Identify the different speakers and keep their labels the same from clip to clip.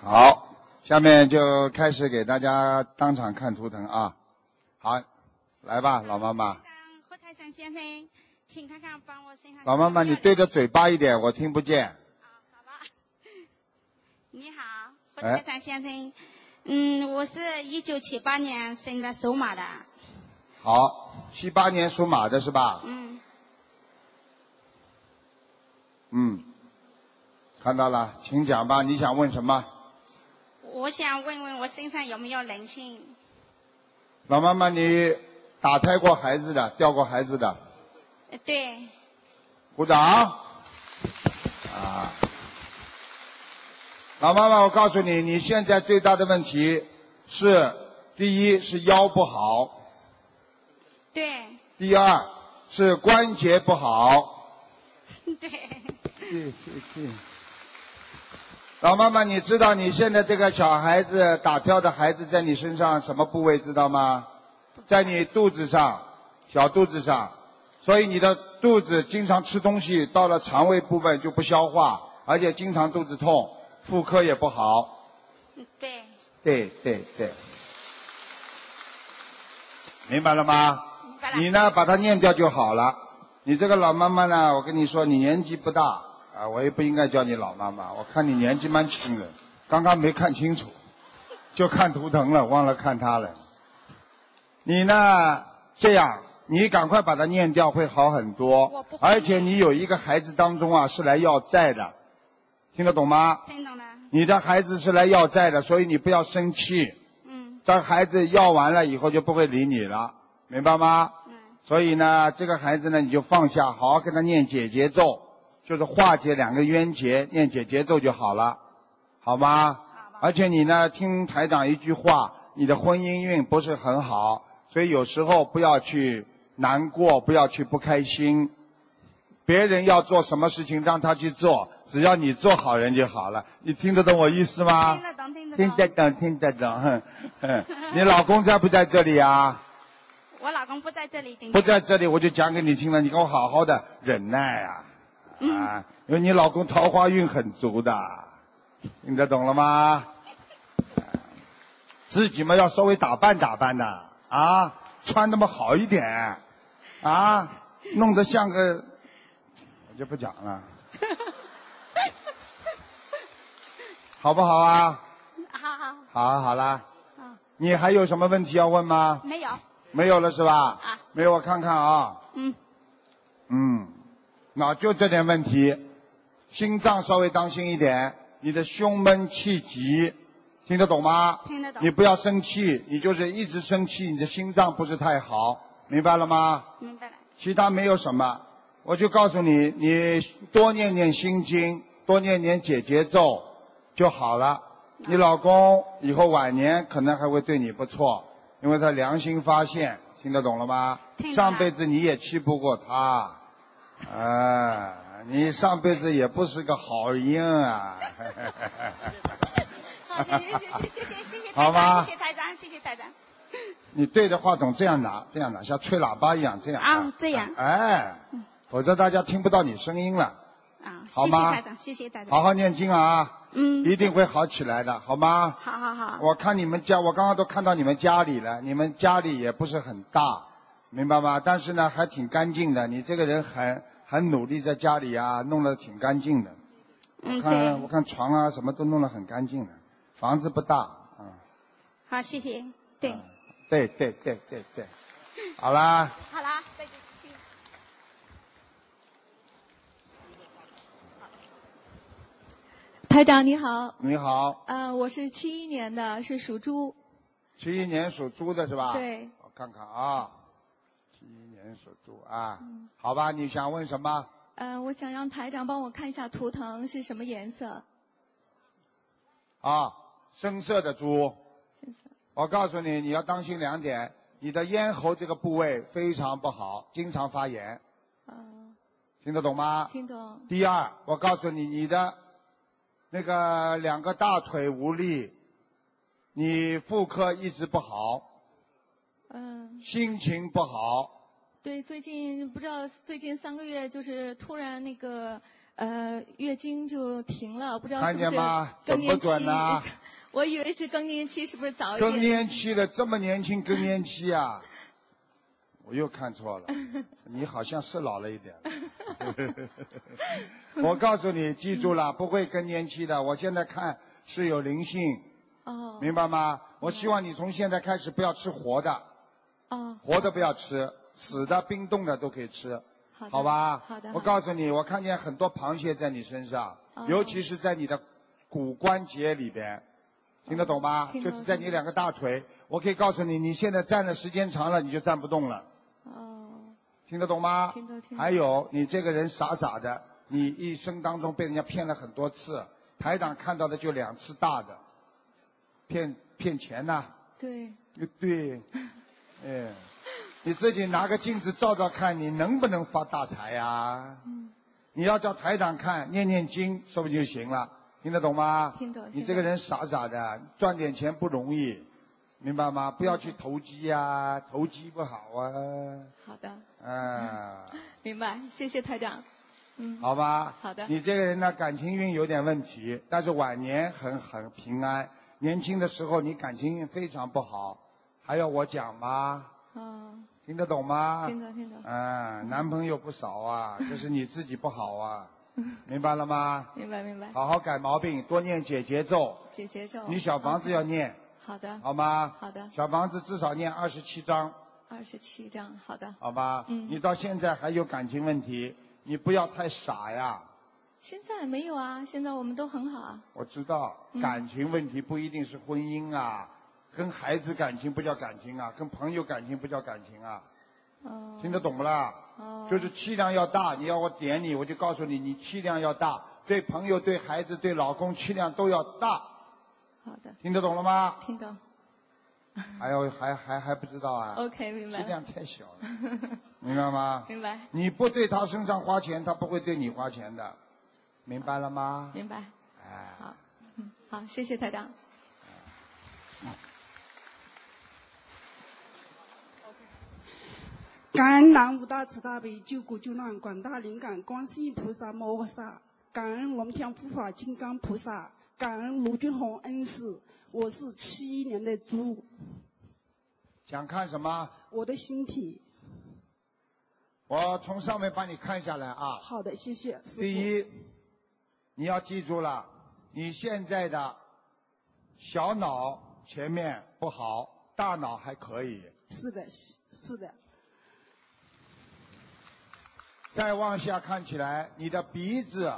Speaker 1: 好，下面就开始给大家当场看图腾啊。好，来吧，老妈妈。
Speaker 2: 让胡台长先生，请看看帮我身上。
Speaker 1: 老妈妈，你对着嘴巴一点，我听不见。
Speaker 2: 啊，好吧。你好，胡
Speaker 1: 哎
Speaker 2: 台长先生，嗯，我是一九七八年生的属马的，
Speaker 1: 好，七八年属马的是吧？
Speaker 2: 嗯，
Speaker 1: 嗯，看到了，请讲吧，你想问什么？
Speaker 2: 我想问问我身上有没有人性？
Speaker 1: 老妈妈，你打胎过孩子的，掉过孩子的，
Speaker 2: 呃对，
Speaker 1: 鼓掌。啊，老妈妈，我告诉你，你现在最大的问题是，第一是腰不好，
Speaker 2: 对，
Speaker 1: 第二是关节不好。
Speaker 2: 对，
Speaker 1: 老妈妈，你知道你现在这个小孩子打掉的孩子在你身上什么部位知道吗？在你肚子上，小肚子上，所以你的肚子经常吃东西，到了肠胃部分就不消化，而且经常肚子痛，妇科也不好。
Speaker 2: 对，
Speaker 1: 对对对，明白了吗？
Speaker 2: 明白
Speaker 1: 你
Speaker 2: 了。
Speaker 1: 呢，把它念掉就好了。你这个老妈妈呢，我跟你说，你年纪不大啊，我也不应该叫你老妈妈。我看你年纪蛮轻的，刚刚没看清楚，就看图腾了，忘了看她了。你呢，这样，你赶快把它念掉，会好
Speaker 2: 我
Speaker 1: 很多
Speaker 2: 不。会
Speaker 1: 而且你有一个孩子当中啊，是来要债的，听得懂吗？
Speaker 2: 听懂了？
Speaker 1: 你的孩子是来要债的，所以你不要生气。
Speaker 2: 嗯
Speaker 1: 这孩子要完了以后就不会理你了，明白吗？
Speaker 2: 嗯，
Speaker 1: 所以呢，这个孩子呢，你就放下，好好跟他念解结咒，就是化解两个冤结，念解结咒就好了，好吗？
Speaker 2: 好吧。
Speaker 1: 而且你呢，听台长一句话，你的婚姻运不是很好，所以有时候不要去难过，不要去不开心。别人要做什么事情，让他去做，只要你做好人就好了。你听得懂我意思吗？
Speaker 2: 听得懂，听得
Speaker 1: 听得
Speaker 2: 懂。
Speaker 1: 懂，听得懂。哼哼你老公在不在这里啊？
Speaker 2: 我老公不在这里，今天
Speaker 1: 不在这里，我就讲给你听了，你给我好好的忍耐啊！
Speaker 2: 嗯
Speaker 1: 啊，因为你老公桃花运很足的，听得懂了吗？自己嘛要稍微打扮打扮的啊，穿那么好一点啊，弄得像个，我就不讲了，好不好啊？
Speaker 2: 好好
Speaker 1: 好啊，好啦，
Speaker 2: 好，
Speaker 1: 你还有什么问题要问吗？
Speaker 2: 没 有，
Speaker 1: 没有了是吧？
Speaker 2: 啊，
Speaker 1: 没有，我看看啊。
Speaker 2: 嗯，
Speaker 1: 嗯，那就这点问题，心脏稍微当心一点，你的胸闷气急，听得懂吗？
Speaker 2: 听得懂
Speaker 1: 你不要生气，你就是一直生气，你的心脏不是太好，明白了吗？
Speaker 2: 明白了。
Speaker 1: 其他没有什么，我就告诉你，你多念念心经，多念念解结咒就好了。
Speaker 2: 嗯
Speaker 1: 你老公以后晚年可能还会对你不错，因为他良心发现，听得懂了吗？
Speaker 2: 听懂了
Speaker 1: 上辈子你也欺负过他，啊，你上辈子也不是个好鹰啊。
Speaker 2: 好，谢谢谢谢谢谢谢谢台长，
Speaker 1: 好吧
Speaker 2: 谢谢台长，谢谢台长。
Speaker 1: 你对着话筒这样拿，这样拿，像吹喇叭一样这样拿
Speaker 2: 啊这样
Speaker 1: 哎，否则大家听不到你声音了。
Speaker 2: 啊，
Speaker 1: 好
Speaker 2: 谢谢
Speaker 1: 吗
Speaker 2: 台长，谢谢台长。
Speaker 1: 好好念经啊。
Speaker 2: 嗯，
Speaker 1: 一定会好起来的，好吗？
Speaker 2: 好好好，
Speaker 1: 我看你们家，我刚刚都看到你们家里了，你们家里也不是很大，明白吗？但是呢，还挺干净的。你这个人很很努力，在家里啊，弄得挺干净的。
Speaker 2: 嗯，
Speaker 1: 看
Speaker 2: 对，
Speaker 1: 我看床啊，什么都弄得很干净的。房子不大，啊，
Speaker 2: 好，谢谢，对，
Speaker 1: 嗯对对对对对，好啦，
Speaker 2: 好啦，再见，谢谢。
Speaker 3: 台长你好，
Speaker 1: 你好，
Speaker 3: 呃，我是七一年的，是属猪。
Speaker 1: 七一年属猪的是吧？，
Speaker 3: 对，
Speaker 1: 我看看啊，七一年属猪啊，好吧，你想问什么？
Speaker 3: 呃，我想让台长帮我看一下图腾是什么颜色。
Speaker 1: 啊，深色的猪
Speaker 3: 深色。
Speaker 1: 我告诉你，你要当心两点，你的咽喉这个部位非常不好，经常发炎，
Speaker 3: 呃，
Speaker 1: 听得懂吗？
Speaker 3: 听懂。
Speaker 1: 第二，我告诉你，你的那个两个大腿无力，你妇科一直不好，
Speaker 3: 嗯、
Speaker 1: 心情不好，
Speaker 3: 对，最近不知道最近三个月就是突然那个呃月经就停了，不知道
Speaker 1: 看
Speaker 3: 是不是
Speaker 1: 见吗
Speaker 3: 更年
Speaker 1: 准不准啊
Speaker 3: 期
Speaker 1: 呐？
Speaker 3: 我以为是更年期，是不哦是早一点？
Speaker 1: 更年期了，这么年轻更年期 啊！我又看错了，你好像是老了一 点。我告诉你，记住了，不会更年期的。我现在看是有灵性，
Speaker 3: 哦
Speaker 1: 明白吗？我希望你从现在开始不要吃活的，
Speaker 3: 哦，
Speaker 1: 活的不要吃，死的、冰冻的都可以吃，
Speaker 3: 好的
Speaker 1: 好吧？
Speaker 3: 好的，
Speaker 1: 我告诉你，我看见很多螃蟹在你身上，
Speaker 3: 哦
Speaker 1: 尤其是在你的骨关节里边，听得懂吗？
Speaker 3: 哦听
Speaker 1: 就
Speaker 3: 得
Speaker 1: 是在
Speaker 3: 懂
Speaker 1: 你两个大腿。我可以告诉你，你现在站的时间长了，你就站不动了，
Speaker 3: 哦，
Speaker 1: 听得懂吗？
Speaker 3: 听得听得
Speaker 1: 还有，你这个人傻傻的，你一生当中被人家骗了很多次，台长看到的就两次大的，骗骗钱呐、呃
Speaker 3: 对，
Speaker 1: 对，哎，你自己拿个镜子照照看，你能不能发大财呀、
Speaker 3: 嗯，
Speaker 1: 你要叫台长看，念念经，说不定就行了，听得懂吗？
Speaker 3: 听懂
Speaker 1: 你
Speaker 3: 听
Speaker 1: 这个
Speaker 3: 懂
Speaker 1: 人傻傻的，赚点钱不容易，明白吗？不要去投机呀、投机不好啊，
Speaker 3: 好的，
Speaker 1: 啊，
Speaker 3: 明白，谢谢台长。嗯，
Speaker 1: 好吧。
Speaker 3: 好的
Speaker 1: 你这个人呢，感情运有点问题，但是晚年很很平安。年轻的时候你感情运非常不好，还要我讲吗？
Speaker 3: 哦，
Speaker 1: 听得懂吗？
Speaker 3: 听得听得，
Speaker 1: 啊，男朋友不少 啊，这是你自己不好啊，明白了吗？
Speaker 3: 明白明白，
Speaker 1: 好好改毛病，多念解结咒。
Speaker 3: 姐姐咒。
Speaker 1: 你小房子要念，
Speaker 3: 好的，
Speaker 1: 好吗？
Speaker 3: 好的
Speaker 1: 小房子至少念二十七章，
Speaker 3: 二十七张，好的。
Speaker 1: 好吧？
Speaker 3: 嗯
Speaker 1: 你到现在还有感情问题，你不要太傻呀。
Speaker 3: 现在没有啊，现在我们都很好啊。
Speaker 1: 我知道，
Speaker 3: 嗯
Speaker 1: 感情问题不一定是婚姻啊，跟孩子感情不叫感情啊，跟朋友感情不叫感情啊，
Speaker 3: 哦，
Speaker 1: 听得懂不啦？
Speaker 3: 哦，
Speaker 1: 就是气量要大，你要我点你，我就告诉你，你气量要大，对朋友、对孩子、对老公气量都要大，
Speaker 3: 好的，
Speaker 1: 听得懂了吗？
Speaker 3: 听懂。
Speaker 1: 还有还还还不知道啊？
Speaker 3: OK，明白
Speaker 1: 气
Speaker 3: 了，
Speaker 1: 量太小了，明白吗？
Speaker 3: 明白，
Speaker 1: 你不对他身上花钱，他不会对你花钱的，明白了吗？
Speaker 3: 明白。
Speaker 1: 哎，
Speaker 3: 好，嗯，好，谢谢台长。
Speaker 4: 感恩南无大慈大悲救苦救难广大灵感观世音菩萨摩诃萨，感恩龙天护法金刚菩萨，感恩卢俊宏恩师。我是七一年的猪，
Speaker 1: 想看什么？
Speaker 4: 我的身体
Speaker 1: 我从上面帮你看下来啊。
Speaker 4: 好的，谢谢师傅。
Speaker 1: 第一，你要记住了，你现在的小脑前面不好，大脑还可以。
Speaker 4: 是的，是是的，
Speaker 1: 再往下看起来，你的鼻子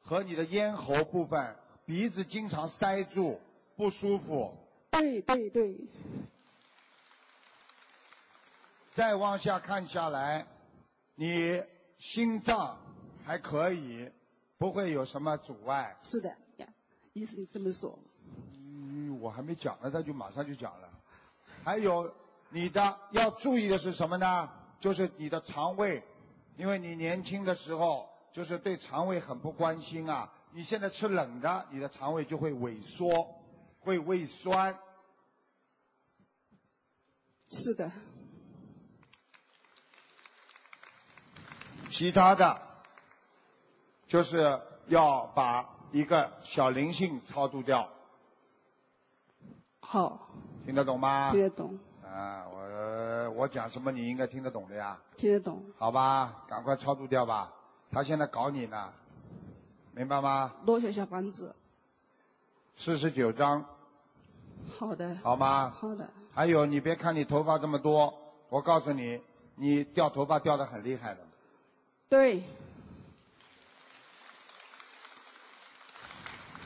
Speaker 1: 和你的咽喉部分，鼻子经常塞住，不舒服。
Speaker 4: 对对对，
Speaker 1: 再往下看下来，你心脏还可以，不会有什么阻碍。
Speaker 4: 是的，呀医生这么说。
Speaker 1: 嗯，我还没讲呢，他就马上就讲了。还有你的要注意的是什么呢？就是你的肠胃，因为你年轻的时候就是对肠胃很不关心啊。你现在吃冷的，你的肠胃就会萎缩，会胃酸。
Speaker 4: 是的，
Speaker 1: 其他的，就是要把一个小灵性超度掉，
Speaker 4: 好，
Speaker 1: 听得懂吗
Speaker 4: 听？得懂，
Speaker 1: 啊，我我讲什么你应该听得懂的呀。
Speaker 4: 听得懂。
Speaker 1: 好吧，赶快超度掉吧，他现在搞你呢，明白吗？
Speaker 4: 多少小房子？
Speaker 1: 四十九章，
Speaker 4: 好的，
Speaker 1: 好吗？
Speaker 4: 好的，
Speaker 1: 还有，你别看你头发这么多，我告诉你，你掉头发掉的很厉害的，
Speaker 4: 对，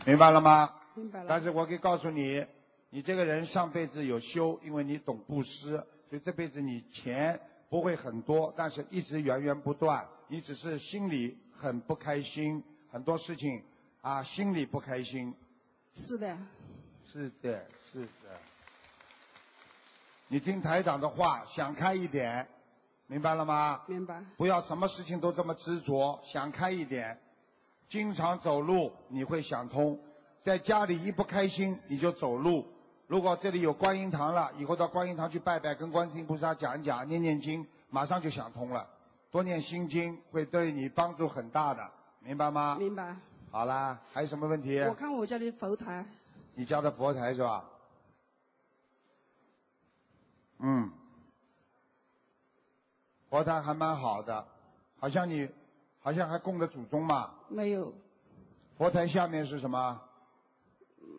Speaker 1: 明白了吗？
Speaker 4: 明白了。
Speaker 1: 但是我可以告诉你，你这个人上辈子有修，因为你懂布施，所以这辈子你钱不会很多，但是一直源源不断。你只是心里很不开心，很多事情啊，心里不开心，
Speaker 4: 是的，
Speaker 1: 是的，是的。你听台长的话，想开一点，明白了吗？
Speaker 4: 明白。
Speaker 1: 不要什么事情都这么执着，想开一点。经常走路，你会想通。在家里一不开心，你就走路。如果这里有观音堂了，以后到观音堂去拜拜，跟观世音菩萨讲一讲，念念经，马上就想通了。多念心经会对你帮助很大的，明白明白吗？
Speaker 4: 明白。
Speaker 1: 好啦，还有什么问题？
Speaker 4: 我看我家的佛台，
Speaker 1: 你家的佛台是吧？嗯，佛台还蛮好的，好像你好像还供着祖宗嘛。
Speaker 4: 没有，
Speaker 1: 佛台下面是什么？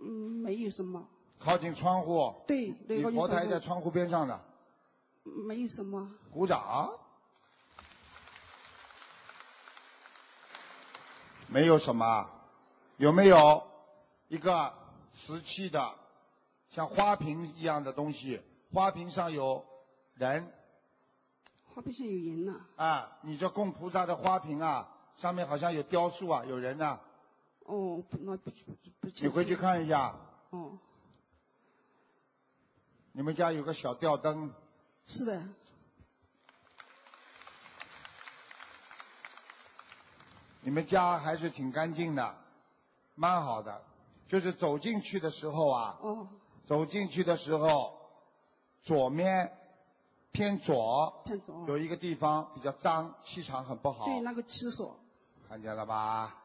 Speaker 4: 嗯，没有什么，
Speaker 1: 靠近窗户。
Speaker 4: 对对
Speaker 1: 你
Speaker 4: 靠近
Speaker 1: 佛台
Speaker 4: 窗户
Speaker 1: 在窗户边上的，
Speaker 4: 没有什么。
Speaker 1: 鼓掌。没有什么，有没有一个瓷器的，像花瓶一样的东西？花瓶上有人
Speaker 4: 花瓶上有人呐、
Speaker 1: 啊，你这供菩萨的花瓶啊，上面好像有雕塑啊，有人呐、
Speaker 4: 哦，不那不不不清楚。
Speaker 1: 你回去看一下，
Speaker 4: 哦，
Speaker 1: 你们家有个小吊灯，
Speaker 4: 是的，
Speaker 1: 你们家还是挺干净的，蛮好的。就是走进去的时候啊，
Speaker 4: 哦，
Speaker 1: 走进去的时候，左面偏左
Speaker 4: 看错哦。
Speaker 1: 有一个地方比较脏，气场很不好，
Speaker 4: 对，那个厕所，
Speaker 1: 看见了吧？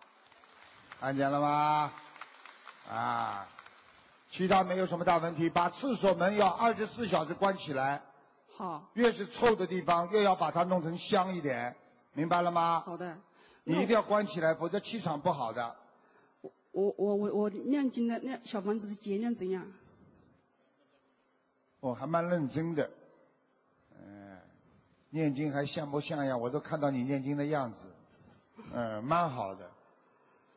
Speaker 1: 看见了吗？啊，其他没有什么大问题，把厕所门要二十四小时关起来，
Speaker 4: 好，
Speaker 1: 越是臭的地方越要把它弄成香一点，明白了吗？
Speaker 4: 好的。
Speaker 1: 你
Speaker 4: 那
Speaker 1: 一定要关起来，否则气场不好的。
Speaker 4: 我我我我念经的那小房子的节量怎样？
Speaker 1: 我、哦还蛮认真的，嗯、念经还像模像样，我都看到你念经的样子，嗯、蛮好的，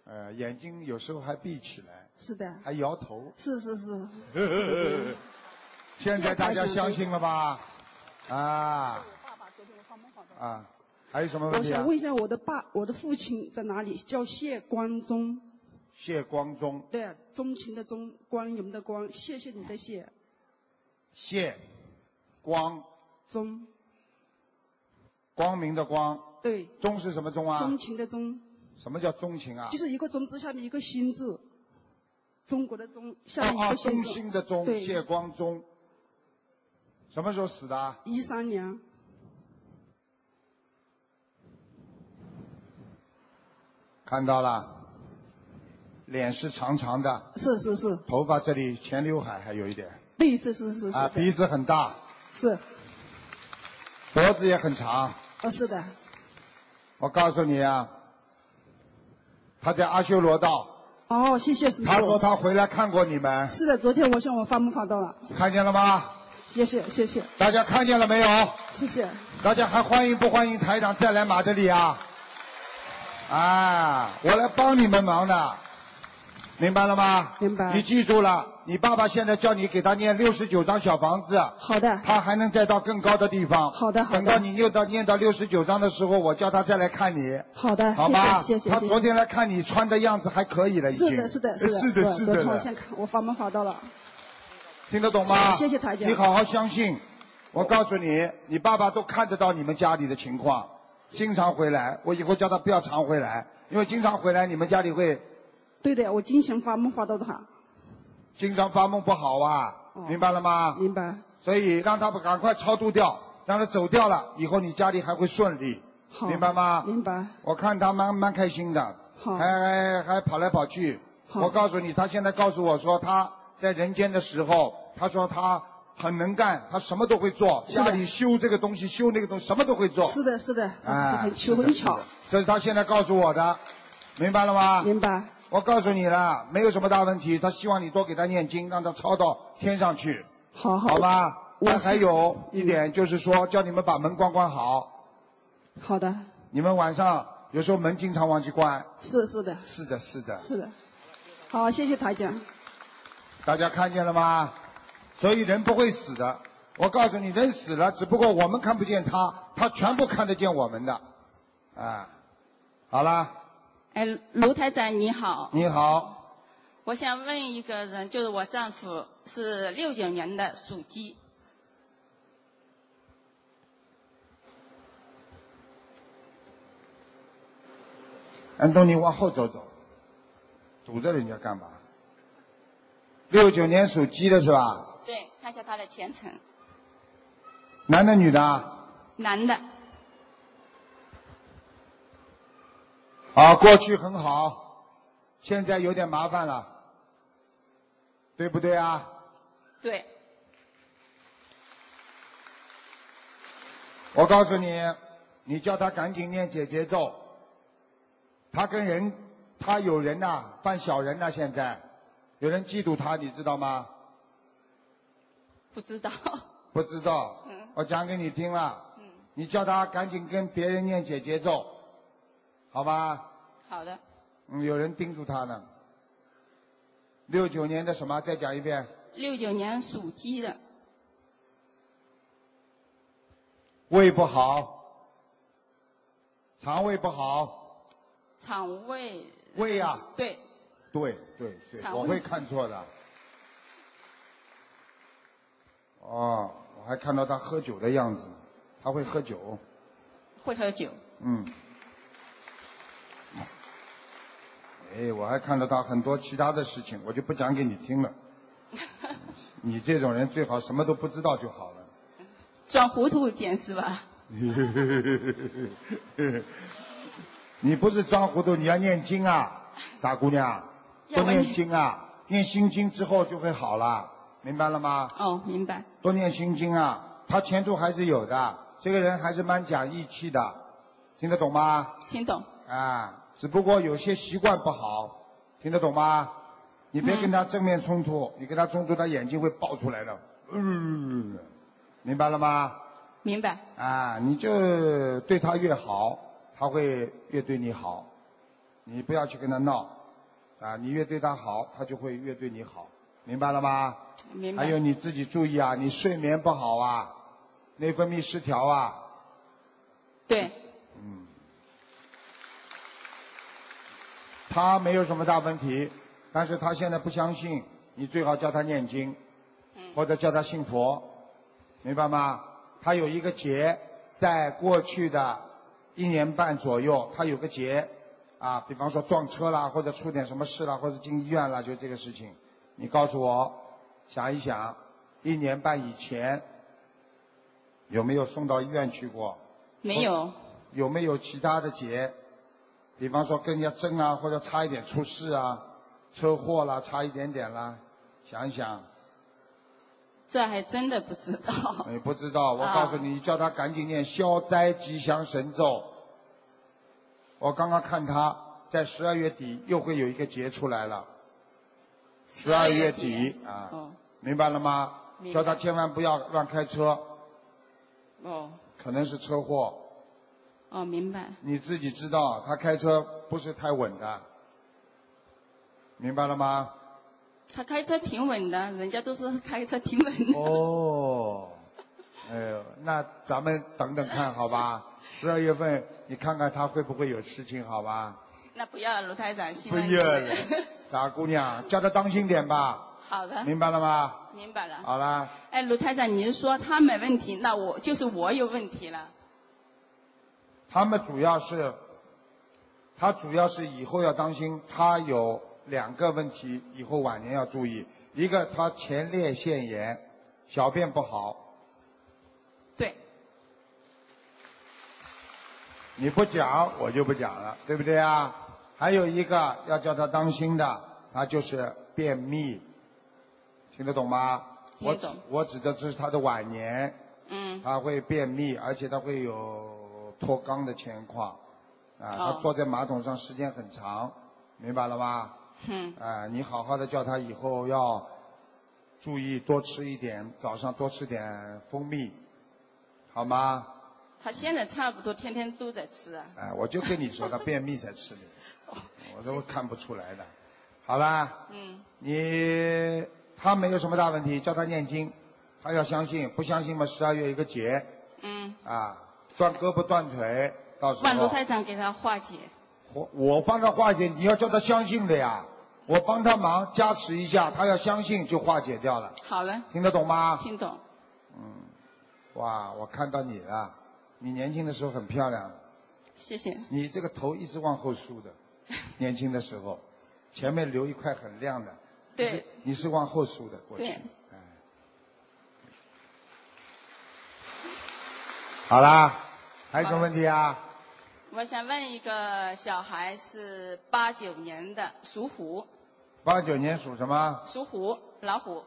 Speaker 1: 呃，眼睛有时候还闭起来，
Speaker 4: 是的，
Speaker 1: 还摇 头。
Speaker 4: 是是是，
Speaker 1: 现在大家相信了吧？啊啊，还有什么问
Speaker 4: 我
Speaker 1: 题、啊
Speaker 4: 想？问一下我的爸，我的父亲在哪里？叫谢光宗，
Speaker 1: 谢光宗，
Speaker 4: 对，钟情的钟，光荣的光，谢谢你的谢，
Speaker 1: 谢光，
Speaker 4: 钟，
Speaker 1: 光明的光，
Speaker 4: 对，
Speaker 1: 宗是什么宗啊
Speaker 4: 钟？情的钟，
Speaker 1: 什么叫钟情啊
Speaker 4: 就？是一个钟字下面一个心字，中国的中下面一
Speaker 1: 哦哦，
Speaker 4: 个心
Speaker 1: 中
Speaker 4: 字，
Speaker 1: 心的中，
Speaker 4: 对
Speaker 1: 谢光宗，什么时候死的啊？
Speaker 4: 一三年，
Speaker 1: 看到了，脸是长长的，
Speaker 4: 是是是，
Speaker 1: 头发这里前刘海还有一点，
Speaker 4: 对，是是是是
Speaker 1: 啊，
Speaker 4: 的，
Speaker 1: 鼻子很大，
Speaker 4: 是，
Speaker 1: 脖子也很长。
Speaker 4: 啊是的，
Speaker 1: 我告诉你啊，他在阿修罗道，
Speaker 4: 哦，谢谢师
Speaker 1: 他说
Speaker 4: 傅，
Speaker 1: 他回来看过你们，
Speaker 4: 是的，昨天我向我发梦看到了，
Speaker 1: 看见了吗？
Speaker 4: 谢谢谢谢
Speaker 1: 大家看见了没有？
Speaker 4: 谢谢，
Speaker 1: 大家还欢迎不欢迎台长再来马德里啊？啊，我来帮你们忙的，明白了吗？
Speaker 4: 明白
Speaker 1: 你记住了，你爸爸现在叫你给他念六十九张小房子。
Speaker 4: 好的，
Speaker 1: 他还能再到更高的地方。
Speaker 4: 好的好的
Speaker 1: 等到你念到念到六十九章的时候，我叫他再来看你，
Speaker 4: 好的，
Speaker 1: 好吧？
Speaker 4: 谢谢谢谢，
Speaker 1: 他昨天来看你穿的样子还可以了，已经。
Speaker 4: 是的是的是
Speaker 1: 是
Speaker 4: 的，
Speaker 1: 哎的，
Speaker 4: 我
Speaker 1: 是
Speaker 4: 昨
Speaker 1: 的
Speaker 4: 天我
Speaker 1: 了。
Speaker 4: 先看我发梦看到了，
Speaker 1: 听得懂吗？
Speaker 4: 谢谢台长
Speaker 1: 你好好相信，我告诉你，你爸爸都看得到你们家里的情况，经常回来。我以后叫他不要常回来，因为经常回来你们家里会
Speaker 4: 对的，我经常发梦发到他，
Speaker 1: 经常发梦不好啊，
Speaker 4: 哦
Speaker 1: 明白了吗？
Speaker 4: 明白，
Speaker 1: 所以让他赶快超度掉，让他走掉了，以后你家里还会顺利，
Speaker 4: 好，
Speaker 1: 明白吗？
Speaker 4: 明白，
Speaker 1: 我看他蛮蛮开心的，
Speaker 4: 好
Speaker 1: 还还还跑来跑去。
Speaker 4: 好
Speaker 1: 我告诉你，他现在告诉我说他在人间的时候，他说他很能干，他什么都会做，
Speaker 4: 是的
Speaker 1: 家里修这个东西，修那个东西，什么都会做。
Speaker 4: 是的是的，
Speaker 1: 哎，
Speaker 4: 很巧
Speaker 1: 是的
Speaker 4: 很巧，，
Speaker 1: 这是他现在告诉我的，明白了吗？
Speaker 4: 明白，
Speaker 1: 我告诉你了，没有什么大问题。他希望你多给他念经，让他超到天上去，
Speaker 4: 好
Speaker 1: 好
Speaker 4: 好，
Speaker 1: 吧？
Speaker 4: 我嗯
Speaker 1: 那还有一点就是说，叫你们把门关关好。
Speaker 4: 好的，
Speaker 1: 你们晚上有时候门经常忘记关。
Speaker 4: 是是的，
Speaker 1: 是的，是的。
Speaker 4: 是的，好，谢谢台长，
Speaker 1: 大家看见了吗？所以人不会死的。我告诉你，人死了，只不过我们看不见他，他全部看得见我们的。啊，好啦，
Speaker 5: 哎，卢台长你好，
Speaker 1: 你好，
Speaker 5: 我想问一个人，就是我丈夫是六九年的属鸡，
Speaker 1: 安东尼往后走走，堵着人家干嘛？六九年属鸡的是吧？
Speaker 5: 对，看一下他的前程，
Speaker 1: 男的女的啊？
Speaker 5: 男的，
Speaker 1: 啊，过去很好，现在有点麻烦了，对不对啊？
Speaker 5: 对，
Speaker 1: 我告诉你，你叫他赶紧念解结咒，他跟人，他有人呐、犯小人呐、现在有人嫉妒他，你知道吗？
Speaker 5: 不知道，
Speaker 1: 不知道，
Speaker 5: 嗯
Speaker 1: 我讲给你听了，
Speaker 5: 嗯，
Speaker 1: 你叫他赶紧跟别人念解结咒，好吧？
Speaker 5: 好的，
Speaker 1: 嗯，有人叮嘱他呢。六九年的什么？再讲一遍。
Speaker 5: 六九年属鸡的，
Speaker 1: 胃不好，肠胃不好，
Speaker 5: 肠胃，
Speaker 1: 胃呀、
Speaker 5: 对，
Speaker 1: 对对对，
Speaker 5: 肠胃
Speaker 1: 我会看错的。哦，我还看到他喝酒的样子，他会喝酒，
Speaker 5: 会喝酒，
Speaker 1: 嗯。哎，我还看到他很多其他的事情，我就不讲给你听 了。你这种人最好什么都不知道就好了。
Speaker 5: 装糊涂一点是吧？
Speaker 1: 你不是装糊涂，你要念经啊，傻姑娘，
Speaker 5: 要
Speaker 1: 多
Speaker 5: 我
Speaker 1: 念
Speaker 5: 念
Speaker 1: 经啊，念心经之后就会好了，明白了吗？
Speaker 5: 哦，明白，
Speaker 1: 多念心经啊，他前途还是有的，这个人还是蛮讲义气的，听得懂吗？
Speaker 5: 听懂，
Speaker 1: 啊，只不过有些习惯不好，听得懂吗？你别跟他正面冲突，你跟他冲突，他眼睛会爆出来的，嗯，明白了吗？
Speaker 5: 明白，
Speaker 1: 啊，你就对他越好，他会越对你好。你不要去跟他闹，啊，你越对他好，他就会越对你好，明白了吗？
Speaker 5: 明
Speaker 1: 还
Speaker 5: 白，
Speaker 1: 有你自己注意啊，你睡眠不好啊，内分泌失调啊，
Speaker 5: 对，
Speaker 1: 嗯。他没有什么大问题，但是他现在不相信，你最好叫他念经，
Speaker 5: 嗯
Speaker 1: 或者叫他信佛，明白吗？他有一个劫，在过去的一年半左右，他有个劫啊，比方说撞车啦，或者出点什么事啦，或者进医院啦，就这个事情。你告诉我，想一想，一年半以前有没有送到医院去过？
Speaker 5: 没有，
Speaker 1: 有没有其他的劫？比方说跟人家争啊，或者差一点出事啊，车祸啦，差一点点啦，想一想。
Speaker 5: 这还真的不知道，
Speaker 1: 你不知道，我
Speaker 5: 啊
Speaker 1: 告诉你，你叫他赶紧念消灾吉祥神咒。我刚刚看他在十二月底又会有一个劫出来了，
Speaker 5: 十
Speaker 1: 12月底啊
Speaker 5: 哦
Speaker 1: 明白了吗？
Speaker 5: 明白
Speaker 1: 叫他千万不要乱开车，
Speaker 5: 哦
Speaker 1: 可能是车祸。
Speaker 5: 哦，明白，
Speaker 1: 你自己知道，他开车不是太稳的，明白了吗？
Speaker 5: 他开车挺稳的，人家都是开车挺稳的，
Speaker 1: 哦， 哎呦，那咱们等等看好吧。十二月份你看看他会不会有事情好吧？
Speaker 5: 那不要了卢台长，希
Speaker 1: 不
Speaker 5: 望，
Speaker 1: 要了傻姑娘，叫她当心点吧，
Speaker 5: 好的，
Speaker 1: 明白了吗？
Speaker 5: 明白了。
Speaker 1: 好了，
Speaker 5: 哎，卢台长，您说他没问题，那我就是我有问题了。
Speaker 1: 他们主要是，他主要是以后要当心，他有两个问题，以后晚年要注意，一个他前列腺炎，小便不好，
Speaker 5: 对，
Speaker 1: 你不讲我就不讲了，对不对啊？还有一个要叫他当心的，他就是便秘，听得懂吗？我
Speaker 5: 听得懂
Speaker 1: 指我指的是他的晚年，
Speaker 5: 嗯，
Speaker 1: 他会便秘，而且他会有脱肛的情况，啊，他
Speaker 5: 哦
Speaker 1: 坐在马桶上时间很长，明白了吗？
Speaker 5: 嗯，
Speaker 1: 啊，你好好的叫他以后要注意多吃一点，早上多吃点蜂蜜，好吗？
Speaker 5: 他现在差不多天天都在吃啊。
Speaker 1: 哎，我就跟你说，他便秘才吃 的，我都看不出来的。好啦，
Speaker 5: 哦嗯，
Speaker 1: 你他没有什么大问题，叫他念经，他要相信，不相信嘛，十二月一个节。
Speaker 5: 嗯，
Speaker 1: 啊，断胳膊断腿，到时
Speaker 5: 万卢
Speaker 1: 候
Speaker 5: 台长给他化解。
Speaker 1: 我我帮他化解，你要叫他相信的呀。我帮他忙加持一下，他要相信就化解掉了，
Speaker 5: 好了，
Speaker 1: 听得懂吗？嗯
Speaker 5: 听懂。
Speaker 1: 哇，我看到你了，你年轻的时候很漂亮，
Speaker 5: 谢谢。
Speaker 1: 你这个头一直往后梳 的，年轻的时候，前面留一块很亮的，
Speaker 5: 对
Speaker 1: 你是，你是往后梳的过去
Speaker 5: 对，
Speaker 1: 哎，好啦，还有什么问题啊？
Speaker 5: 我想问一个小孩是八九年的，属虎，
Speaker 1: 八九年属什么？
Speaker 5: 属虎，老虎，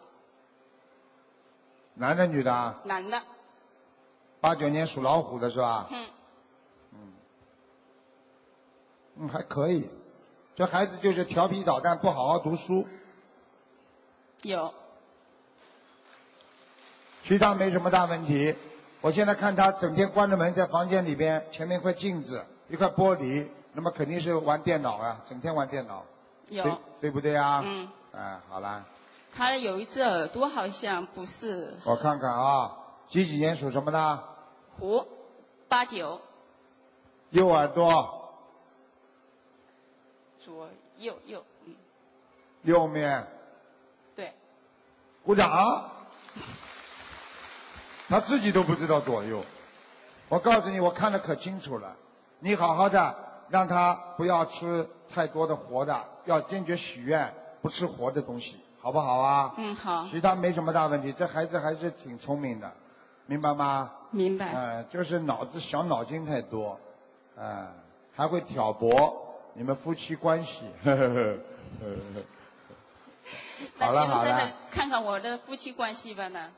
Speaker 1: 男的女的啊？
Speaker 5: 男的，
Speaker 1: 八九年属老虎的是吧？
Speaker 5: 嗯，
Speaker 1: 嗯，还可以。这孩子就是调皮捣蛋，不好好读书，
Speaker 5: 有，
Speaker 1: 其他没什么大问题。我现在看他整天关着门在房间里边，前面一块镜子，一块玻璃，那么肯定是玩电脑啊，整天玩电脑，对
Speaker 5: 有，
Speaker 1: 对不对啊？
Speaker 5: 嗯，
Speaker 1: 哎，好啦，
Speaker 5: 他有一只耳朵好像不是
Speaker 1: 我看看啊，几几年属什么的？
Speaker 5: 虎，八九
Speaker 1: 右耳朵
Speaker 5: 左右右，嗯，
Speaker 1: 右面，
Speaker 5: 对，
Speaker 1: 鼓掌。他自己都不知道左右。我告诉你，我看得可清楚了。你好好的让他不要吃太多的活的，要坚决许愿不吃活的东西，好不好啊？
Speaker 5: 嗯，好，
Speaker 1: 其他没什么大问题，这孩子还是挺聪明的，明白吗？
Speaker 5: 明
Speaker 1: 嗯、
Speaker 5: 白，
Speaker 1: 就是脑子小脑筋太多，嗯、还会挑拨你们夫妻关系。 呵呵呵呵呵
Speaker 5: 那
Speaker 1: 好了
Speaker 5: 请
Speaker 1: 好了
Speaker 5: 太太看看我的夫妻关系吧呢，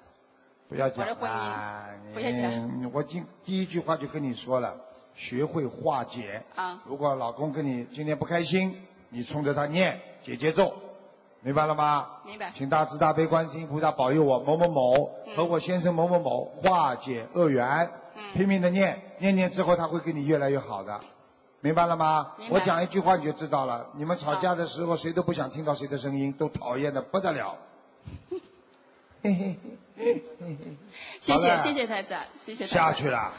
Speaker 1: 不要讲
Speaker 5: 我的婚姻
Speaker 1: 啦
Speaker 5: 不要讲
Speaker 1: 你我今第一句话就跟你说了，学会化解。
Speaker 5: 啊，
Speaker 1: 如果老公跟你今天不开心，你冲着他念解节奏，明白了吗？
Speaker 5: 明 白，
Speaker 1: 请大慈大悲观世音菩萨保佑我某某某
Speaker 5: 嗯
Speaker 1: 和我先生某某某化解恶缘，拼
Speaker 5: 嗯，
Speaker 1: 命的念，念念之后他会跟你越来越好的，明白了吗
Speaker 5: 明？白
Speaker 1: 我讲一句话你就知道了。你们吵架的时候谁都不想听到谁的声音，都讨厌的不得了。嘿嘿嘿。嗯
Speaker 5: 谢
Speaker 1: 好
Speaker 5: 谢
Speaker 1: 嘞
Speaker 5: 谢谢台长，谢谢台
Speaker 1: 下
Speaker 5: 长
Speaker 1: 去了。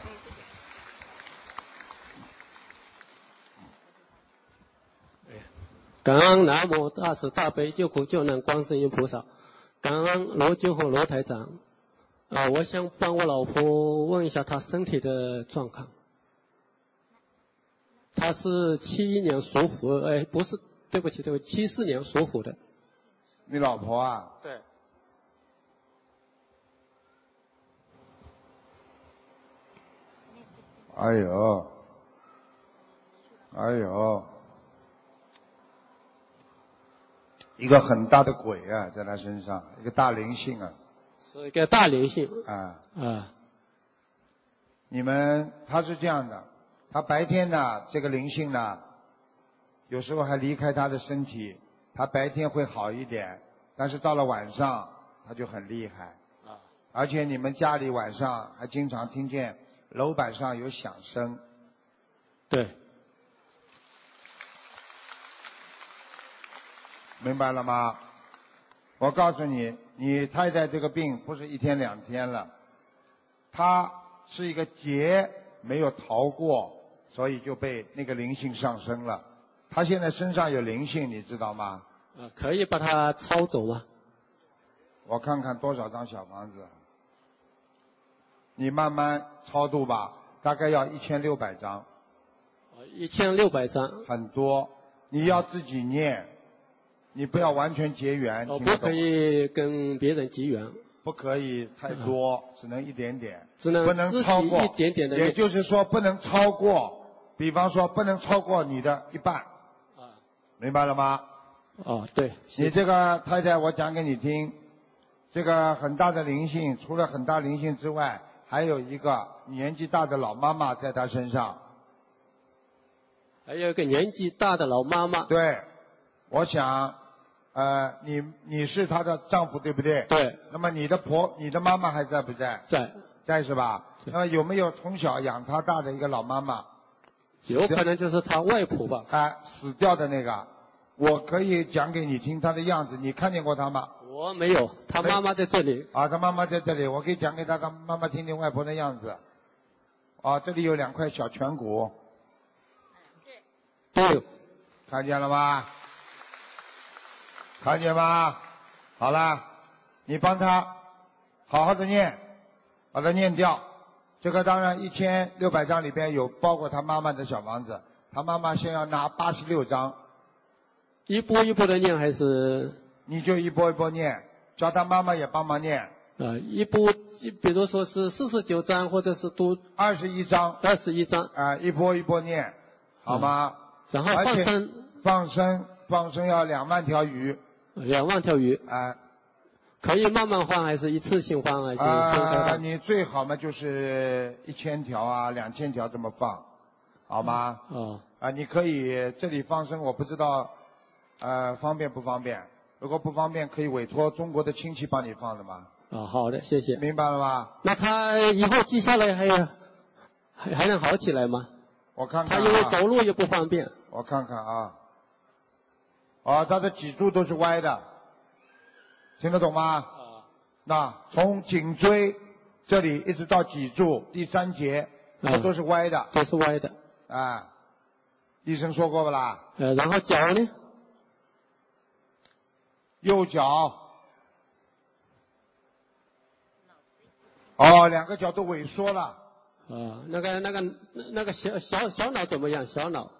Speaker 6: 感恩南无大慈大悲救苦救难观世音菩萨，感恩罗军和罗台长。啊、我想帮我老婆问一下她身体的状况。她是七一年属虎，哎，不是，对不起，对不起，七四年属虎的。
Speaker 1: 你老婆啊，
Speaker 6: 对。
Speaker 1: 哎呦，哎呦，一个很大的鬼啊，在他身上，一个大灵性啊
Speaker 6: 是一个大灵性
Speaker 1: 啊！
Speaker 6: 啊、呃
Speaker 1: 你们他是这样的，他白天呢，这个灵性呢，有时候还离开他的身体，他白天会好一点，但是到了晚上他就很厉害。
Speaker 6: 啊
Speaker 1: 而且你们家里晚上还经常听见楼板上有响声，
Speaker 6: 对，
Speaker 1: 明白了吗？我告诉你，你太太这个病不是一天两天了，她是一个劫没有逃过，所以就被那个灵性上升了。她现在身上有灵性，你知道吗？
Speaker 6: 呃，可以把她抄走吗？
Speaker 1: 我看看多少张小房子，你慢慢超度吧，大概要一千六百张。
Speaker 6: 啊一千六百张，
Speaker 1: 很多，你要自己念，你不要完全结缘，
Speaker 6: 我
Speaker 1: 听
Speaker 6: 哦不
Speaker 1: 得懂
Speaker 6: 可
Speaker 1: 吗？
Speaker 6: 以跟别人结缘，
Speaker 1: 不可以太多，只能一点点，
Speaker 6: 只能
Speaker 1: 不能
Speaker 6: 自己
Speaker 1: 超过
Speaker 6: 一点点的
Speaker 1: 也就是说，不能超过，比方说不能超过你的一半，
Speaker 6: 啊，
Speaker 1: 明白了吗？
Speaker 6: 哦，对，
Speaker 1: 你这个太太，我讲给你听，这个很大的灵性，除了很大灵性之外，还有一个年纪大的老妈妈在她身上。
Speaker 6: 还有一个年纪大的老妈妈，
Speaker 1: 对，我想，呃，你你是她的丈夫对不对？
Speaker 6: 对，
Speaker 1: 那么你的婆、你的妈妈还在不在？
Speaker 6: 在，
Speaker 1: 在是吧？
Speaker 6: 对
Speaker 1: 那么有没有从小养她大的一个老妈妈？
Speaker 6: 有可能就是他外婆吧。
Speaker 1: 哎，死掉的那个，我可以讲给你听她的样子。你看见过她吗？
Speaker 6: 我没有，他妈妈在这里。
Speaker 1: 啊，她妈妈在这里，我可以讲给她，她妈妈听听外婆的样子。啊，这里有两块小颧骨，
Speaker 6: 对，
Speaker 1: 看见了吗？看见吗？好啦，你帮她好好的念，把它念掉。这个当然一千六百张里边有包括他妈妈的小房子，他妈妈先要拿八十六张，
Speaker 6: 一波一波的念还是
Speaker 1: 你就一波一波念，叫他妈妈也帮忙念，
Speaker 6: 呃，一部，一比如说是四十九章，或者是读
Speaker 1: 二十一章
Speaker 6: 二十一章，嗯
Speaker 1: 啊，一波一波念，好吗？
Speaker 6: 然后放
Speaker 1: 而且
Speaker 6: 生
Speaker 1: 放生，放生要两万条鱼，
Speaker 6: 呃两万条鱼，
Speaker 1: 啊
Speaker 6: 可以慢慢放，还是一次性放，还是分开
Speaker 1: 啊，
Speaker 6: 放？
Speaker 1: 你最好嘛就是一千条啊，两千条这么放，好吗？
Speaker 6: 哦，
Speaker 1: 啊，你可以这里放生，我不知道，呃，方便不方便？如果不方便，可以委托中国的亲戚帮你放的嘛，
Speaker 6: 哦，好的，谢谢。
Speaker 1: 明白了吗？
Speaker 6: 那他以后记下来还有还还能好起来吗？
Speaker 1: 我看
Speaker 6: 他
Speaker 1: 看、
Speaker 6: 因为
Speaker 1: 啊，
Speaker 6: 走路又不方便，
Speaker 1: 我看看啊，哦，他的脊柱都是歪的，听得懂吗？
Speaker 6: 啊
Speaker 1: 那从颈椎这里一直到脊柱第三节，它
Speaker 6: 嗯
Speaker 1: 都是歪的
Speaker 6: 都是歪的。
Speaker 1: 啊。医生说过不啦？
Speaker 6: 呃，然后脚呢？
Speaker 1: 右脚，哦，两个脚都萎缩了，
Speaker 6: 啊，那个那个那个小小小脑怎么样？小脑，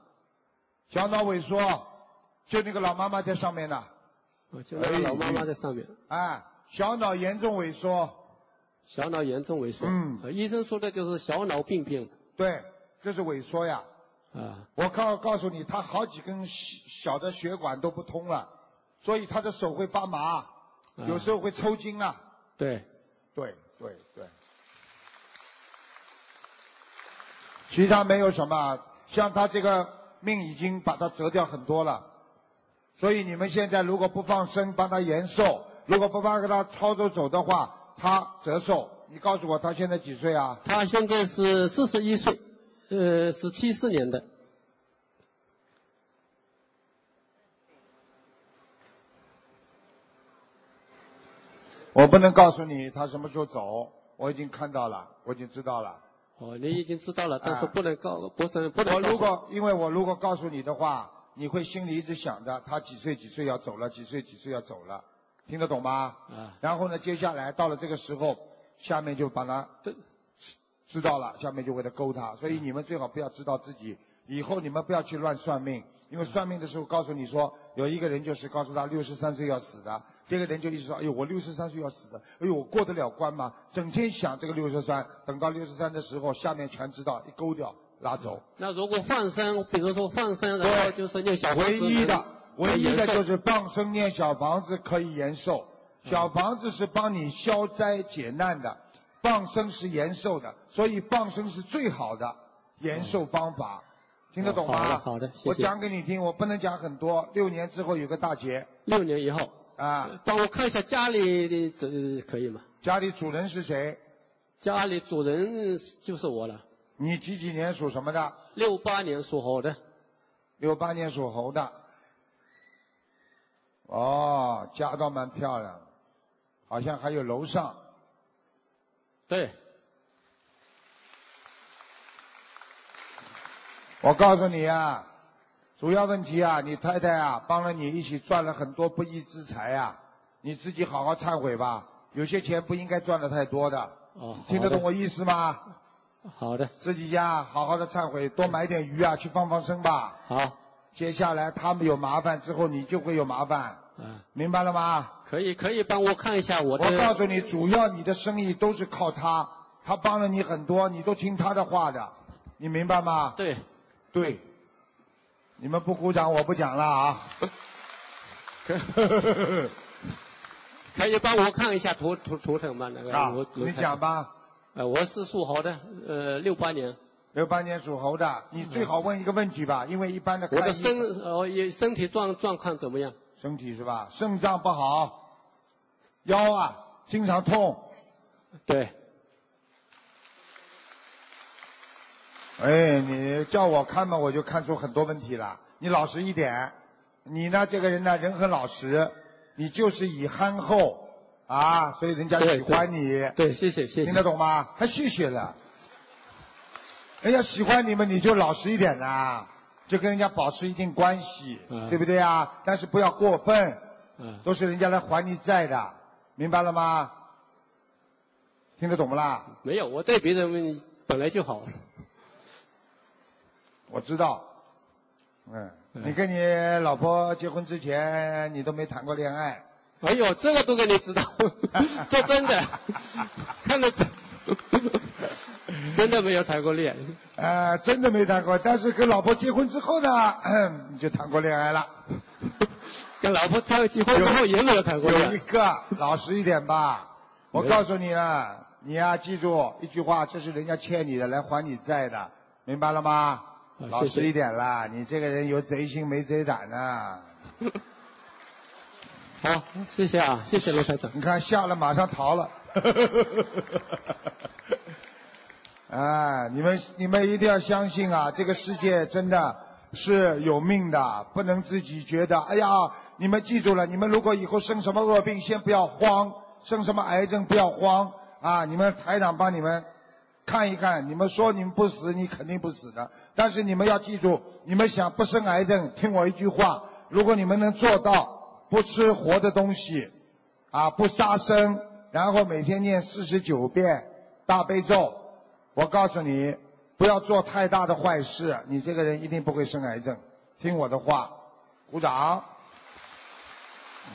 Speaker 1: 小脑萎缩，就那个老妈妈在上面呢，
Speaker 6: 啊就
Speaker 1: 哎
Speaker 6: 那个老妈妈在上面，
Speaker 1: 啊，小脑严重萎缩，
Speaker 6: 小脑严重萎缩。
Speaker 1: 嗯
Speaker 6: 呃医生说的就是小脑病变
Speaker 1: 对，这是萎缩呀。
Speaker 6: 啊。
Speaker 1: 我告告诉你，他好几根小小的血管都不通了，所以他的手会发
Speaker 6: 啊
Speaker 1: 麻，有时
Speaker 6: 候
Speaker 1: 候会抽筋啊。
Speaker 6: 对，
Speaker 1: 对对对，其他没有什么，像他这个命已经把它折掉很多了，所以你们现在如果不放生帮他延寿，如果不帮他操作走的话，他折寿。你告诉我他现在几岁啊？
Speaker 6: 他现在是四十一岁，呃，是七四年的，
Speaker 1: 我不能告诉你他什么时候走，我已经看到了，我已经知道了。
Speaker 6: 哦，你已经知道了，但是
Speaker 1: 啊
Speaker 6: 不能告，不能不能
Speaker 1: 我
Speaker 6: 告诉。
Speaker 1: 如果因为我如果告诉你的话，你会心里一直想着他几岁几岁要走了，几岁几岁要走了，听得懂吗？
Speaker 6: 啊，
Speaker 1: 然后呢，接下来到了这个时候，下面就把他
Speaker 6: 对
Speaker 1: 知道了，下面就为了勾他，所以你们最好不要知道自己，以后你们不要去乱算命，因为算命的时候告诉你说有一个人就是告诉他六十三岁要死的，这个人就一直说，哎呦我六十三岁要死的，哎呦我过得了关吗？整天想这个六十三，等到六十三的时候，下面全知道，一勾掉拉走。
Speaker 6: 那如果放生，比如说放生，然后就是念小房子
Speaker 1: 唯一的，唯一的就是是放生念小房子可以延寿，小房子是帮你消灾解难的，放生是延寿的，所以放生是最好的延寿方法，听得懂吗？
Speaker 6: 嗯好的好的谢谢
Speaker 1: 我讲给你听，我不能讲很多，六年之后有个大劫
Speaker 6: 六年以后。
Speaker 1: 啊，
Speaker 6: 帮我看一下家里的这可以吗？
Speaker 1: 家里主人是谁？
Speaker 6: 家里主人就是我了，
Speaker 1: 你几几年属什么的？
Speaker 6: 六八年属猴的，
Speaker 1: 六八年属猴的。哦，家倒蛮漂亮，好像还有楼上。
Speaker 6: 对，
Speaker 1: 我告诉你啊，主要问题啊，你太太啊帮了你一起赚了很多不义之财啊，你自己好好忏悔吧。有些钱不应该赚的太多的，
Speaker 6: 哦，
Speaker 1: 听得懂
Speaker 6: 好
Speaker 1: 我意思吗？
Speaker 6: 的？好的，
Speaker 1: 自己呀、好好的忏悔，多买点鱼啊，去放放生吧。
Speaker 6: 好，
Speaker 1: 接下来他们有麻烦之后，你就会有麻烦，
Speaker 6: 啊，
Speaker 1: 明白了吗？
Speaker 6: 可以可以帮我看一下我的，
Speaker 1: 我告诉你，主要你的生意都是靠他，他帮了你很多，你都听他的话的，你明白吗？
Speaker 6: 对，
Speaker 1: 对，你们不鼓掌，我不讲了 啊。
Speaker 6: 可以帮我看一下图图图腾吗？那 个
Speaker 1: 啊
Speaker 6: 我，
Speaker 1: 你讲，吧。
Speaker 6: 我呃，我是属猴的，呃，六八年，
Speaker 1: 六八年属猴的，你最好问一个问题吧，因为一般的
Speaker 6: 我
Speaker 1: 看
Speaker 6: 的
Speaker 1: 医
Speaker 6: 身呃也身体状状况怎么样？
Speaker 1: 身体是吧？肾脏不好，腰啊经常痛，
Speaker 6: 对，
Speaker 1: 哎，你叫我看嘛，我就看出很多问题了。你老实一点，你呢这个人呢人很老实，你就是以憨厚啊，所以人家喜欢你。
Speaker 6: 对，谢谢谢
Speaker 1: 听得
Speaker 6: 谢，
Speaker 1: 懂吗？还谢谢了。人家喜欢你们，你就老实一点啦，就跟人家保持一定关系，
Speaker 6: 嗯
Speaker 1: 对不对啊？但是不要过分，
Speaker 6: 嗯，
Speaker 1: 都是人家来还你债的，明白了吗？听得懂不啦？
Speaker 6: 没有，我对别人本来就好，
Speaker 1: 我知道。嗯，
Speaker 6: 嗯
Speaker 1: 你跟你老婆结婚之前，你都没谈过恋爱，
Speaker 6: 哎呦，这个都给你知道，这真的，看得出，真的没有谈过恋爱。
Speaker 1: 呃，真的没谈过，但是跟老婆结婚之后呢，你就谈过恋爱了。
Speaker 6: 跟老婆在结婚之后也没有谈过恋
Speaker 1: 有
Speaker 6: 爱
Speaker 1: 一。个，老实一点吧。我告诉你了，你呀、记住一句话，这是人家欠你的，来还你债的，明白了吗？
Speaker 6: 啊
Speaker 1: 老
Speaker 6: 谢
Speaker 1: 实
Speaker 6: 谢
Speaker 1: 一点啦，你这个人有贼心没贼胆呐、
Speaker 6: 好，谢谢啊，谢谢罗台长。
Speaker 1: 你看下了马上逃 了。啊，你们你们一定要相信啊，这个世界真的是有命的，不能自己觉得。哎呀，你们记住了，你们如果以后生什么恶病，先不要慌，生什么癌症不要慌啊！你们台长帮你们看一看，你们说你们不死，你肯定不死的。但是你们要记住，你们想不生癌症，听我一句话，如果你们能做到不吃活的东西，啊，不杀生，然后每天念四十九遍大悲咒。我告诉你，不要做太大的坏事，你这个人一定不会生癌症。听我的话，鼓掌。嗯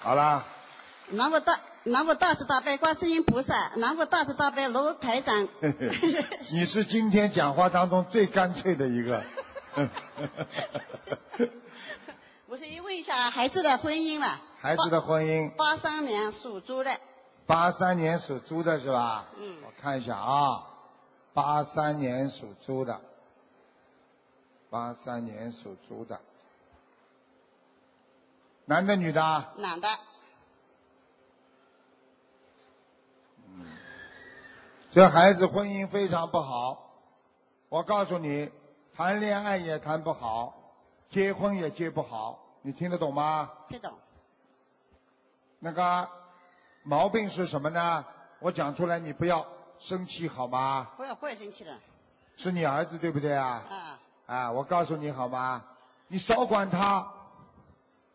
Speaker 1: 好啦，
Speaker 7: 南无大南无大慈大悲观世音菩萨，南无大慈大悲卢台长。
Speaker 1: 嘿嘿你是今天讲话当中最干脆的一个。
Speaker 7: 我是问一下孩子的婚姻吧，
Speaker 1: 孩子的婚姻，
Speaker 7: 八三年属猪的，
Speaker 1: 八三年属猪的是吧？
Speaker 7: 嗯
Speaker 1: 我看一下啊，八三年属猪的，八三年属猪的，男的女的啊？
Speaker 7: 男的，
Speaker 1: 这孩子婚姻非常不好，我告诉你，谈恋爱也谈不好，结婚也结不好，你听得懂吗？
Speaker 7: 不懂。
Speaker 1: 那个毛病是什么呢？我讲出来你不要生气好吗？
Speaker 7: 不要不要生气了
Speaker 1: 是你儿子对不对啊？
Speaker 7: 啊！
Speaker 1: 啊，我告诉你好吗？你少管他，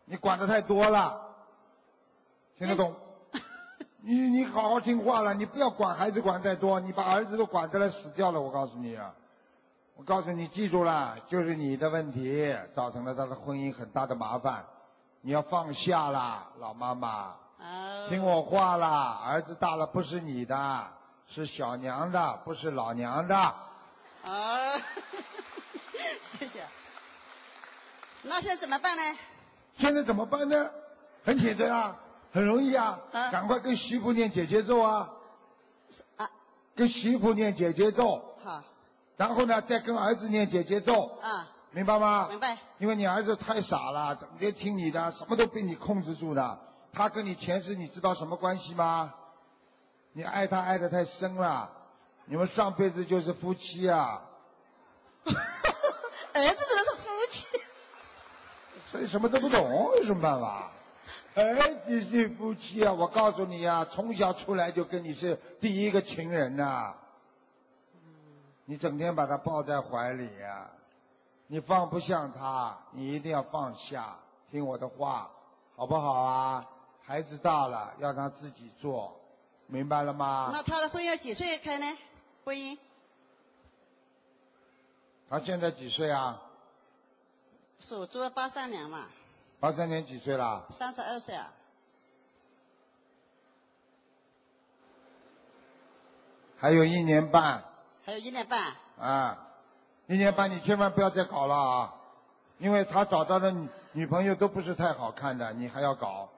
Speaker 1: 你管的太多了，听得懂？你你好好听话了，你不要管孩子管太多，你把儿子都管得来死掉了，我告诉你啊！我告诉你，记住了，就是你的问题造成了他的婚姻很大的麻烦，你要放下啦，老妈妈，
Speaker 7: 哦，
Speaker 1: 听我话啦，儿子大了不是你的，是小娘的，不是老娘的。
Speaker 7: 哦， 谢谢。那现在怎么办呢？
Speaker 1: 现在怎么办呢？很简单啊，很容易啊，
Speaker 7: 啊
Speaker 1: 赶快跟媳妇念姐姐咒啊，
Speaker 7: 啊，
Speaker 1: 跟媳妇念姐姐咒，
Speaker 7: 好
Speaker 1: 然后呢，再跟儿子念姐姐咒，
Speaker 7: 啊，
Speaker 1: 明白吗？
Speaker 7: 明白。
Speaker 1: 因为你儿子太傻了，整天听你的，什么都被你控制住的。他跟你前世你知道什么关系吗？你爱他爱的太深了，你们上辈子就是夫妻啊，
Speaker 7: 儿子怎么是夫妻？
Speaker 1: 所以什么都不懂，有什么办法？哎，这对夫妻啊，我告诉你啊，从小出来就跟你是第一个情人呐、你整天把他抱在怀里啊，你放不下他，你一定要放下，听我的话，好不好啊？孩子大了，要他自己做，明白了吗
Speaker 7: 那？他的婚要几岁开呢？婚姻
Speaker 1: 他现在几岁啊？
Speaker 7: 属猪八三年嘛，
Speaker 1: 八三年几岁了？
Speaker 7: 三十二岁啊。
Speaker 1: 还有一年半。
Speaker 7: 还有一年半，
Speaker 1: 啊，一年半你千万不要再搞了啊，因为他找到的女女朋友都不是太好看的，你还要搞，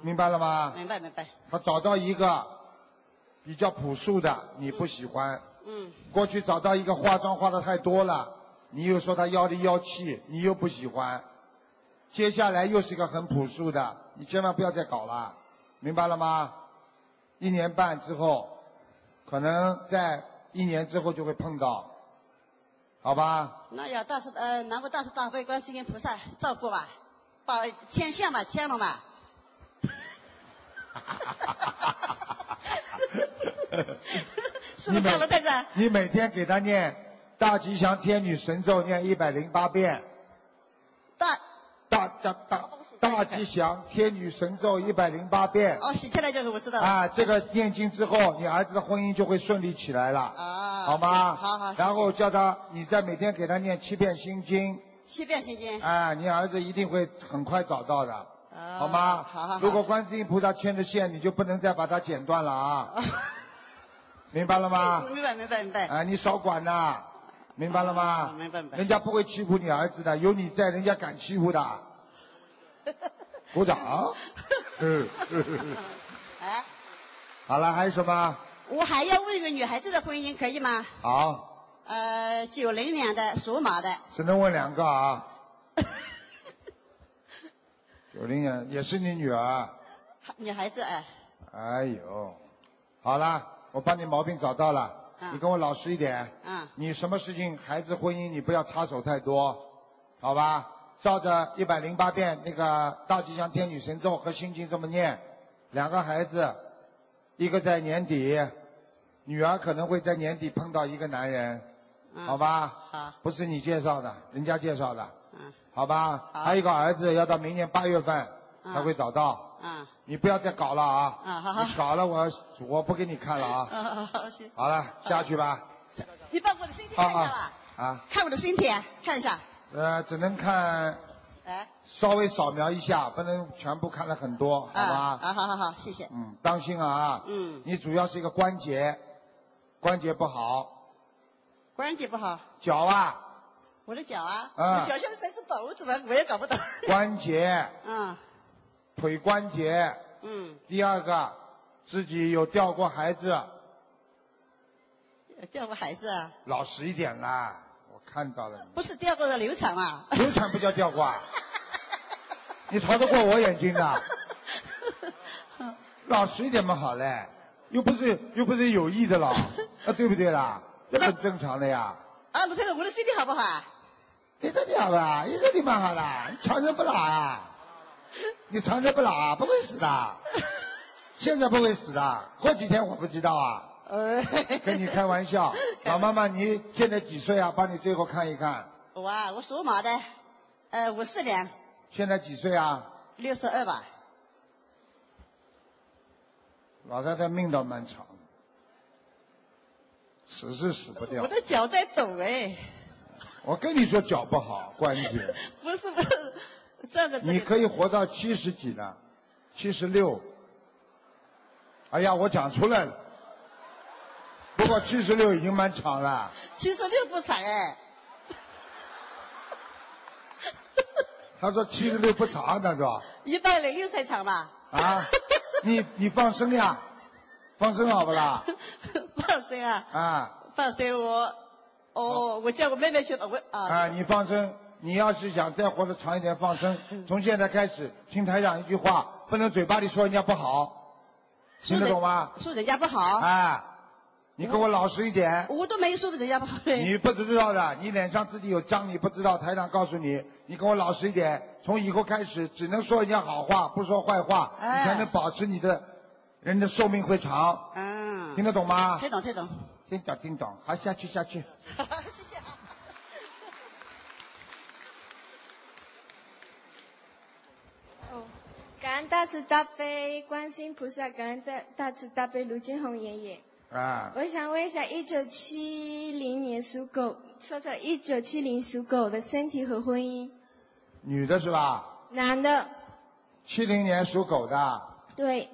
Speaker 1: 明白了吗？
Speaker 7: 嗯明白明白，
Speaker 1: 他找到一个比较朴素的，你不喜欢。
Speaker 7: 嗯，
Speaker 1: 过去找到一个化妆化的太多了，你又说他妖里妖气，你又不喜欢。接下来又是一个很朴素的，你千万不要再搞了，明白了吗？一年半之后，可能在一年之后就会碰到，好吧？
Speaker 7: 那要大慈呃，南无大慈大悲观世音菩萨照顾吧，把牵线吧，牵了嘛。 是
Speaker 1: 你
Speaker 7: 不是
Speaker 1: 每
Speaker 7: 啊罗队长？
Speaker 1: 你每天给他念大吉祥天女神咒，念一百零八遍。
Speaker 7: 大
Speaker 1: 大大大大吉祥天女神咒一百零八遍
Speaker 7: 哦，洗起来就是我 知道了。
Speaker 1: 啊，这个念经之后，你儿子的婚姻就会顺利起来了，
Speaker 7: 啊，
Speaker 1: 好吗？
Speaker 7: 好好。
Speaker 1: 然后
Speaker 7: 谢
Speaker 1: 叫他，你再每天给他念七遍心经，哎
Speaker 7: 谢七遍心经。
Speaker 1: 啊，你儿子一定会很快找到的，
Speaker 7: 哎啊
Speaker 1: 好吗？
Speaker 7: 好好好
Speaker 1: 如果观世音菩萨牵的线，你就不能再把它剪断了 啊，明白了吗？
Speaker 7: 明白明白明白。
Speaker 1: 啊，你少管 呐，明白了吗？
Speaker 7: 哦明白明白
Speaker 1: 人家不会欺负你儿子的，有你在，人家敢欺负的。鼓 掌。嗯，
Speaker 7: 哎，
Speaker 1: 好了，还有什么？
Speaker 7: 我还要问问女孩子的婚姻可以吗？
Speaker 1: 好，
Speaker 7: 呃，九零年的属马的，
Speaker 1: 只能问两个 啊。九零年也是你女儿，
Speaker 7: 女孩子哎，
Speaker 1: 哎呦，好了，我帮你毛病找到了，
Speaker 7: 嗯
Speaker 1: 你跟我老实一点。
Speaker 7: 嗯，
Speaker 1: 你什么事情，孩子婚姻你不要插手太多，好吧？照着一百零八遍那个大吉祥天女神咒和心经这么念，两个孩子，一个在年底，女儿可能会在年底碰到一个男人，
Speaker 7: 嗯
Speaker 1: 好吧？
Speaker 7: 好，
Speaker 8: 啊
Speaker 1: 不是你介绍的，人家介绍的，
Speaker 7: 嗯
Speaker 1: 好吧？
Speaker 7: 好
Speaker 1: 还有一个儿子要到明年八月份才会找到，
Speaker 8: 啊
Speaker 7: 嗯
Speaker 1: 你不要再搞了啊！
Speaker 7: 嗯好好
Speaker 1: 你搞了我我不给你看了啊！
Speaker 7: 嗯，好行，
Speaker 1: 好了，下去吧。
Speaker 7: 你把我的身
Speaker 1: 啊
Speaker 7: 体看一下
Speaker 1: 啊
Speaker 7: 吧，
Speaker 1: 啊！
Speaker 7: 看我的身体看一下，
Speaker 1: 呃，只能看
Speaker 7: 哎，
Speaker 1: 稍微扫描一下，不能全部看了很多，好
Speaker 7: 啊
Speaker 1: 吧？
Speaker 7: 啊，好好好，谢谢，
Speaker 1: 嗯，当心啊！
Speaker 7: 嗯，
Speaker 1: 你主要是一个关节，关节不好，
Speaker 7: 关节不好，
Speaker 1: 脚 啊，
Speaker 7: 我的脚啊，
Speaker 1: 啊
Speaker 7: 我脚现在在这抖，怎么我也搞不懂，
Speaker 1: 关节、
Speaker 7: 嗯
Speaker 1: 腿关节。
Speaker 7: 嗯，
Speaker 1: 第二个，自己有掉过孩子，
Speaker 7: 掉过孩子啊，
Speaker 1: 老实一点啦。我看到了你，
Speaker 7: 不是掉过的流产嘛，
Speaker 1: 流产不叫掉过啊，你逃得过我眼睛的。老实一点嘛，好嘞，又不是又不是有意的啦，啊对不对啦？这很正常的呀。
Speaker 7: 啊，卢太太，我的身体好不好啊？
Speaker 1: 你这你好吧，你这你蛮好啦，你长生不老啊，你长生不老啊，不会死的，现在不会死的，过几天我不知道啊。
Speaker 7: 呃，
Speaker 1: 跟你开玩笑，老妈妈，你现在几岁啊？帮你最后看一看，
Speaker 7: 我啊，我属马的，呃，五四年，
Speaker 1: 现在几岁啊？
Speaker 7: 六十二吧，
Speaker 1: 老太太命倒蛮长，死是死不掉
Speaker 7: 我。的脚在抖哎，
Speaker 1: 我跟你说脚不好，关节，
Speaker 7: 不是不是，站着这
Speaker 1: 你
Speaker 7: 里
Speaker 1: 可以活到七十几呢，七十六。哎呀，我讲出来了，不过七十六已经蛮长了。
Speaker 7: 七十六不长哎，
Speaker 1: 他说七十六不长，他说
Speaker 7: 一百零六才长吧？
Speaker 1: 啊，你你放生呀，放生好不啦？
Speaker 7: 放生啊，
Speaker 1: 啊
Speaker 7: 放生我，哦，我叫我妹妹去吧，我
Speaker 1: 啊，
Speaker 7: 啊，
Speaker 1: 你放生，你要是想再活得长一点，放生，从现在开始，听台长一句话，不能嘴巴里说人家不好，听得懂吗？
Speaker 7: 说人家不好，
Speaker 1: 啊，你给我老实一点，
Speaker 7: 我都没有说人家不好嘞，
Speaker 1: 你不知道的，你脸上自己有脏，你不知道，台长告诉你，你给我老实一点，从以后开始只能说人家好话，不说坏话，
Speaker 7: 哎
Speaker 1: 你才能保持你的人的寿命会长，
Speaker 7: 嗯
Speaker 1: 听，得懂吗？
Speaker 7: 听懂听懂，
Speaker 1: 叮当叮当，好下去下去。
Speaker 7: 谢谢啊，
Speaker 9: 哦感恩大慈大悲观世音菩萨，感恩大大慈大悲卢俊宏爷爷。
Speaker 1: 啊，
Speaker 9: 我想问一下，一九七零年属狗，说说一九七零属狗的身体和婚姻，
Speaker 1: 女的是吧？
Speaker 9: 男的，
Speaker 1: 七零年属狗的，
Speaker 9: 对，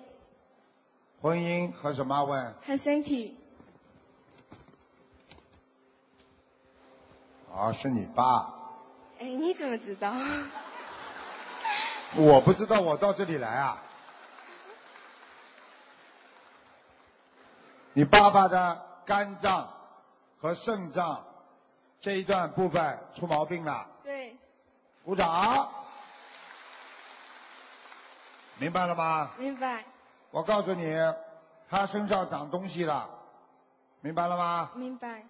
Speaker 1: 婚姻和什么问？
Speaker 9: 和身体，
Speaker 1: 啊，是你爸，
Speaker 9: 哎，你怎么知道？
Speaker 1: 我不知道，我到这里来啊。你爸爸的肝脏和肾脏这一段部分出毛病了，
Speaker 9: 对，
Speaker 1: 鼓掌。明白了吗？
Speaker 9: 明白，
Speaker 1: 我告诉你，他身上长东西了，明白了吗？
Speaker 9: 明白，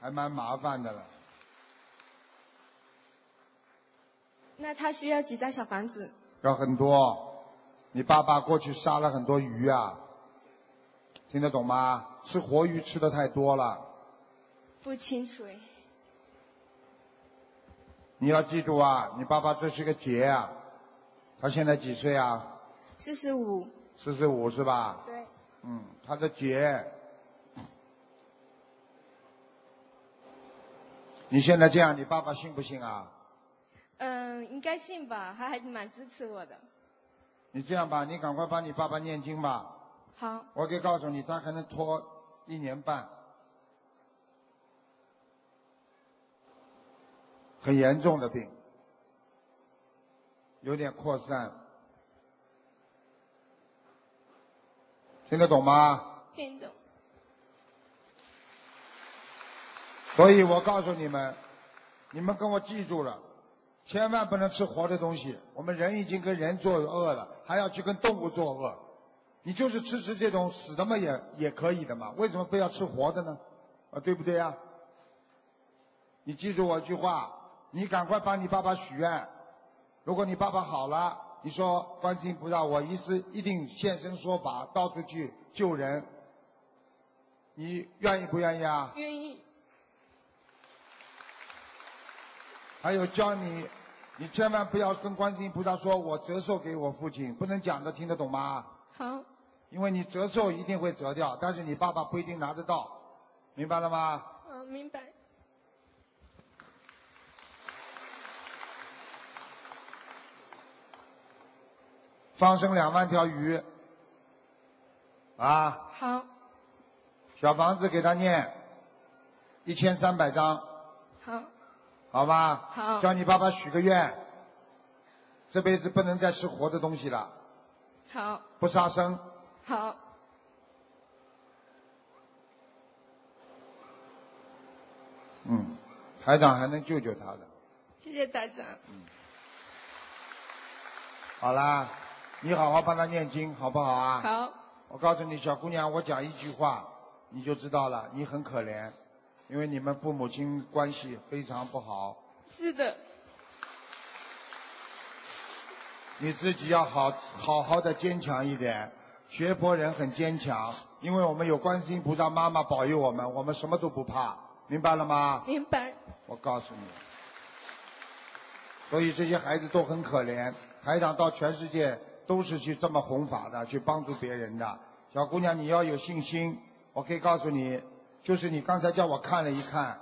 Speaker 1: 还蛮麻烦的了。
Speaker 9: 那他需要几张小房子？
Speaker 1: 要很多，你爸爸过去杀了很多鱼啊，听得懂吗？吃活鱼吃的太多了，
Speaker 9: 不清楚哎，
Speaker 1: 你要记住啊，你爸爸这是个劫啊。他现在几岁啊？
Speaker 9: 四十五，
Speaker 1: 四十五是吧？
Speaker 9: 对，
Speaker 1: 嗯，他的劫。你现在这样，你爸爸信不信啊？
Speaker 9: 嗯，应该信吧，他还蛮支持我的。
Speaker 1: 你这样吧，你赶快帮你爸爸念经吧。
Speaker 9: 好，
Speaker 1: 我可以告诉你，他还能拖一年半，很严重的病，有点扩散，听得懂吗？
Speaker 9: 听懂。
Speaker 1: 所以我告诉你们，你们跟我记住了，千万不能吃活的东西。我们人已经跟人作恶了，还要去跟动物作恶。你就是吃吃这种死的嘛，也也可以的嘛，为什么非要吃活的呢？啊，对不对呀、你记住我一句话，你赶快帮你爸爸许愿。如果你爸爸好了，你说观世音菩萨，我一是一定现身说法，到处去救人。你愿意不愿意啊？
Speaker 9: 愿意。
Speaker 1: 还有教你，你千万不要跟观世音菩萨说“我折寿给我父亲”，不能讲的，听得懂吗？
Speaker 9: 好，
Speaker 1: 因为你折寿一定会折掉，但是你爸爸不一定拿得到，明白了吗？
Speaker 9: 嗯，明白。
Speaker 1: 放生两万条鱼，啊，
Speaker 9: 好，
Speaker 1: 小房子给他念一千三百张，
Speaker 9: 好，
Speaker 1: 好吧？
Speaker 9: 好
Speaker 1: 叫你爸爸许个愿，这辈子不能再吃活的东西了，
Speaker 9: 好，
Speaker 1: 不杀生，
Speaker 9: 好，
Speaker 1: 嗯，台长还能救救他的。
Speaker 9: 谢谢大家。
Speaker 1: 嗯好啦，你好好帮他念经，好不好啊？
Speaker 9: 好，
Speaker 1: 我告诉你，小姑娘，我讲一句话，你就知道了，你很可怜，因为你们父母亲关系非常不好，
Speaker 9: 是的，
Speaker 1: 你自己要好好好的坚强一点。学佛人很坚强，因为我们有观世音菩萨妈妈保佑我们，我们什么都不怕，明白了吗？
Speaker 9: 明白。
Speaker 1: 我告诉你，所以这些孩子都很可怜。台长到全世界都是去这么弘法的，去帮助别人的。小姑娘，你要有信心。我可以告诉你，就是你刚才叫我看了一看，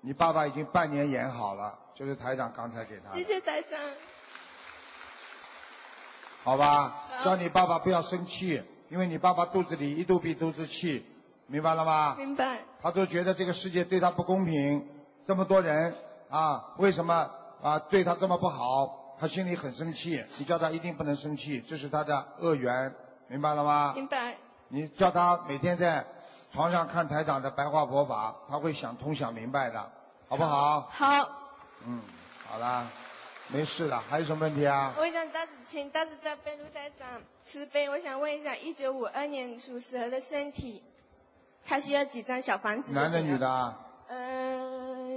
Speaker 1: 你爸爸已经半年演好了，就是台长刚才给他
Speaker 9: 谢
Speaker 1: 的，
Speaker 9: 谢大家。
Speaker 1: 好吧？叫你爸爸不要生气，因为你爸爸肚子里一肚皮都是气，明白了吗？
Speaker 9: 明白，
Speaker 1: 他都觉得这个世界对他不公平，这么多人啊，为什么啊对他这么不好？他心里很生气。你叫他一定不能生气，这是他的恶缘，明白了吗？
Speaker 9: 明白，
Speaker 1: 你叫他每天在床上看台长的白话佛法，他会想通想明白的，好不好？
Speaker 9: 好，
Speaker 1: 嗯，好啦，没事了，还有什么问题啊？
Speaker 9: 我想大请大慈大悲卢台长慈悲，我想问一下，一九五二年属蛇的身体，他需要几张小房子？
Speaker 1: 男的女的？啊？
Speaker 9: 呃，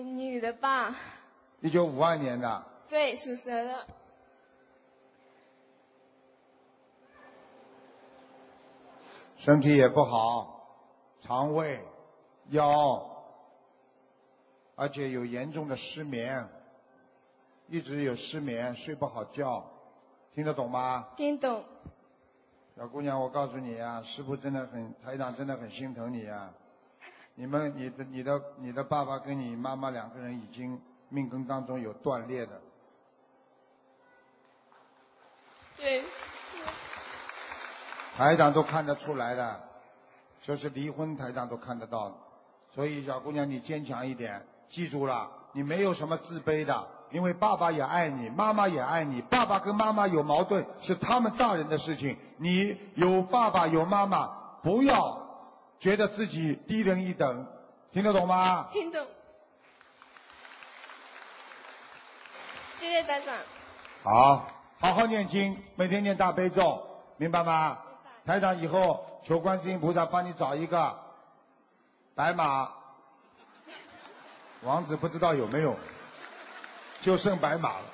Speaker 9: 女的吧，
Speaker 1: 一九五二年的，
Speaker 9: 对，属蛇的，
Speaker 1: 身体也不好，肠胃、腰，而且有严重的失眠，一直有失眠，睡不好觉，听得懂吗？
Speaker 9: 听懂？
Speaker 1: 小姑娘，我告诉你啊，师傅真的很，台长真的很心疼你啊。你们，你的、你的、你的爸爸跟你妈妈两个人已经命根当中有断裂的，
Speaker 9: 对，
Speaker 1: 台长都看得出来的，就是离婚台长都看得到的。所以小姑娘，你坚强一点，记住了，你没有什么自卑的，因为爸爸也爱你，妈妈也爱你。爸爸跟妈妈有矛盾是他们大人的事情，你有爸爸有妈妈，不要觉得自己低人一等，听得懂吗？
Speaker 9: 听懂。谢谢台长，
Speaker 1: 好，好好念经，每天念大悲咒，明白吗？台长以后求观世音菩萨帮你找一个白马，王子不知道有没有，就剩白马了。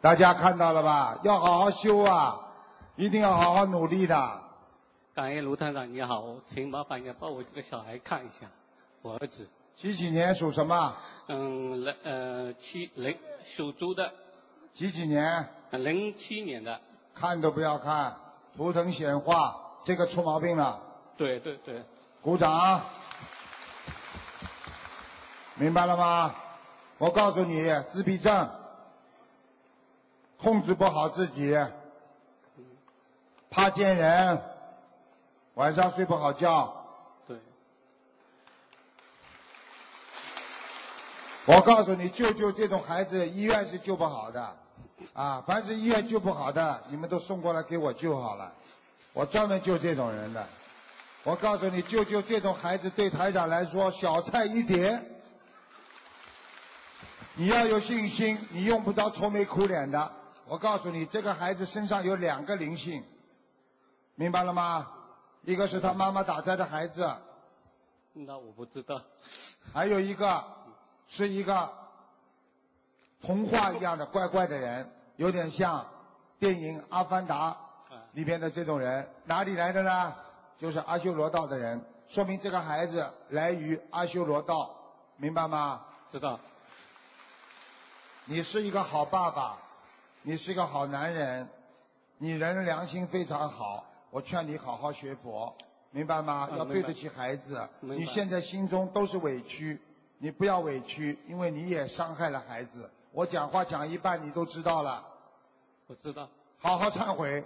Speaker 1: 大家看到了吧？要好好修啊，一定要好好努力的。
Speaker 6: 感恩卢台长，你好，请麻烦你帮我这个小孩看一下，我儿子，
Speaker 1: 几几年属什么？
Speaker 6: 嗯，零呃七零属猪的，
Speaker 1: 几几年？
Speaker 6: 零七年的，
Speaker 1: 看都不要看，图腾显化，这个出毛病了。
Speaker 6: 对对对，
Speaker 1: 鼓掌。明白了吗？我告诉你，自闭症控制不好自己，怕见人，晚上睡不好觉。
Speaker 6: 对。
Speaker 1: 我告诉你，救救这种孩子，医院是救不好的，啊，凡是医院救不好的，你们都送过来给我救好了，我专门救这种人的。我告诉你，救救这种孩子，对台长来说小菜一碟。你要有信心，你用不着愁眉苦脸的。我告诉你，这个孩子身上有两个灵性，明白了吗？一个是他妈妈打胎的孩子，
Speaker 6: 那我不知道。
Speaker 1: 还有一个是一个童话一样的怪怪的人，有点像电影《阿凡达》里边的这种人，哪里来的呢？就是阿修罗道的人，说明这个孩子来于阿修罗道，明白吗？
Speaker 6: 知道。
Speaker 1: 你是一个好爸爸，你是一个好男人，你人良心非常好。我劝你好好学佛，明白吗？
Speaker 6: 啊
Speaker 1: 要
Speaker 6: 明白
Speaker 1: 对得起孩子。
Speaker 6: 明白
Speaker 1: 你现在心中都是委屈，你不要委屈，因为你也伤害了孩子。我讲话讲一半，你都知道了，
Speaker 6: 我知道，
Speaker 1: 好好忏悔。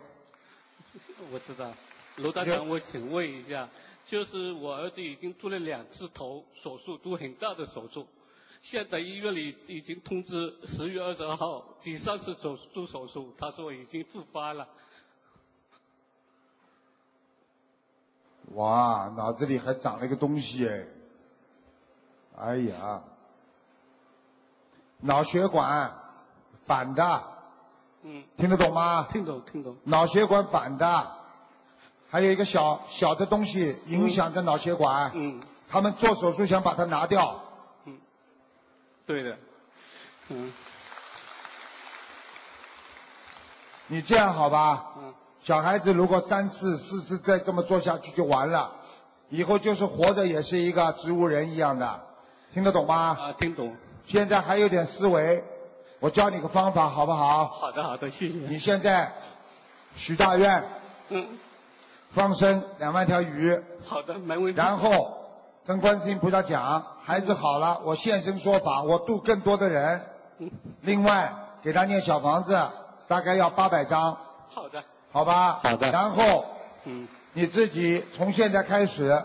Speaker 6: 我知道。卢台长，我请问一下，就是我儿子已经做了两次头手术，都很大的手术，现在医院里已经通知十月二十二号第三次手术手术，他说已经复发了。
Speaker 1: 哇，脑子里还长了一个东西哎！哎呀，脑血管反的，
Speaker 6: 嗯，
Speaker 1: 听得懂吗？
Speaker 6: 听懂听懂，
Speaker 1: 脑血管反的，还有一个小小的东西影响着脑血管。
Speaker 6: 嗯，
Speaker 1: 他们做手术想把它拿掉，
Speaker 6: 对的，嗯
Speaker 1: 你这样好吧？
Speaker 6: 嗯，
Speaker 1: 小孩子如果三次、四次再这么做下去就完了，以后就是活着也是一个植物人一样的，听得懂吗？
Speaker 6: 啊，听懂。
Speaker 1: 现在还有点思维，我教你个方法好不好？
Speaker 6: 好的好的，谢谢。
Speaker 1: 你现在许大愿，
Speaker 6: 嗯，
Speaker 1: 放生两万条鱼，
Speaker 6: 好的，没问题。
Speaker 1: 然后跟观世音菩萨讲，孩子好了，我现身说法，我度更多的人。
Speaker 6: 嗯
Speaker 1: 另外给他念小房子，大概要八百张，
Speaker 6: 好的，
Speaker 1: 好吧？
Speaker 6: 好的
Speaker 1: 然后
Speaker 6: 嗯
Speaker 1: 你自己从现在开始，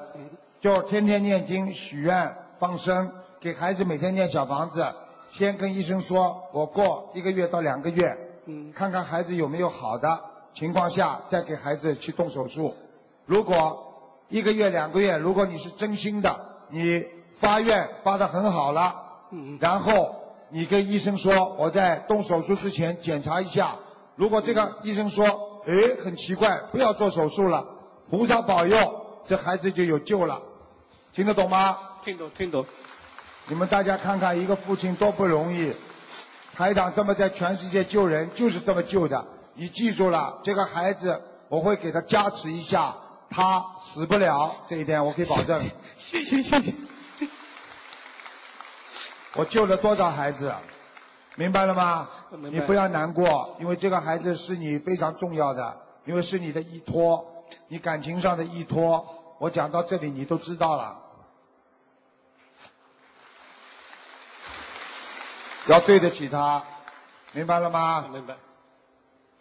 Speaker 1: 就天天念经、许愿、放生，给孩子每天念小房子。先跟医生说，我过一个月到两个月，
Speaker 6: 嗯，
Speaker 1: 看看孩子有没有好的情况下，再给孩子去动手术。如果一个月、两个月，如果你是真心的，你发愿发的很好了，
Speaker 6: 嗯
Speaker 1: 然后你跟医生说，我在动手术之前检查一下。如果这个医生说，诶，很奇怪，不要做手术了，菩萨保佑，这孩子就有救了，听得懂吗？
Speaker 6: 听懂听懂。
Speaker 1: 你们大家看看，一个父亲多不容易，台长这么在全世界救人，就是这么救的。你记住了，这个孩子，我会给他加持一下，他死不了，这一点我可以保证。
Speaker 6: 谢谢谢谢。
Speaker 1: 我救了多少孩子，明白了吗？
Speaker 6: 明白
Speaker 1: 你不要难过，因为这个孩子是你非常重要的，因为是你的依托，你感情上的依托。我讲到这里，你都知道了。要对得起他，明白了吗？
Speaker 6: 明白。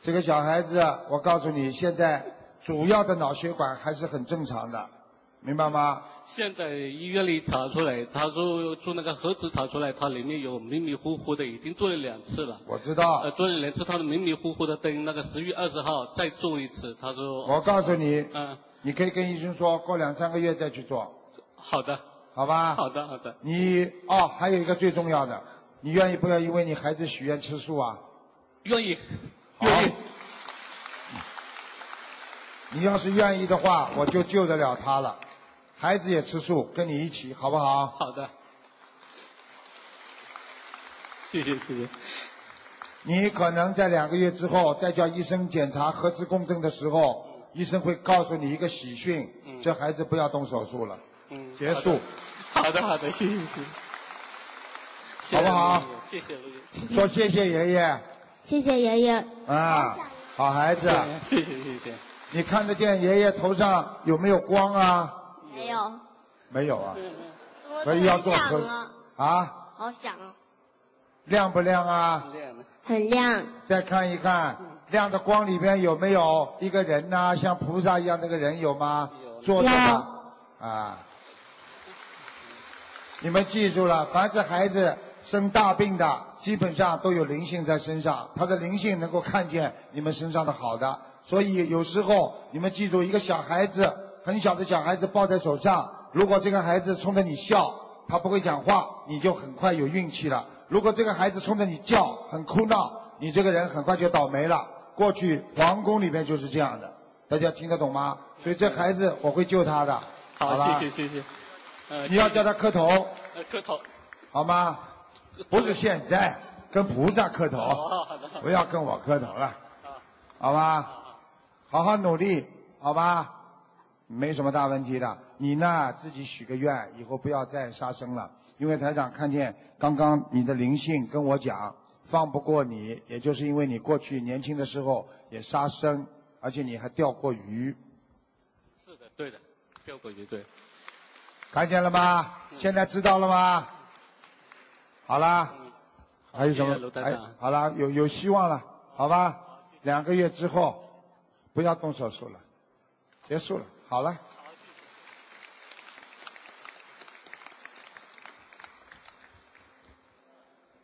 Speaker 1: 这个小孩子，我告诉你，现在主要的脑血管还是很正常的，明白吗？
Speaker 6: 现在医院里查出来，他说做那个核磁查出来，他里面有迷迷糊糊的，已经做了两次了。
Speaker 1: 我知道。
Speaker 6: 呃，做了两次，他的迷迷糊糊的，等那个十月二十号再做一次。他说，
Speaker 1: 我告诉你，
Speaker 6: 嗯、
Speaker 1: 你可以跟医生说，过两三个月再去做，
Speaker 6: 好的，
Speaker 1: 好吧？
Speaker 6: 好的，好的，
Speaker 1: 你哦，还有一个最重要的，你愿意不愿意为你孩子许愿吃素啊？
Speaker 6: 愿意，
Speaker 1: 好
Speaker 6: 愿意，
Speaker 1: 你要是愿意的话，我就救得了他了。孩子也吃素，跟你一起，好不好？
Speaker 6: 好的。谢谢，谢谢。
Speaker 1: 你可能在两个月之后再叫医生检查核磁共振的时候，医生会告诉你一个喜讯，这孩子不要动手术了，
Speaker 6: 嗯，
Speaker 1: 结束。
Speaker 6: 好的，好的，谢谢，谢谢。
Speaker 1: 嗯好不好
Speaker 6: 谢谢卢姐？
Speaker 1: 说谢谢爷爷
Speaker 10: 谢谢爷爷。
Speaker 1: 啊，好孩子，
Speaker 6: 谢谢，谢谢，谢谢。
Speaker 1: 你看得见爷爷头上有没有光啊？
Speaker 10: 没有，
Speaker 1: 没有啊，
Speaker 8: 嗯
Speaker 10: 我
Speaker 1: 哎所以要做
Speaker 10: 腿
Speaker 1: 头
Speaker 10: 长了。
Speaker 1: 啊，
Speaker 10: 好响啊，
Speaker 1: 亮不亮啊？
Speaker 10: 很亮，
Speaker 1: 再看一看，亮的光里边有没有一个人呐、像菩萨一样那个人有吗？坐着的啊。你们记住了，凡是孩子生大病的，基本上都有灵性在身上，他的灵性能够看见你们身上的好的，所以有时候你们记住，一个小孩子很小的小孩子抱在手上，如果这个孩子冲着你笑，他不会讲话，你就很快有运气了；如果这个孩子冲着你叫，很哭闹，你这个人很快就倒霉了。过去皇宫里面就是这样的，大家听得懂吗？所以这孩子我会救他的。好了，
Speaker 6: 谢谢谢谢。呃
Speaker 1: 你要叫他磕头。
Speaker 6: 呃磕头。
Speaker 1: 好吗？不是现在，跟菩萨磕头，
Speaker 6: 哦好的好的
Speaker 1: 不要跟我磕头了，好吧？好好努力，好吧？没什么大问题的。你呢，自己许个愿，以后不要再杀生了，因为台长看见刚刚你的灵性跟我讲，放不过你，也就是因为你过去年轻的时候也杀生，而且你还钓过鱼，
Speaker 6: 是的，对的，标本也对。
Speaker 1: 看见了吗？
Speaker 6: 嗯
Speaker 1: 现在知道了吗？好啦，还有什么
Speaker 6: 嗯谢谢卢？台
Speaker 1: 哎
Speaker 6: 长，
Speaker 1: 好啦，有有希望了，好吧？两个月之后，不要动手术了，结束了，好了。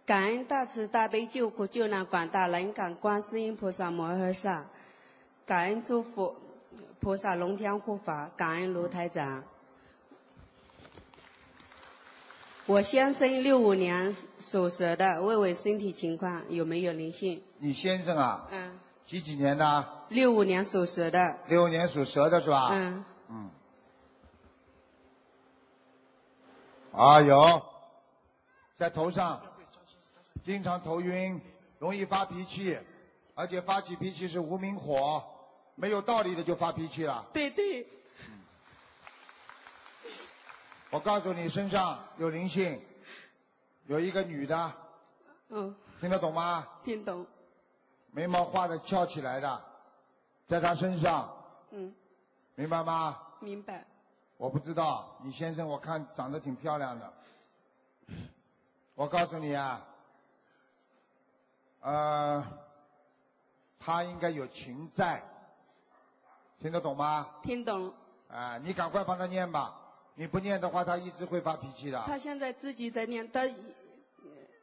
Speaker 11: 感恩大慈大悲救苦救难广大灵感观世音菩萨摩诃萨，感恩诸佛菩萨龙天护法，感恩卢台长。我先生六五年属蛇的，问问身体情况有没有灵性？
Speaker 1: 你先生啊，
Speaker 11: 嗯，
Speaker 1: 几几年的？
Speaker 11: 六五年属蛇的，
Speaker 1: 六五年属蛇的是吧？
Speaker 11: 嗯，
Speaker 1: 嗯。啊，有，在头上，经常头晕，容易发脾气，而且发起脾气是无名火，没有道理的就发脾气了。嗯
Speaker 11: 对对。
Speaker 1: 我告诉你，身上有灵性，有一个女的，
Speaker 11: 嗯，
Speaker 1: 听得懂吗？
Speaker 11: 听懂，
Speaker 1: 眉毛画的翘起来的，在她身上，
Speaker 11: 嗯，
Speaker 1: 明白吗？
Speaker 11: 明白，
Speaker 1: 我不知道，你先生我看长得挺漂亮的。我告诉你啊，呃，他应该有情债，听得懂吗？
Speaker 11: 听懂。
Speaker 1: 啊、你赶快帮他念吧，你不念的话，他一直会发脾气的。
Speaker 11: 他现在自己在念，他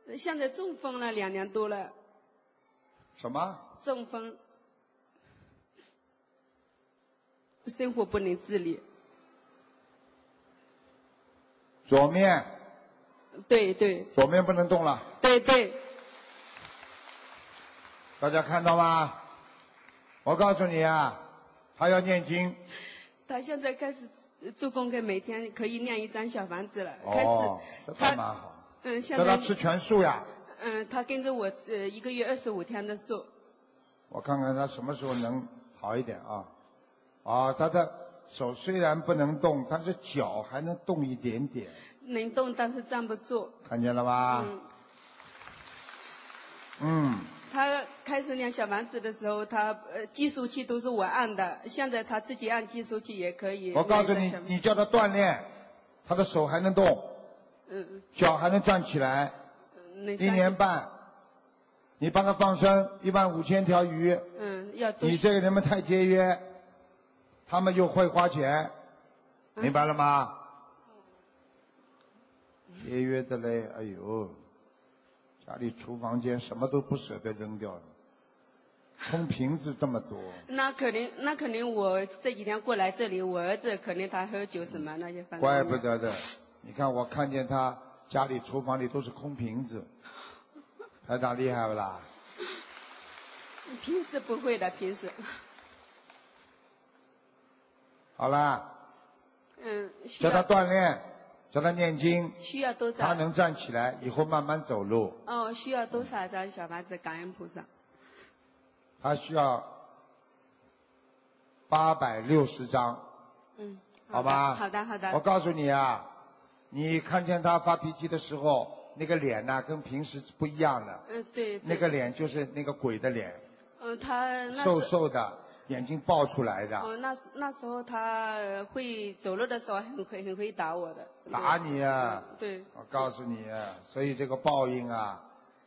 Speaker 11: 呃现在中风了两年多了，
Speaker 1: 什么？
Speaker 11: 中风，生活不能自理。
Speaker 1: 左面。
Speaker 11: 对对。
Speaker 1: 左面不能动了。
Speaker 11: 对对。
Speaker 1: 大家看到吗？我告诉你啊，他要念经。
Speaker 11: 他现在开始做功课，每天可以念一张小房子了。开
Speaker 1: 哦
Speaker 11: 始，，
Speaker 1: 这干嘛好？
Speaker 11: 嗯，现
Speaker 1: 叫他
Speaker 11: 在
Speaker 1: 吃全素呀。
Speaker 11: 嗯，他跟着我呃一个月二十五天的数，
Speaker 1: 我看看他什么时候能好一点啊？啊，他的手虽然不能动，但是脚还能动一点点，
Speaker 11: 能动但是站不住。
Speaker 1: 看见了吧？
Speaker 11: 嗯，
Speaker 1: 嗯，
Speaker 11: 他开始念小房子的时候，他呃计数器都是我按的，现在他自己按计数器也可以。
Speaker 1: 嗯我告诉
Speaker 11: 念一
Speaker 1: 你
Speaker 11: 张小，
Speaker 1: 你叫他锻炼，他的手还能动，
Speaker 11: 嗯，
Speaker 1: 脚还能站起来，
Speaker 11: 能
Speaker 1: 一年半，你帮他放生一万五千条鱼，
Speaker 11: 嗯，要多
Speaker 1: 你这个人们太节约，他们又会花钱，明白了吗？节约的嘞，哎呦，家里厨房间什么都不舍得扔掉了，空瓶子这么多，
Speaker 11: 那可能，那可能我这几天过来这里，我儿子可能他喝酒什么那些，反正
Speaker 1: 怪不得的。你看我看见他家里厨房里都是空瓶子，台长厉害不啦？
Speaker 11: 平时不会的，平时，
Speaker 1: 好啦，
Speaker 11: 嗯，需
Speaker 1: 叫
Speaker 11: 要
Speaker 1: 他锻炼，叫他念经，
Speaker 11: 需要多
Speaker 1: 他
Speaker 11: 少？
Speaker 1: 能站起来，以后慢慢走路。
Speaker 11: 哦，需要多少张小房子？感恩菩萨。
Speaker 1: 他需要八百六十张，
Speaker 11: 嗯，
Speaker 1: 好吧？
Speaker 11: 好的，好的。
Speaker 1: 我告诉你啊，你看见他发脾气的时候，那个脸呐、跟平时不一样的，
Speaker 11: 嗯，对。对
Speaker 1: 那个。脸就是那个鬼的脸，
Speaker 11: 嗯，他那
Speaker 1: 瘦
Speaker 11: 是。
Speaker 1: 瘦的，眼睛爆出来的，
Speaker 11: 哦，那时那时候他呃会走路的时候很会很会打我的。
Speaker 1: 打你啊！
Speaker 11: 对，
Speaker 1: 我告诉你啊，所以这个报应啊，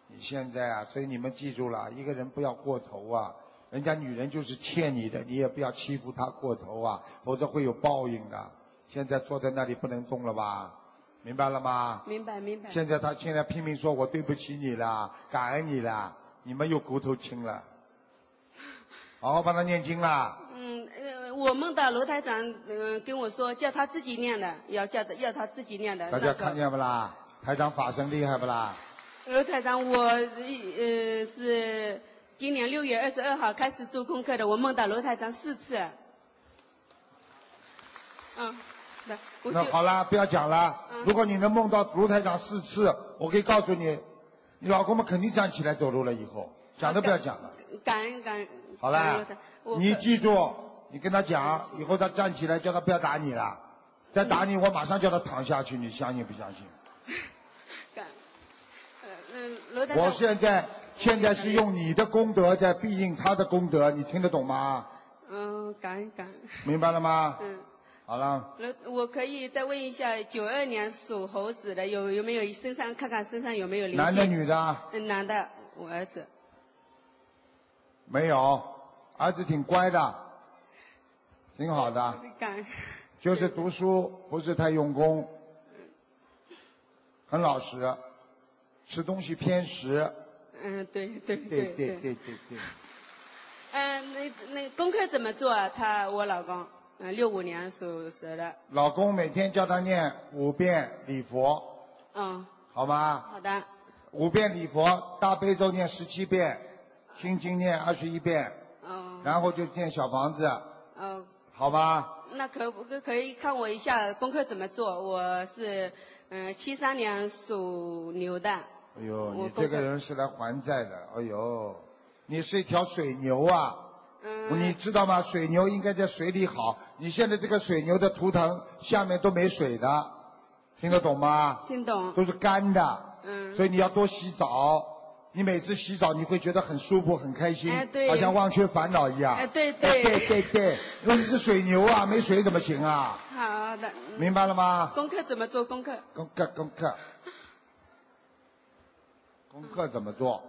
Speaker 1: 你现在啊，所以你们记住了，一个人不要过头啊，人家女人就是欠你的，你也不要欺负她过头啊，否则会有报应的。现在坐在那里不能动了吧？明白了吗？
Speaker 11: 明白明白。
Speaker 1: 现在他现在拼命说我对不起你了，感恩你了，你们又骨头轻了。好好帮他念经啦，
Speaker 11: 嗯呃，我们的卢台长嗯、跟我说叫他自己念的，要叫他要他自己念的。呃
Speaker 1: 大
Speaker 11: 那时
Speaker 1: 家
Speaker 11: 候
Speaker 1: 看见不啦？台长法身厉害不啦？
Speaker 11: 卢台长，我呃是今年六月二十二号开始做功课的，我梦到卢台长四次。嗯，那我就嗯
Speaker 1: 那好啦，不要讲啦。如果你能梦到卢台长四次，我可以告诉你，你老公们肯定站起来走路了。以后讲都不要讲了，
Speaker 11: 感恩感恩。
Speaker 1: 好
Speaker 11: 感恩
Speaker 1: 啦
Speaker 11: 卢台我。
Speaker 1: 你记住，你跟他讲，以后他站起来，叫他不要打你了。再打你，我马上叫他躺下去，你相信不相信？
Speaker 11: 嗯，卢台长。
Speaker 1: 我现在现在是用你的功德在庇应他的功德，你听得懂吗？
Speaker 11: 嗯，感恩感恩。
Speaker 1: 明白了吗？
Speaker 11: 嗯。
Speaker 1: 好了，
Speaker 11: 那我可以再问一下，九二年属猴子的有有没有身上看看身上有没有灵性？
Speaker 1: 男的女的啊？
Speaker 11: 嗯，男的，我儿子。
Speaker 1: 没有，儿子挺乖的，挺好的。
Speaker 11: 感恩
Speaker 1: 就是读书不是太用功，很老实，吃东西偏食。
Speaker 11: 嗯，对对
Speaker 1: 对
Speaker 11: 对
Speaker 1: 对对对对。
Speaker 11: 嗯，那那功课怎么做啊？他我老公，嗯，六五年属蛇的，
Speaker 1: 老公每天叫他念五遍礼佛，
Speaker 11: 嗯，
Speaker 1: 好吗？
Speaker 11: 好的，
Speaker 1: 五遍礼佛，大悲咒念十七遍，心经念二十一遍，
Speaker 11: 嗯，
Speaker 1: 然后就念小房子，
Speaker 11: 嗯，
Speaker 1: 好吧？
Speaker 11: 那可不可可以看我一下功课怎么做？我是嗯七三年属牛的，
Speaker 1: 哎呦，
Speaker 11: 我
Speaker 1: 你
Speaker 11: 功
Speaker 1: 这
Speaker 11: 课
Speaker 1: 个人是来还债的。哎呦，你是一条水牛啊！
Speaker 11: 嗯
Speaker 1: 你知道吗？水牛应该在水里好。你现在这个水牛的图腾下面都没水的，听得懂吗？
Speaker 11: 听懂？
Speaker 1: 都是干的，
Speaker 11: 嗯，
Speaker 1: 所以你要多洗澡。你每次洗澡，你会觉得很舒服、很开心，
Speaker 11: 哎对
Speaker 1: 好像忘却烦恼一样。
Speaker 11: 哎对
Speaker 1: 对
Speaker 11: 对
Speaker 1: 对对对，因为你是水牛啊，没水怎么行啊？
Speaker 11: 好的，嗯
Speaker 1: 明白了吗？
Speaker 11: 功课怎么做？功课
Speaker 1: 功课功课，功课怎么做？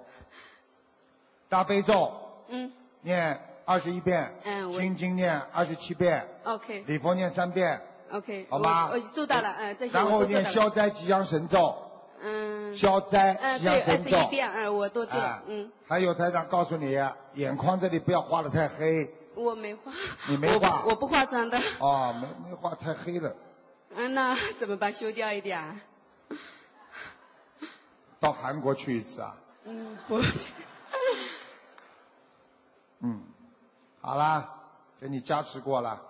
Speaker 1: 大悲咒
Speaker 11: 嗯
Speaker 1: 念二十一遍，
Speaker 11: 嗯我
Speaker 1: 心经念二十七遍，
Speaker 11: ，OK
Speaker 1: 礼佛念三遍，
Speaker 11: OK，
Speaker 1: 好吗
Speaker 11: 我我做到了，嗯，这些
Speaker 1: 然
Speaker 11: 我
Speaker 1: 后
Speaker 11: 都做
Speaker 1: 念
Speaker 11: 到了
Speaker 1: 消灾吉祥神咒，
Speaker 11: 嗯，
Speaker 1: 消灾
Speaker 11: 嗯对，
Speaker 1: 吉祥
Speaker 11: 二
Speaker 1: 神
Speaker 11: 十一
Speaker 1: 咒。
Speaker 11: 遍，嗯，我都做
Speaker 1: 哎，
Speaker 11: 嗯，
Speaker 1: 还有台长告诉你，眼眶这里不要画的太黑，
Speaker 11: 我没画，
Speaker 1: 你没画
Speaker 11: 我不化妆的，
Speaker 1: 哦，没没画太黑了，
Speaker 11: 嗯，那怎么办？修掉一点啊？
Speaker 1: 到韩国去一次啊。
Speaker 11: 嗯，不，
Speaker 1: 嗯，好啦，给你加持过了。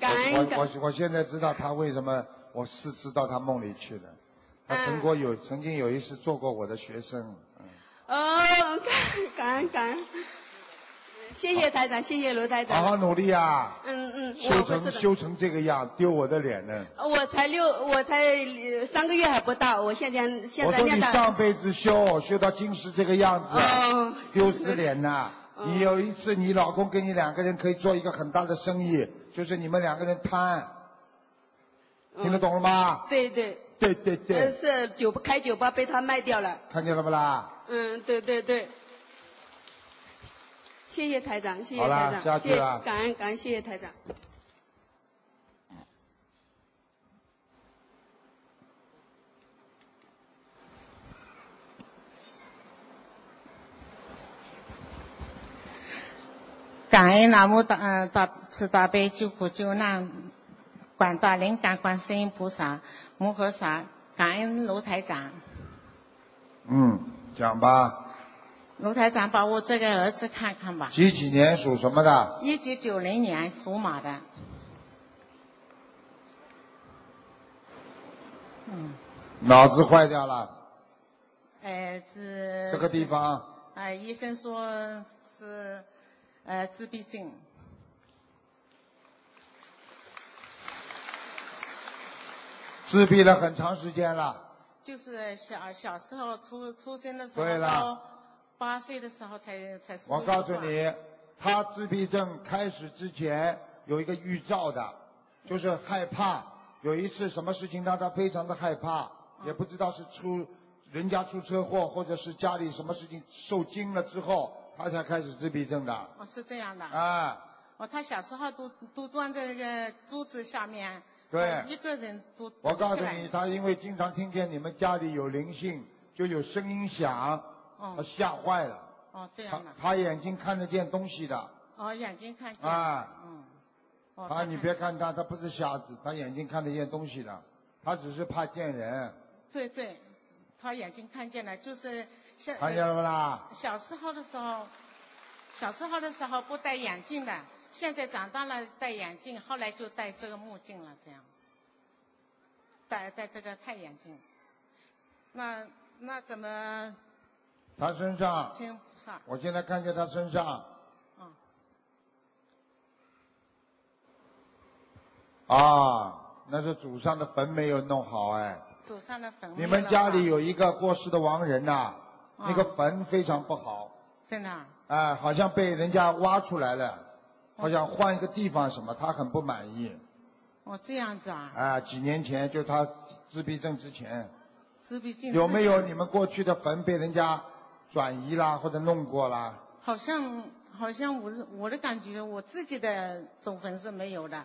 Speaker 11: 感
Speaker 1: 我
Speaker 11: 恩感
Speaker 1: 我我我现在知道他为什么我四次到他梦里去了。他
Speaker 11: 嗯
Speaker 1: 曾过有、曾经有一次做过我的学生，
Speaker 11: 哦，感感恩感恩，谢谢台长，谢谢卢台
Speaker 1: 好
Speaker 11: 长。
Speaker 1: 好努力啊，
Speaker 11: 嗯嗯，
Speaker 1: 修
Speaker 11: 我会
Speaker 1: 成
Speaker 11: 做的。
Speaker 1: 修成这个样，丢我的脸呢。
Speaker 11: 我才六，我才呃三个月还不到，我现在现
Speaker 1: 我
Speaker 11: 在
Speaker 1: 说你
Speaker 11: 念
Speaker 1: 上
Speaker 11: 到。
Speaker 1: 辈子修修到今世这个样子，
Speaker 11: 哦
Speaker 1: 丢死脸呐！你有一次，你老公跟你两个人可以做一个很大的生意，就是你们两个人贪，
Speaker 11: 哦
Speaker 1: 听得懂了吗？
Speaker 11: 对对。
Speaker 1: 对对
Speaker 11: 呃
Speaker 1: 对，
Speaker 11: 是酒吧开酒吧被他卖掉了。
Speaker 1: 看见了不啦？
Speaker 11: 嗯，对对对。谢谢台长，谢谢
Speaker 1: 好啦
Speaker 11: 台长，
Speaker 1: 下去
Speaker 11: 谢谢
Speaker 1: 啦
Speaker 11: 感恩感恩，谢谢台长。
Speaker 5: 感恩南无大嗯大慈大悲救苦救难广大灵感观世音菩萨摩诃萨，感恩卢台长。
Speaker 1: 嗯，讲吧，
Speaker 5: 卢台长把我这个儿子看看吧，
Speaker 1: 几几年属什么的？
Speaker 5: 一九九零年属马的。嗯，
Speaker 1: 脑子坏掉了，
Speaker 5: 呃，这
Speaker 1: 这个地方啊
Speaker 5: 呃，医生说是呃自闭症。
Speaker 1: 自闭了很长时间了，
Speaker 5: 就是小小时候出出生的时候，
Speaker 1: 对了
Speaker 5: 到八岁的时候才才说。
Speaker 1: 我告诉你，他自闭症开始之前有一个预兆的，就是害怕。有一次什么事情让他非常的害怕，也不知道是出人家出车祸，或者是家里什么事情受惊了之后，他才开始自闭症的。
Speaker 5: 哦，是这样的。
Speaker 1: 啊，
Speaker 5: 哦，他小时候都都钻在那个桌子下面，
Speaker 1: 对
Speaker 5: 他一个人都。
Speaker 1: 我告
Speaker 5: 出
Speaker 1: 诉
Speaker 5: 不来
Speaker 1: 你，他因为经常听见你们家里有灵性，就有声音响，他
Speaker 5: 哦
Speaker 1: 吓坏了。
Speaker 5: 哦，这
Speaker 1: 他
Speaker 5: 样的。
Speaker 1: 他眼睛看得见东西的
Speaker 5: 哦，眼睛看见。
Speaker 1: 啊。
Speaker 5: 嗯。哦
Speaker 1: 他你别看他，他不是瞎子，他眼睛看得见东西的，他只是怕见人，
Speaker 5: 对对，他眼睛看见了，就是像
Speaker 1: 看见了不啦？
Speaker 5: 小时候的时候，小时候的时候不戴眼镜的，现在长大了戴眼镜，后来就戴这个墨镜了，这样，戴戴这个太阳镜。那那怎么
Speaker 1: 他身上，
Speaker 5: 亲菩萨？
Speaker 1: 我现在看见他身上
Speaker 5: 嗯，
Speaker 1: 啊，那是祖上的坟没有弄好哎。
Speaker 5: 祖上的坟墓
Speaker 1: 你
Speaker 5: 了
Speaker 1: 们家里
Speaker 5: 吧
Speaker 1: 有一个过世的亡人呐、
Speaker 5: 啊
Speaker 1: 那个坟非常不好，
Speaker 5: 真的啊？
Speaker 1: 哎，好像被人家挖出来了，好像换一个地方什么，他很不满意。
Speaker 5: 哦，这样子啊，
Speaker 1: 啊，几年前就他自闭症之前，
Speaker 5: 自闭症
Speaker 1: 有没有
Speaker 5: 自己
Speaker 1: 你们过去的坟被人家转移啦，或者弄过啦？
Speaker 5: 好像好像我的我的感觉，我自己的祖坟是没有的，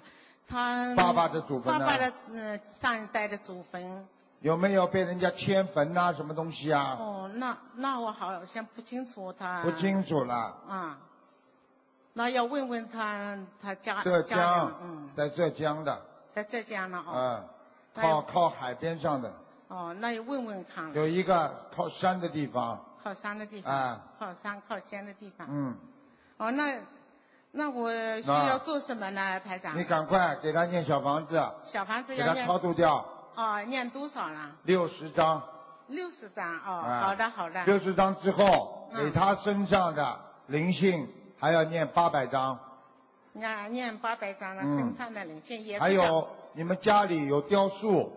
Speaker 5: 他
Speaker 1: 爸爸的祖坟呢
Speaker 5: 爸爸的呃上一代的祖坟，
Speaker 1: 有没有被人家迁坟呐、什么东西啊？
Speaker 5: 哦，啊那那我好像不清楚他
Speaker 1: 不清楚啦，
Speaker 5: 啊、那要问问他他家
Speaker 1: 浙
Speaker 5: 家人
Speaker 1: 江，
Speaker 5: 啊嗯，
Speaker 1: 在浙江的，
Speaker 5: 在浙江了哦、
Speaker 1: 啊，
Speaker 5: 那
Speaker 1: 靠
Speaker 5: 有
Speaker 1: 靠海边上的，
Speaker 5: 哦，那要问问看
Speaker 1: 有一个靠山的地方，
Speaker 5: 靠山的地方，
Speaker 1: 啊
Speaker 5: 靠山靠山的地方，
Speaker 1: 嗯，
Speaker 5: 哦那那我需
Speaker 1: 那
Speaker 5: 要做什么呢，台长？
Speaker 1: 你赶快给他念小房子，
Speaker 5: 小房子
Speaker 1: 给
Speaker 5: 要
Speaker 1: 他
Speaker 5: 念
Speaker 1: 超度掉
Speaker 5: 哦，念多少啦？
Speaker 1: 六十张，
Speaker 5: 六十张哦，
Speaker 1: 啊
Speaker 5: 好的好的。
Speaker 1: 六十张之后，
Speaker 5: 嗯
Speaker 1: 给他身上的灵性还要念八百张。
Speaker 5: 那念八百张了，
Speaker 1: 嗯
Speaker 5: 身上的灵性也是
Speaker 1: 还
Speaker 5: 小
Speaker 1: 有你们家里有雕塑，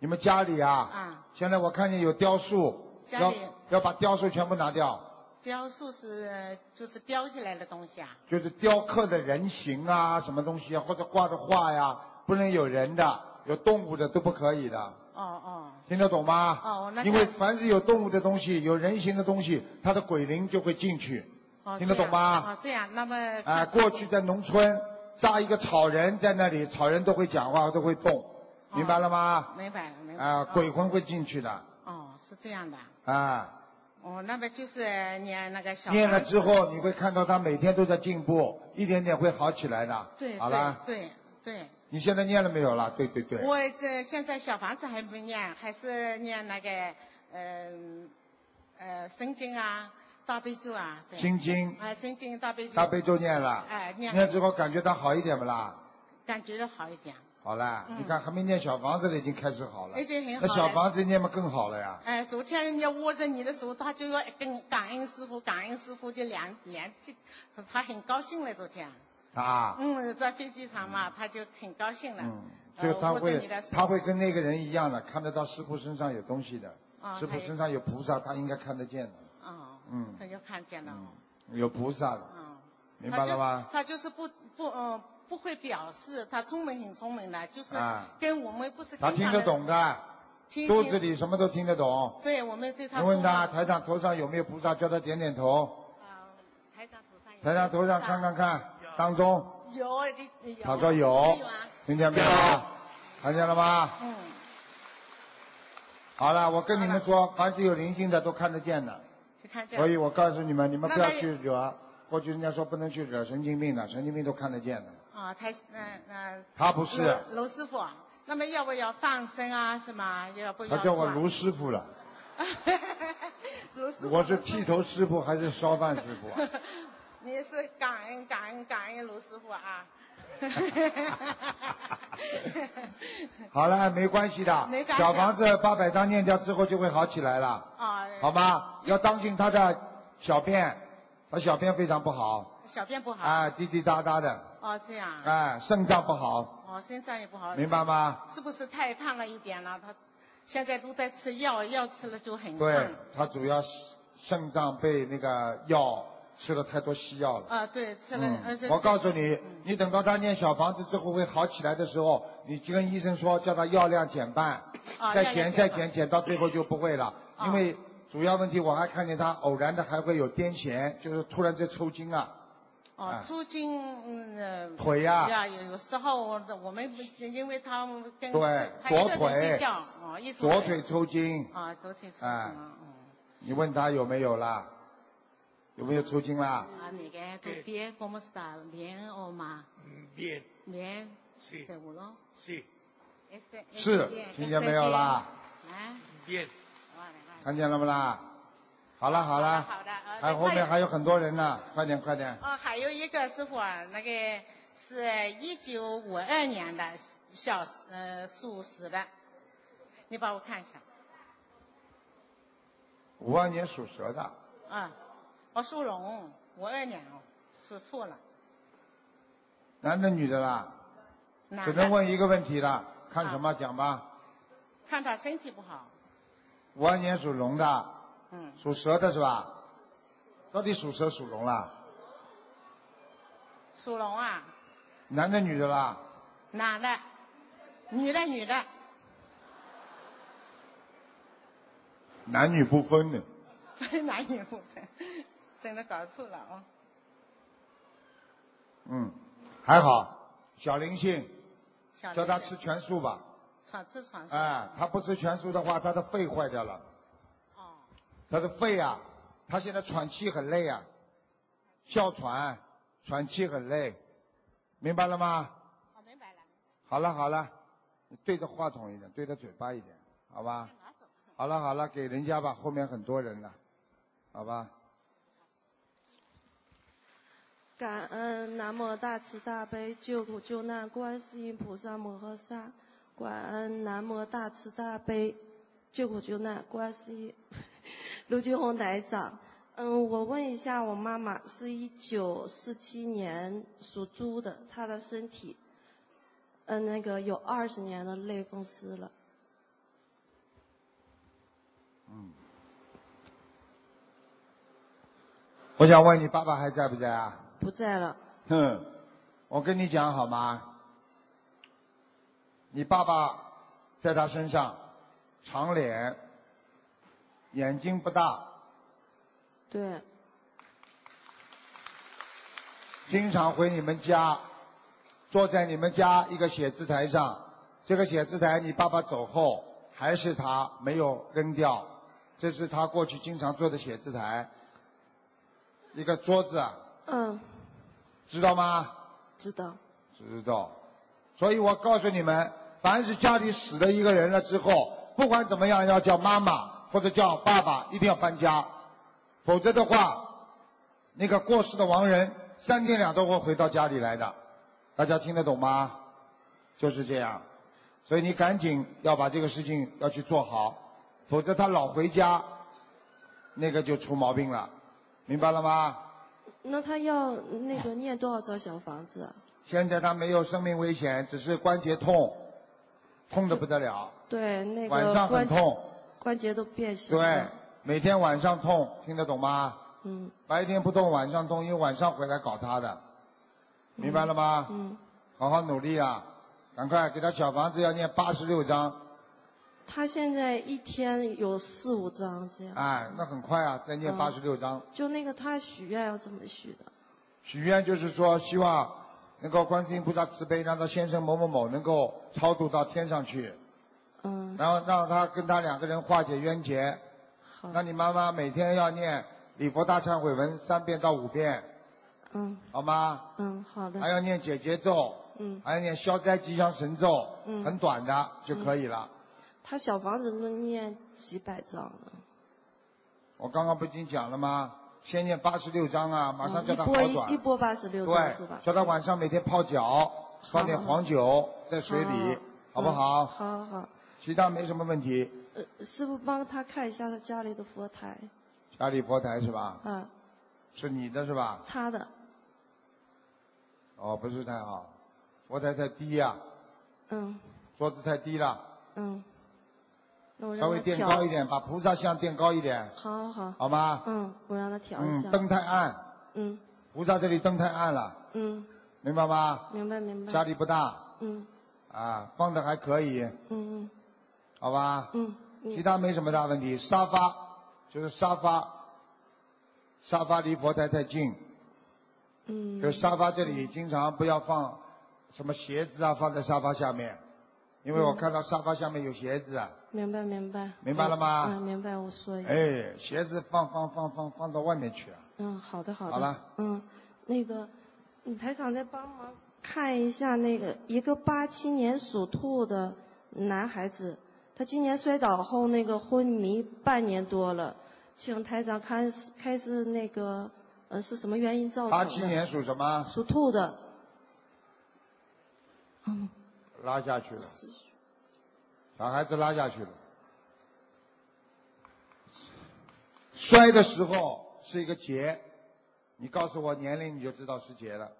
Speaker 1: 你们家里啊，
Speaker 5: 啊，
Speaker 1: 现在我看见有雕塑，
Speaker 5: 家
Speaker 1: 要
Speaker 5: 里
Speaker 1: 要把雕塑全部拿掉，
Speaker 5: 雕塑是就是雕起来的东西啊。
Speaker 1: 就是雕刻的人形啊，什么东西啊，或者画的画呀、不能有人的，有动物的都不可以的，
Speaker 5: 哦哦
Speaker 1: 听得懂吗？
Speaker 5: 哦那
Speaker 1: 啊因为
Speaker 5: 这
Speaker 1: 凡是有动物的东西，有人形的东西，它的鬼灵就会进去。
Speaker 5: 哦，
Speaker 1: 听得
Speaker 5: 这
Speaker 1: 懂
Speaker 5: 样
Speaker 1: 吗
Speaker 5: 哦，这样，那么
Speaker 1: 啊，过去在农村扎一个草人在那里，草人都会讲话，都会动，明白了吗？
Speaker 5: 明白了，明白了。
Speaker 1: 啊，
Speaker 5: 哦
Speaker 1: 鬼。魂会进去的。
Speaker 5: 哦，是这样的。
Speaker 1: 啊，
Speaker 5: 哦，那么就是念那个小
Speaker 1: 念了
Speaker 5: 房子
Speaker 1: 之后，你会看到他每天都在进步，一点点会好起来的。
Speaker 5: 对，
Speaker 1: 好了，
Speaker 5: 对对
Speaker 1: 你现在念了没有啦？对对对
Speaker 5: 对，，我这现在小房子还没念，还是念那个嗯呃圣经啊、大悲咒啊。这样
Speaker 1: 心经、
Speaker 5: 啊，心经大悲咒。
Speaker 1: 大悲咒念了，
Speaker 5: 哎，念
Speaker 1: 念之后感觉到好一点不啦？
Speaker 5: 感觉到好一点，
Speaker 1: 好啦，
Speaker 5: 嗯
Speaker 1: 你看还没念小房子了，已经开始好了
Speaker 5: 已，经很好
Speaker 1: 那
Speaker 5: 了。
Speaker 1: 小房子念嘛更好了呀。
Speaker 5: 哎，昨天人家握着你的手，他就要跟感恩师傅，感恩师傅就两两就，他很高兴了。昨天，
Speaker 1: 啊，
Speaker 5: 嗯，在飞机场嘛，他就很高兴了。
Speaker 1: 嗯，
Speaker 5: 呃
Speaker 1: 就他
Speaker 5: 握着
Speaker 1: 会
Speaker 5: 你的手
Speaker 1: 他会跟那个人一样的，看得到师傅身上有东西的，
Speaker 5: 啊
Speaker 1: 师傅
Speaker 5: 他也
Speaker 1: 身上有菩萨，他应该看得见的，
Speaker 5: 哦，
Speaker 1: 嗯
Speaker 5: 他就看见了。哦
Speaker 1: 有菩萨的，
Speaker 5: 嗯，
Speaker 1: 明白了吗？
Speaker 5: 他就是他就是不不呃不会表示，他聪明很聪明的，就是
Speaker 1: 啊
Speaker 5: 跟我们不是
Speaker 1: 他
Speaker 5: 经
Speaker 1: 听
Speaker 5: 常
Speaker 1: 得
Speaker 5: 的
Speaker 1: 懂的，
Speaker 5: 听，
Speaker 1: 肚
Speaker 5: 听
Speaker 1: 子。里什么都听得懂。
Speaker 5: 对，我们对他
Speaker 1: 你
Speaker 5: 说
Speaker 1: 问他
Speaker 5: 嘛。
Speaker 1: 台长头上有没有菩萨，叫他点点头。
Speaker 5: 啊台长头上有
Speaker 1: 台长头上看看看，当中
Speaker 5: 有你有。
Speaker 1: 他说有
Speaker 5: 有啊，
Speaker 1: 听见没有啊？看见了吗？
Speaker 5: 嗯。
Speaker 1: 好了，我跟你们说，凡是有灵性的都看得见的，
Speaker 5: 就看这
Speaker 1: 所以我告诉你们，你们不要
Speaker 5: 那他
Speaker 1: 去惹。过去人家说不能去惹神经病的，神经病都看得见的。
Speaker 5: 啊，他嗯嗯，
Speaker 1: 他不是，
Speaker 5: 楼师傅啊，那么要不要放生啊？是吗？要不要
Speaker 1: 他
Speaker 5: 做啊？
Speaker 1: 叫我卢师傅了，
Speaker 5: 卢师傅，
Speaker 1: 我是剃头师傅还是烧饭师傅啊？
Speaker 5: 你是感恩感恩感恩卢师 傅啊！
Speaker 1: 好了，没关系的
Speaker 5: 没，关系
Speaker 1: 小房子八百张念掉之后就会好起来了。
Speaker 5: 啊，
Speaker 1: 好吗？要当心他的小便，他小便非常不好，
Speaker 5: 小便不好，
Speaker 1: 啊，滴滴答答的，
Speaker 5: 哦这样，
Speaker 1: 啊，肾脏不好，
Speaker 5: 哦心脏也不好，
Speaker 1: 明白吗？
Speaker 5: 是不是太胖了一点了？他现在都在吃药，药吃了就很
Speaker 1: 对
Speaker 5: 胖。，
Speaker 1: 他主要是肾脏被那个药吃了太多西药了。嗯
Speaker 5: 啊，对，吃了，而且
Speaker 1: 我告诉你，你等到他念小房子之后会好起来的时候，你就跟医生说，叫他药量减半，
Speaker 5: 啊
Speaker 1: 再
Speaker 5: 药
Speaker 1: 减
Speaker 5: 量减
Speaker 1: 再
Speaker 5: 半啊
Speaker 1: 减减到最后就不会了，因为主要问题我还看见他偶然的还会有癫痫，就是突然在抽筋啊。
Speaker 5: 哦，出筋，嗯，呃
Speaker 1: 腿呀
Speaker 5: 呀，有有时候我我们不因为他们跟
Speaker 1: 对
Speaker 5: 他
Speaker 1: 左
Speaker 5: 一个人
Speaker 1: 腿
Speaker 5: 睡觉，哦，一
Speaker 1: 左腿抽筋
Speaker 5: 啊，左腿抽筋
Speaker 1: 啊
Speaker 5: 啊，
Speaker 1: 你问他有没有啦？有没有抽筋啦？
Speaker 5: 啊，那个左边，cómo está bien o mal
Speaker 10: Bien,
Speaker 5: bien seguro
Speaker 10: sí,
Speaker 5: Este- este
Speaker 1: 是
Speaker 5: bien，
Speaker 1: 听见没有啦？
Speaker 5: 啊，
Speaker 10: bien.
Speaker 1: 看见了不啦？好了好了，
Speaker 5: 好的，呃
Speaker 1: 还有后面还有很多人呢，快点快点。
Speaker 5: 哦，还有一个师傅啊，那个是一九五二年的小呃属蛇的，你帮我看一下。
Speaker 1: 五二年属蛇的，
Speaker 5: 啊，我属龙，五二年哦，说错了，
Speaker 1: 男的女的啦？
Speaker 5: 男
Speaker 1: 只
Speaker 5: 的。
Speaker 1: 能问一个问题啦，看什么讲吧。
Speaker 5: 看他身体不好，
Speaker 1: 五二年属龙的，
Speaker 5: 嗯，
Speaker 1: 属蛇的是吧？到底属蛇属龙啦？
Speaker 5: 属龙啊，
Speaker 1: 男的女的啦？
Speaker 5: 男的，女的女的，
Speaker 1: 男女不分的。
Speaker 5: 男女 不分，真的搞错了哦。
Speaker 1: 嗯，还好，小灵性，
Speaker 5: 小
Speaker 1: 叫他
Speaker 5: 玲
Speaker 1: 吃全素吧。
Speaker 5: 床吃床上，
Speaker 1: 哎，他不吃全素的话，他的肺坏掉了。
Speaker 5: 哦
Speaker 1: 他的肺啊，他现在喘气很累啊，哮喘，喘气很累，明白了吗？
Speaker 5: 我哦明白了。
Speaker 1: 好了好了，你对着话筒一点，对着嘴巴一点，好
Speaker 5: 哎
Speaker 1: 吧？好了好了，给人家吧，后面很多人了，好吧？
Speaker 12: 感恩南无大慈大悲救苦救难观世音菩萨摩诃萨，感恩南无大慈大悲救苦救难观世音 卢军红台长。嗯，我问一下，我妈妈是一九四七年属猪的，她的身体，嗯，那个有二十年的类风湿了。
Speaker 1: 嗯。我想问你爸爸还在不在啊？
Speaker 12: 不在了。
Speaker 1: 哼，我跟你讲好吗？你爸爸在他身上，长脸，眼睛不大，
Speaker 12: 对，
Speaker 1: 经常回你们家，坐在你们家一个写字台上，这个写字台你爸爸走后还是他没有扔掉，这是他过去经常坐的写字台，一个桌子，啊
Speaker 12: 嗯，
Speaker 1: 知道吗？
Speaker 12: 知道。
Speaker 1: 知道。所以我告诉你们，凡是家里死了一个人了之后，不管怎么样要叫妈妈或者叫爸爸，一定要搬家，否则的话，那个过世的亡人三天两头会回到家里来的。大家听得懂吗？就是这样。所以你赶紧要把这个事情要去做好，否则他老回家，那个就出毛病了，明白了吗？
Speaker 12: 那她要那个念多少张小房子啊？
Speaker 1: 现在他没有生命危险，只是关节痛，痛得不得了，
Speaker 12: 对，那个
Speaker 1: 晚上很
Speaker 12: 关节
Speaker 1: 痛，
Speaker 12: 关节都变形。
Speaker 1: 对，，每天晚上痛，听得懂吗？
Speaker 12: 嗯，
Speaker 1: 白天不痛，晚上痛，因为晚上回来搞他的，明白了吗？
Speaker 12: 嗯，
Speaker 1: 好好努力啊，赶快给他小房子要念八十六章，
Speaker 12: 他现在一天有四五张这样。
Speaker 1: 哎，那很快啊，再念
Speaker 12: 嗯
Speaker 1: 八十六章。
Speaker 12: 就那个他许愿要怎么许的？
Speaker 1: 许愿就是说，希望能够观世音菩萨慈悲，让他先生某某某能够超度到天上去。
Speaker 12: 嗯。
Speaker 1: 然后让他跟他两个人化解冤结。
Speaker 12: 好。
Speaker 1: 那你妈妈每天要念礼佛大忏悔文三遍到五遍，
Speaker 12: 嗯
Speaker 1: 好吗？
Speaker 12: 嗯，好的。
Speaker 1: 还要念解结咒，
Speaker 12: 嗯，
Speaker 1: 还要念消灾吉祥神咒，
Speaker 12: 嗯
Speaker 1: 很短的就可以了。
Speaker 12: 他小房子都念几百张了，
Speaker 1: 我刚刚不已经讲了吗？先念八十六章啊，马上叫他好
Speaker 12: 嗯一波
Speaker 1: 转。
Speaker 12: 一一波八十六张是吧
Speaker 1: 对，？叫他晚上每天泡脚，放点黄酒在水里，好不好？
Speaker 12: 好好好，
Speaker 1: 其他没什么问题。
Speaker 12: 呃，师傅帮他看一下他家里的佛台
Speaker 1: 家里佛台是吧？
Speaker 12: 啊，
Speaker 1: 是你的是吧？
Speaker 12: 他的，
Speaker 1: 哦，不是太好，佛台太低呀、
Speaker 12: 嗯
Speaker 1: 桌子太低了，
Speaker 12: 嗯，那我让
Speaker 1: 稍微
Speaker 12: 他
Speaker 1: 垫
Speaker 12: 嗯调
Speaker 1: 高一。点，把菩萨像垫高一点，
Speaker 12: 好好好，
Speaker 1: 好吗？
Speaker 12: 嗯，我让他调一
Speaker 1: 嗯
Speaker 12: 下。，
Speaker 1: 灯太暗，
Speaker 12: 嗯
Speaker 1: 菩萨这里灯太暗了，
Speaker 12: 嗯，
Speaker 1: 明白吗？
Speaker 12: 明白明白。
Speaker 1: 家里不大
Speaker 12: 嗯
Speaker 1: 啊，放的还可以，
Speaker 12: 嗯
Speaker 1: 好吧？
Speaker 12: 嗯嗯
Speaker 1: 其他没什么大问题。沙发就是沙发，沙发离佛台太近，
Speaker 12: 嗯，
Speaker 1: 就沙发这里经常不要放什么鞋子啊，放在沙发下面，因为我
Speaker 12: 嗯
Speaker 1: 看到沙发下面有鞋子啊，
Speaker 12: 明白明白。
Speaker 1: 明白了吗
Speaker 12: 啊，明白，我说一下。
Speaker 1: 哎，鞋子放放放放放到外面去啊。
Speaker 12: 嗯，好的好的。
Speaker 1: 好了。
Speaker 12: 嗯，那个，嗯，台长再帮忙看一下那个一个八七年属兔的男孩子，他今年摔倒后那个昏迷半年多了，请台长看是开始那个呃是什么原因造成的？
Speaker 1: 八七年属什么？
Speaker 12: 属兔的。嗯，
Speaker 1: 拉下去了，小孩子拉下去了。摔的时候是一个结，你告诉我年龄，你就知道是结了。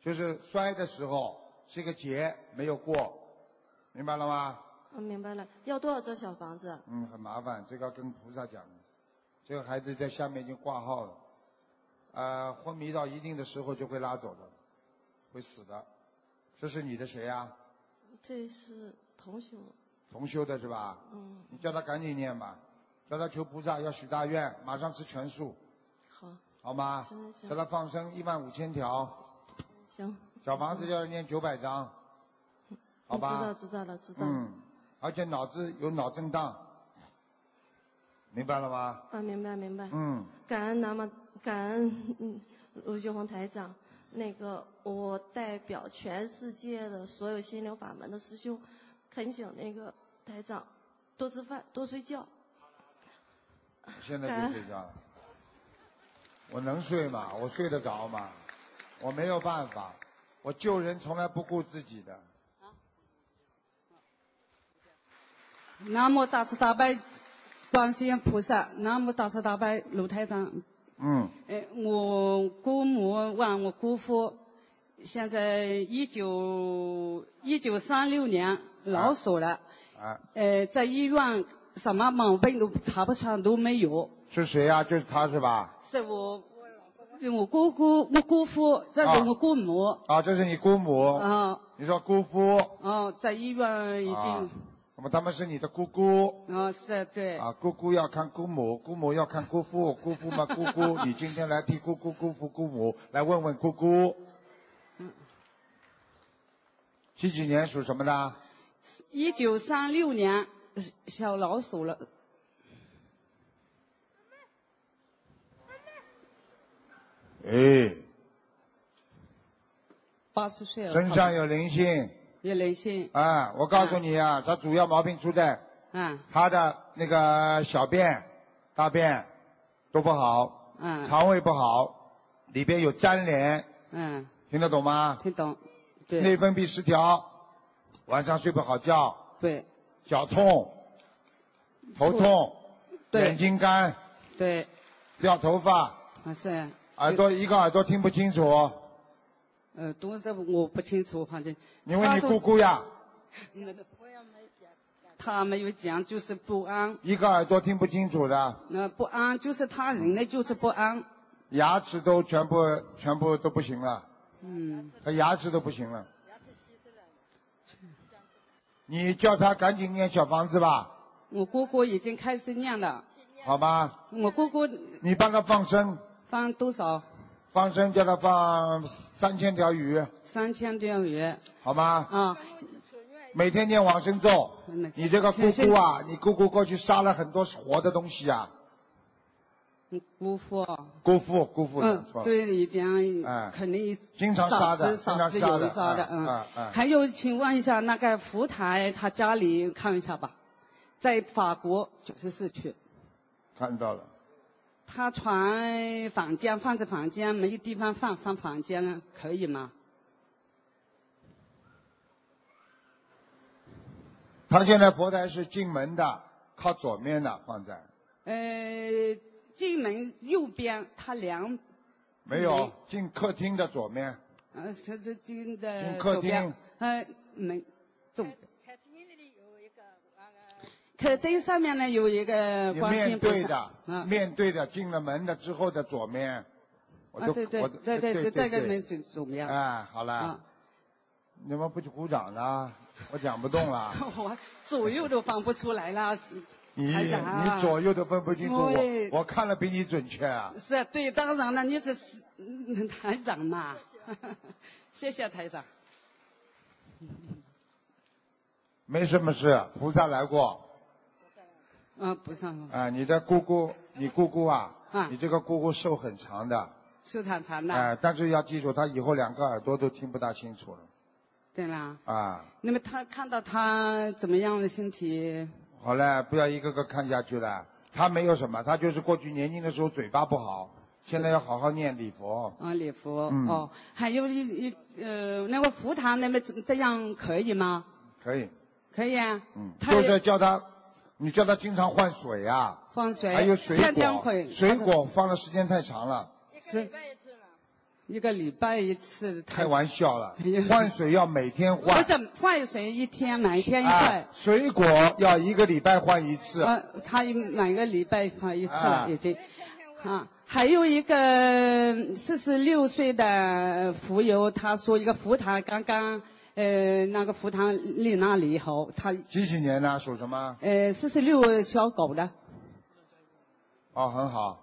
Speaker 1: 就是摔的时候是一个结，没有过，明白了吗？
Speaker 12: 嗯明白了，要多少张小房子？
Speaker 1: 嗯，很麻烦，这个要跟菩萨讲。这个孩子在下面已经挂号了，呃，昏迷到一定的时候就会拉走的，会死的。这是你的谁呀、
Speaker 12: 这是同学，
Speaker 1: 同修的是吧？
Speaker 12: 嗯，
Speaker 1: 你叫他赶紧念吧，叫他求菩萨要许大愿，马上吃全素，
Speaker 12: 好，
Speaker 1: 好吗
Speaker 12: 行行？
Speaker 1: 叫他放生一万五千条，
Speaker 12: 行，
Speaker 1: 小房子要念九百张，好吧？
Speaker 12: 知道知道了知道了。
Speaker 1: 嗯，而且脑子有脑震荡，明白了吗？
Speaker 12: 啊，明白明白。
Speaker 1: 嗯，
Speaker 12: 感恩南无感恩嗯卢俊宏台长，那个我代表全世界的所有心灵法门的师兄，恳请那个台长多吃饭多睡觉。
Speaker 1: 现在就睡觉了。我能睡吗？我睡得着吗？我没有办法，我救人从来不顾自己的。
Speaker 10: 南无大慈大悲观世音菩萨，南无大慈大悲卢台长。
Speaker 1: 嗯，
Speaker 10: 哎，我姑母问我姑父，现在一九一九三六年老鼠了，
Speaker 1: 啊，
Speaker 10: 呃，在医院什么毛病都查不出来都没有，
Speaker 1: 是谁呀、就是他是吧？
Speaker 10: 是我我姑姑我姑父，这是我姑母，啊、
Speaker 1: 啊，这是你姑母。
Speaker 10: 啊哦
Speaker 1: 你说姑父。
Speaker 10: 在医院已经
Speaker 1: 啊，那么他们是你的姑姑。
Speaker 10: 啊是对，
Speaker 1: 啊，姑姑要看姑母，姑母要看姑父，姑父嘛姑姑，你今天来替姑姑、姑父、姑母来问问姑姑。
Speaker 10: 嗯
Speaker 1: 几几年属什么的？
Speaker 10: 一九三六年小老鼠了。
Speaker 1: 哎，
Speaker 10: 八十岁了。
Speaker 1: 身上有灵性。
Speaker 10: 有灵性。
Speaker 1: 啊，我告诉你啊，他主要毛病出在
Speaker 10: 嗯
Speaker 1: 他的那个小便、大便都不好，
Speaker 10: 嗯
Speaker 1: 肠胃不好，里边有粘连，
Speaker 10: 嗯，
Speaker 1: 听得懂吗？
Speaker 10: 听懂。对
Speaker 1: 内分泌失调，晚上睡不好觉。
Speaker 10: 对。
Speaker 1: 脚痛，头痛，
Speaker 10: 对
Speaker 1: 眼睛干。
Speaker 10: 对。
Speaker 1: 掉头发，
Speaker 10: 啊是，
Speaker 1: 耳朵一个耳朵听不清楚。
Speaker 10: 呃，东西我不清楚，反正。
Speaker 1: 你问你姑姑呀。
Speaker 10: 他没有讲，就是不安。
Speaker 1: 一个耳朵听不清楚的，
Speaker 10: 那、不安就是他人呢，就是不安。
Speaker 1: 牙齿都全部全部都不行了，
Speaker 10: 嗯，
Speaker 1: 他牙齿都不行了。你叫他赶紧念小房子吧，
Speaker 10: 我姑姑已经开始念了，
Speaker 1: 好吗？
Speaker 10: 我姑姑
Speaker 1: 你帮他放生，
Speaker 10: 放多少？
Speaker 1: 放生叫他放三千条鱼，
Speaker 10: 三千条鱼。
Speaker 1: 好吗？
Speaker 10: 啊，
Speaker 1: 每天念往生咒。
Speaker 10: 嗯
Speaker 1: 你这个姑
Speaker 10: 先
Speaker 1: 姑啊，你姑姑过去杀了很多活的东西啊，
Speaker 10: 你姑父。
Speaker 1: 姑父姑父
Speaker 10: 嗯
Speaker 1: 讲错，了。
Speaker 10: 对，一定，肯定
Speaker 1: 经常杀的
Speaker 10: 少
Speaker 1: 经常
Speaker 10: 之
Speaker 1: 杀的
Speaker 10: 有的杀的，
Speaker 1: 嗯
Speaker 10: 嗯
Speaker 1: 嗯嗯。
Speaker 10: 还有，请问一下，那个福台他家里看一下吧，在法国九十四区，
Speaker 1: 看到了，
Speaker 10: 他床房间放在房间没有地方放，放房间了可以吗？
Speaker 1: 他现在佛台是进门的，靠左面的放在，
Speaker 10: 呃，进门右边他两，
Speaker 1: 没有进客厅的左面，
Speaker 10: 呃，可是进的
Speaker 1: 进客
Speaker 10: 左边
Speaker 1: 厅，
Speaker 10: 呃，门，左，客厅上面呢有一个
Speaker 1: 你
Speaker 10: 观世
Speaker 1: 面
Speaker 10: 音菩
Speaker 1: 对
Speaker 10: 萨
Speaker 1: 的，，面对的，进了门的之后的左面，我
Speaker 10: 啊
Speaker 1: 都
Speaker 10: 对对
Speaker 1: 我都
Speaker 10: 对对
Speaker 1: 对
Speaker 10: 就这个
Speaker 1: 对
Speaker 10: 门左左面
Speaker 1: 哎，好了
Speaker 10: 啊，
Speaker 1: 你们不去鼓掌了，我讲不动 了。
Speaker 10: 我左右都分不出来了，是
Speaker 1: 你
Speaker 10: 台长啊
Speaker 1: 你左右都分不清楚，我
Speaker 10: 对
Speaker 1: 我看了比你准确啊。
Speaker 10: 是啊对，当然了，你是 嗯台长嘛， 谢谢台长。
Speaker 1: 没什么事，菩萨来过
Speaker 10: 啊，不上了，
Speaker 1: 啊、你的姑姑，你姑姑啊，
Speaker 10: 啊
Speaker 1: 你这个姑姑寿很长的，
Speaker 10: 收场长
Speaker 1: 哎、
Speaker 10: 了，
Speaker 1: 但是要记住，她以后两个耳朵都听不大清楚了
Speaker 10: 对啦。
Speaker 1: 啊。
Speaker 10: 那么他看到他怎么样的身体？
Speaker 1: 好了，不要一个个看下去了。她没有什么，她就是过去年轻的时候嘴巴不好，现在要好好念礼佛。
Speaker 10: 啊，礼佛、
Speaker 1: 嗯
Speaker 10: 哦，还有一一呃，那个佛堂那么这这样可以吗？
Speaker 1: 可以，
Speaker 10: 可以啊，
Speaker 1: 嗯，
Speaker 10: 她
Speaker 1: 就是叫她，你叫她经常换水啊，
Speaker 10: 放水，
Speaker 1: 还有水
Speaker 10: 天天
Speaker 1: 果，
Speaker 10: 会
Speaker 1: 水果放的时间太长了，
Speaker 10: 水一个礼拜一次，哎
Speaker 1: 开玩笑了，换水要每天
Speaker 10: 不
Speaker 1: 换。
Speaker 10: 是换水一天买一天一
Speaker 1: 啊
Speaker 10: 块，，
Speaker 1: 水果要一个礼拜换一次。
Speaker 10: 呃，他每个礼拜换一次
Speaker 1: 啊
Speaker 10: 了已经，啊，还有一个四十六岁的浮游，他说一个浮堂刚刚呃那个浮堂丽娜里后，他
Speaker 1: 几几年呢？属什么？
Speaker 10: 呃四十六小狗的，
Speaker 1: 哦，很好，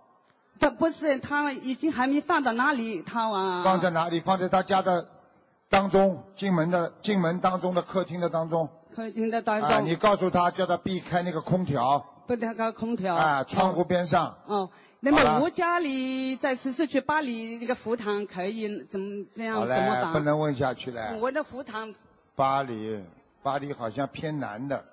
Speaker 10: 他不是他已经还没放到那里，他啊
Speaker 1: 放在哪里？放在他家的当中，进门的进门当中的客厅的当中。
Speaker 10: 客厅的当
Speaker 1: 啊，你
Speaker 10: 中，
Speaker 1: 告诉他，叫他避开那个空调
Speaker 10: 不那个空调
Speaker 1: 啊，窗户边上。
Speaker 10: 哦，那
Speaker 1: 好了
Speaker 10: 么我家里在十四区巴黎那个福堂可以怎么这样
Speaker 1: 好
Speaker 10: 怎么
Speaker 1: 嘞，不
Speaker 10: 打？
Speaker 1: 能问下去嘞。
Speaker 10: 我的福堂
Speaker 1: 巴黎，巴黎好像偏南的。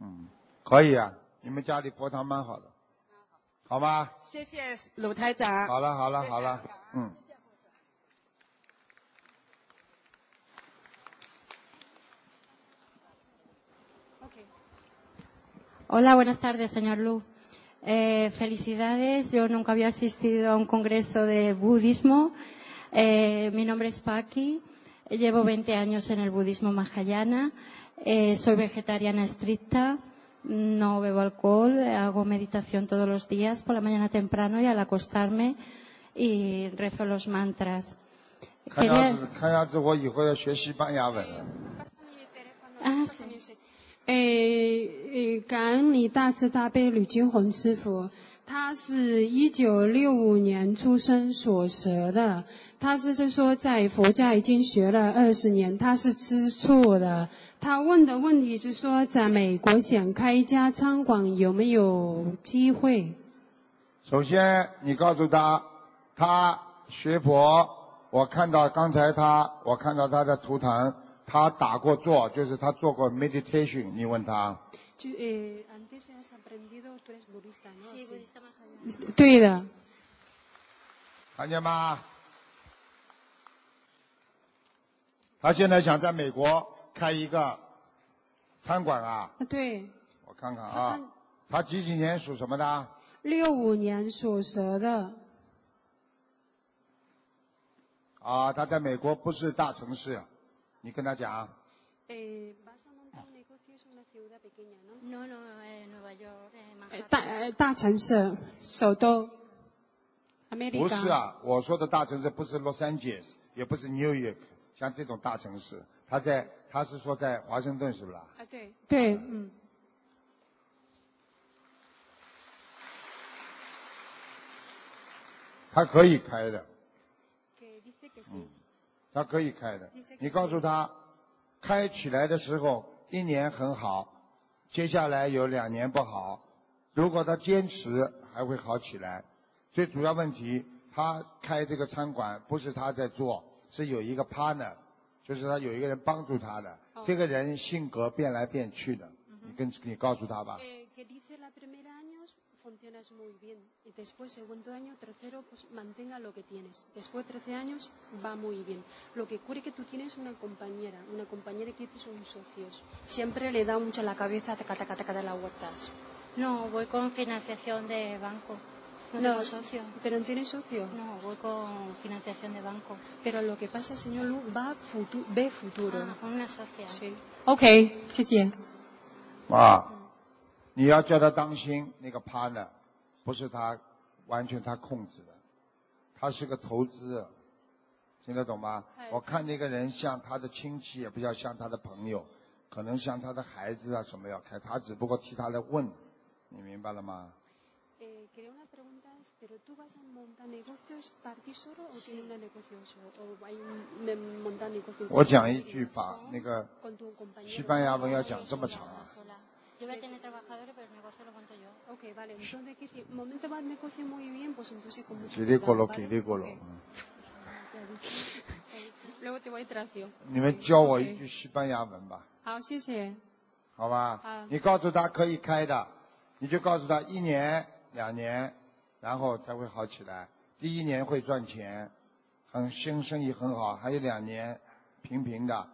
Speaker 1: 嗯，可以啊，你们家里佛堂蛮好的，好吗？
Speaker 10: 谢谢鲁台长。
Speaker 1: 好了好了好了，嗯。
Speaker 13: Hola, buenas tardes, señor Lu. Eh, felicidades. Yo nunca había asistido a un congreso de budismo. Eh, mi nombre es Paki. Llevo 20 años en el budismo mahayana. Eh, soy vegetariana estricta. No bebo alcohol. Hago meditación todos los días, por la mañana temprano y al acostarme. Y rezo los mantras.
Speaker 1: 看
Speaker 13: 给
Speaker 1: 样
Speaker 13: 练
Speaker 1: 子，看样子，我以后要学西班牙文了。
Speaker 13: Ah, sí.
Speaker 8: 啊诶、诶，感恩你大慈大悲吕金红师傅，他是一九六五年出生所蛇的，他是是说在佛教已经学了二十年，他是吃醋的。他问的问题是说，在美国想开一家餐馆有没有机会？
Speaker 1: 首先，你告诉他，他学佛，我看到刚才他，我看到他的图腾，他打过坐，就是他做过 meditation。你问他，
Speaker 8: 就诶，antes has aprendido tú eres budista, ¿no? Sí, budista
Speaker 1: 对
Speaker 8: 的。
Speaker 1: 看见吗？他现在想在美国开一个餐馆啊，
Speaker 8: 啊，对，
Speaker 1: 我看看啊，他几几年属什么的？
Speaker 8: 六五年所蛇的。
Speaker 1: 啊，他在美国不是大城市，你跟他讲，
Speaker 8: Eh, vas a montar un negocio es una ciudad pequeña, ¿no?
Speaker 13: No, no, eh, Nueva York, eh, Manhattan.
Speaker 8: 大呃大城市，首都，America。
Speaker 1: 不是啊，我说的大城市不是洛杉矶，也不是 New York，像这种大城市，他在他是说在华盛顿是不是啊？
Speaker 8: 啊，对对，嗯，
Speaker 1: 他可以开的，
Speaker 8: que dice que sí.
Speaker 1: 嗯，他可以开的。你告诉他，开起来的时候一年很好，接下来有两年不好，如果他坚持还会好起来。最主要问题，他开这个餐馆不是他在做，是有一个 partner，就是他有一个人帮助他的。这个人性格变来变去的，你跟你告诉他吧。
Speaker 8: Eh, que dice la primera año funcionas muy bien y después segundo año, tercero, pues mantenga lo que tienes. Después de 13 años va muy bien. Lo que ocurre que tú tienes una compañera, una compañera que son socios. Siempre le da mucho la cabeza taca taca taca de las huertas.
Speaker 13: No, voy con financiación de banco. No, socio.
Speaker 14: Pero no tiene socio.
Speaker 13: No, voy con financiación de banco.
Speaker 14: Pero lo que pasa, señor Lu, va futu- ve futuro.
Speaker 13: Ah, con una socia.
Speaker 14: Sí.
Speaker 8: OK，谢谢。
Speaker 1: 啊，你要叫他当心那个 partner，不是他完全他控制的，他是个投资，听得懂吗？我看那个人像他的亲戚，也不要像他的朋友，可能像他的孩子啊什么要开，他只不过替他来问，你明白了吗？
Speaker 14: Eh, quería una pregunta, es, pero tú vas a montar negocios para ti solo o tienes una negocio solo? o hay un- me-
Speaker 15: 嗯
Speaker 14: montar negocios?
Speaker 1: 我讲一句法，那个
Speaker 14: con tu compañero.
Speaker 1: 西班牙文要讲这么长啊？
Speaker 13: Yo voy a tener trabajadores, pero el negocio lo monto yo.
Speaker 14: Ok, vale, entonces que si momento vas a negociar muy bien, pues entonces con mucho
Speaker 1: 叽里咕噜，
Speaker 14: cuidado,
Speaker 1: 叽
Speaker 14: ¿vale?
Speaker 1: 里咕噜。
Speaker 14: Ok,
Speaker 1: 嗯
Speaker 14: Luego te voy a tracio.
Speaker 1: 你们教我一句西班牙文吧，
Speaker 14: Ah,
Speaker 8: 好，谢谢。
Speaker 1: 好吧
Speaker 8: 好？
Speaker 1: 你告诉他可以开的，你就告诉他一年、两年，然后才会好起来。第一年会赚钱，很新生意很好，还有两年平平的，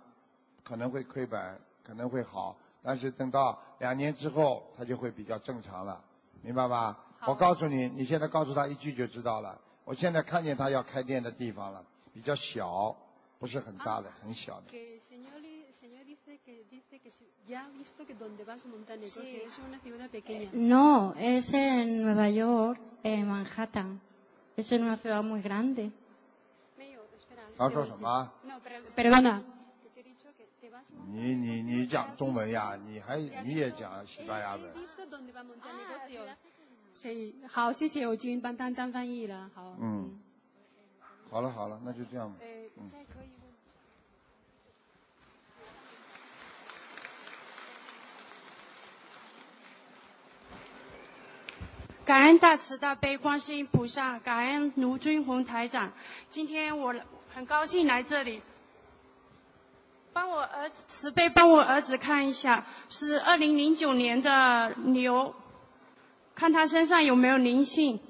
Speaker 1: 可能会亏本，可能会好，但是等到两年之后，它就会比较正常了，明白吧？我告诉你，你现在告诉他一句就知道了。我现在看见他要开店的地方了，比较小，不是很大的，很小的。
Speaker 14: Que el señor, el señor dice que, dice que si- ya ha visto que donde vas a montar negocios es una ciudad pequeña.
Speaker 13: No, es en Nueva York, en Manhattan. Es en una ciudad muy grande.
Speaker 1: 他说什么？
Speaker 8: Perdona.
Speaker 1: 你你你讲中文呀？你还你也讲西班牙文？
Speaker 14: visto dónde va a montar negocios?
Speaker 8: 谁？哎好，谢谢，我已经帮丹丹翻译了。好。
Speaker 1: 嗯，好了好了，那就这样吧。嗯。
Speaker 15: 感恩大慈大悲观世音菩萨，感恩卢军红台长。今天我很高兴来这里，帮我儿子慈悲帮我儿子看一下，是二零零九年的牛，看他身上有没有灵性。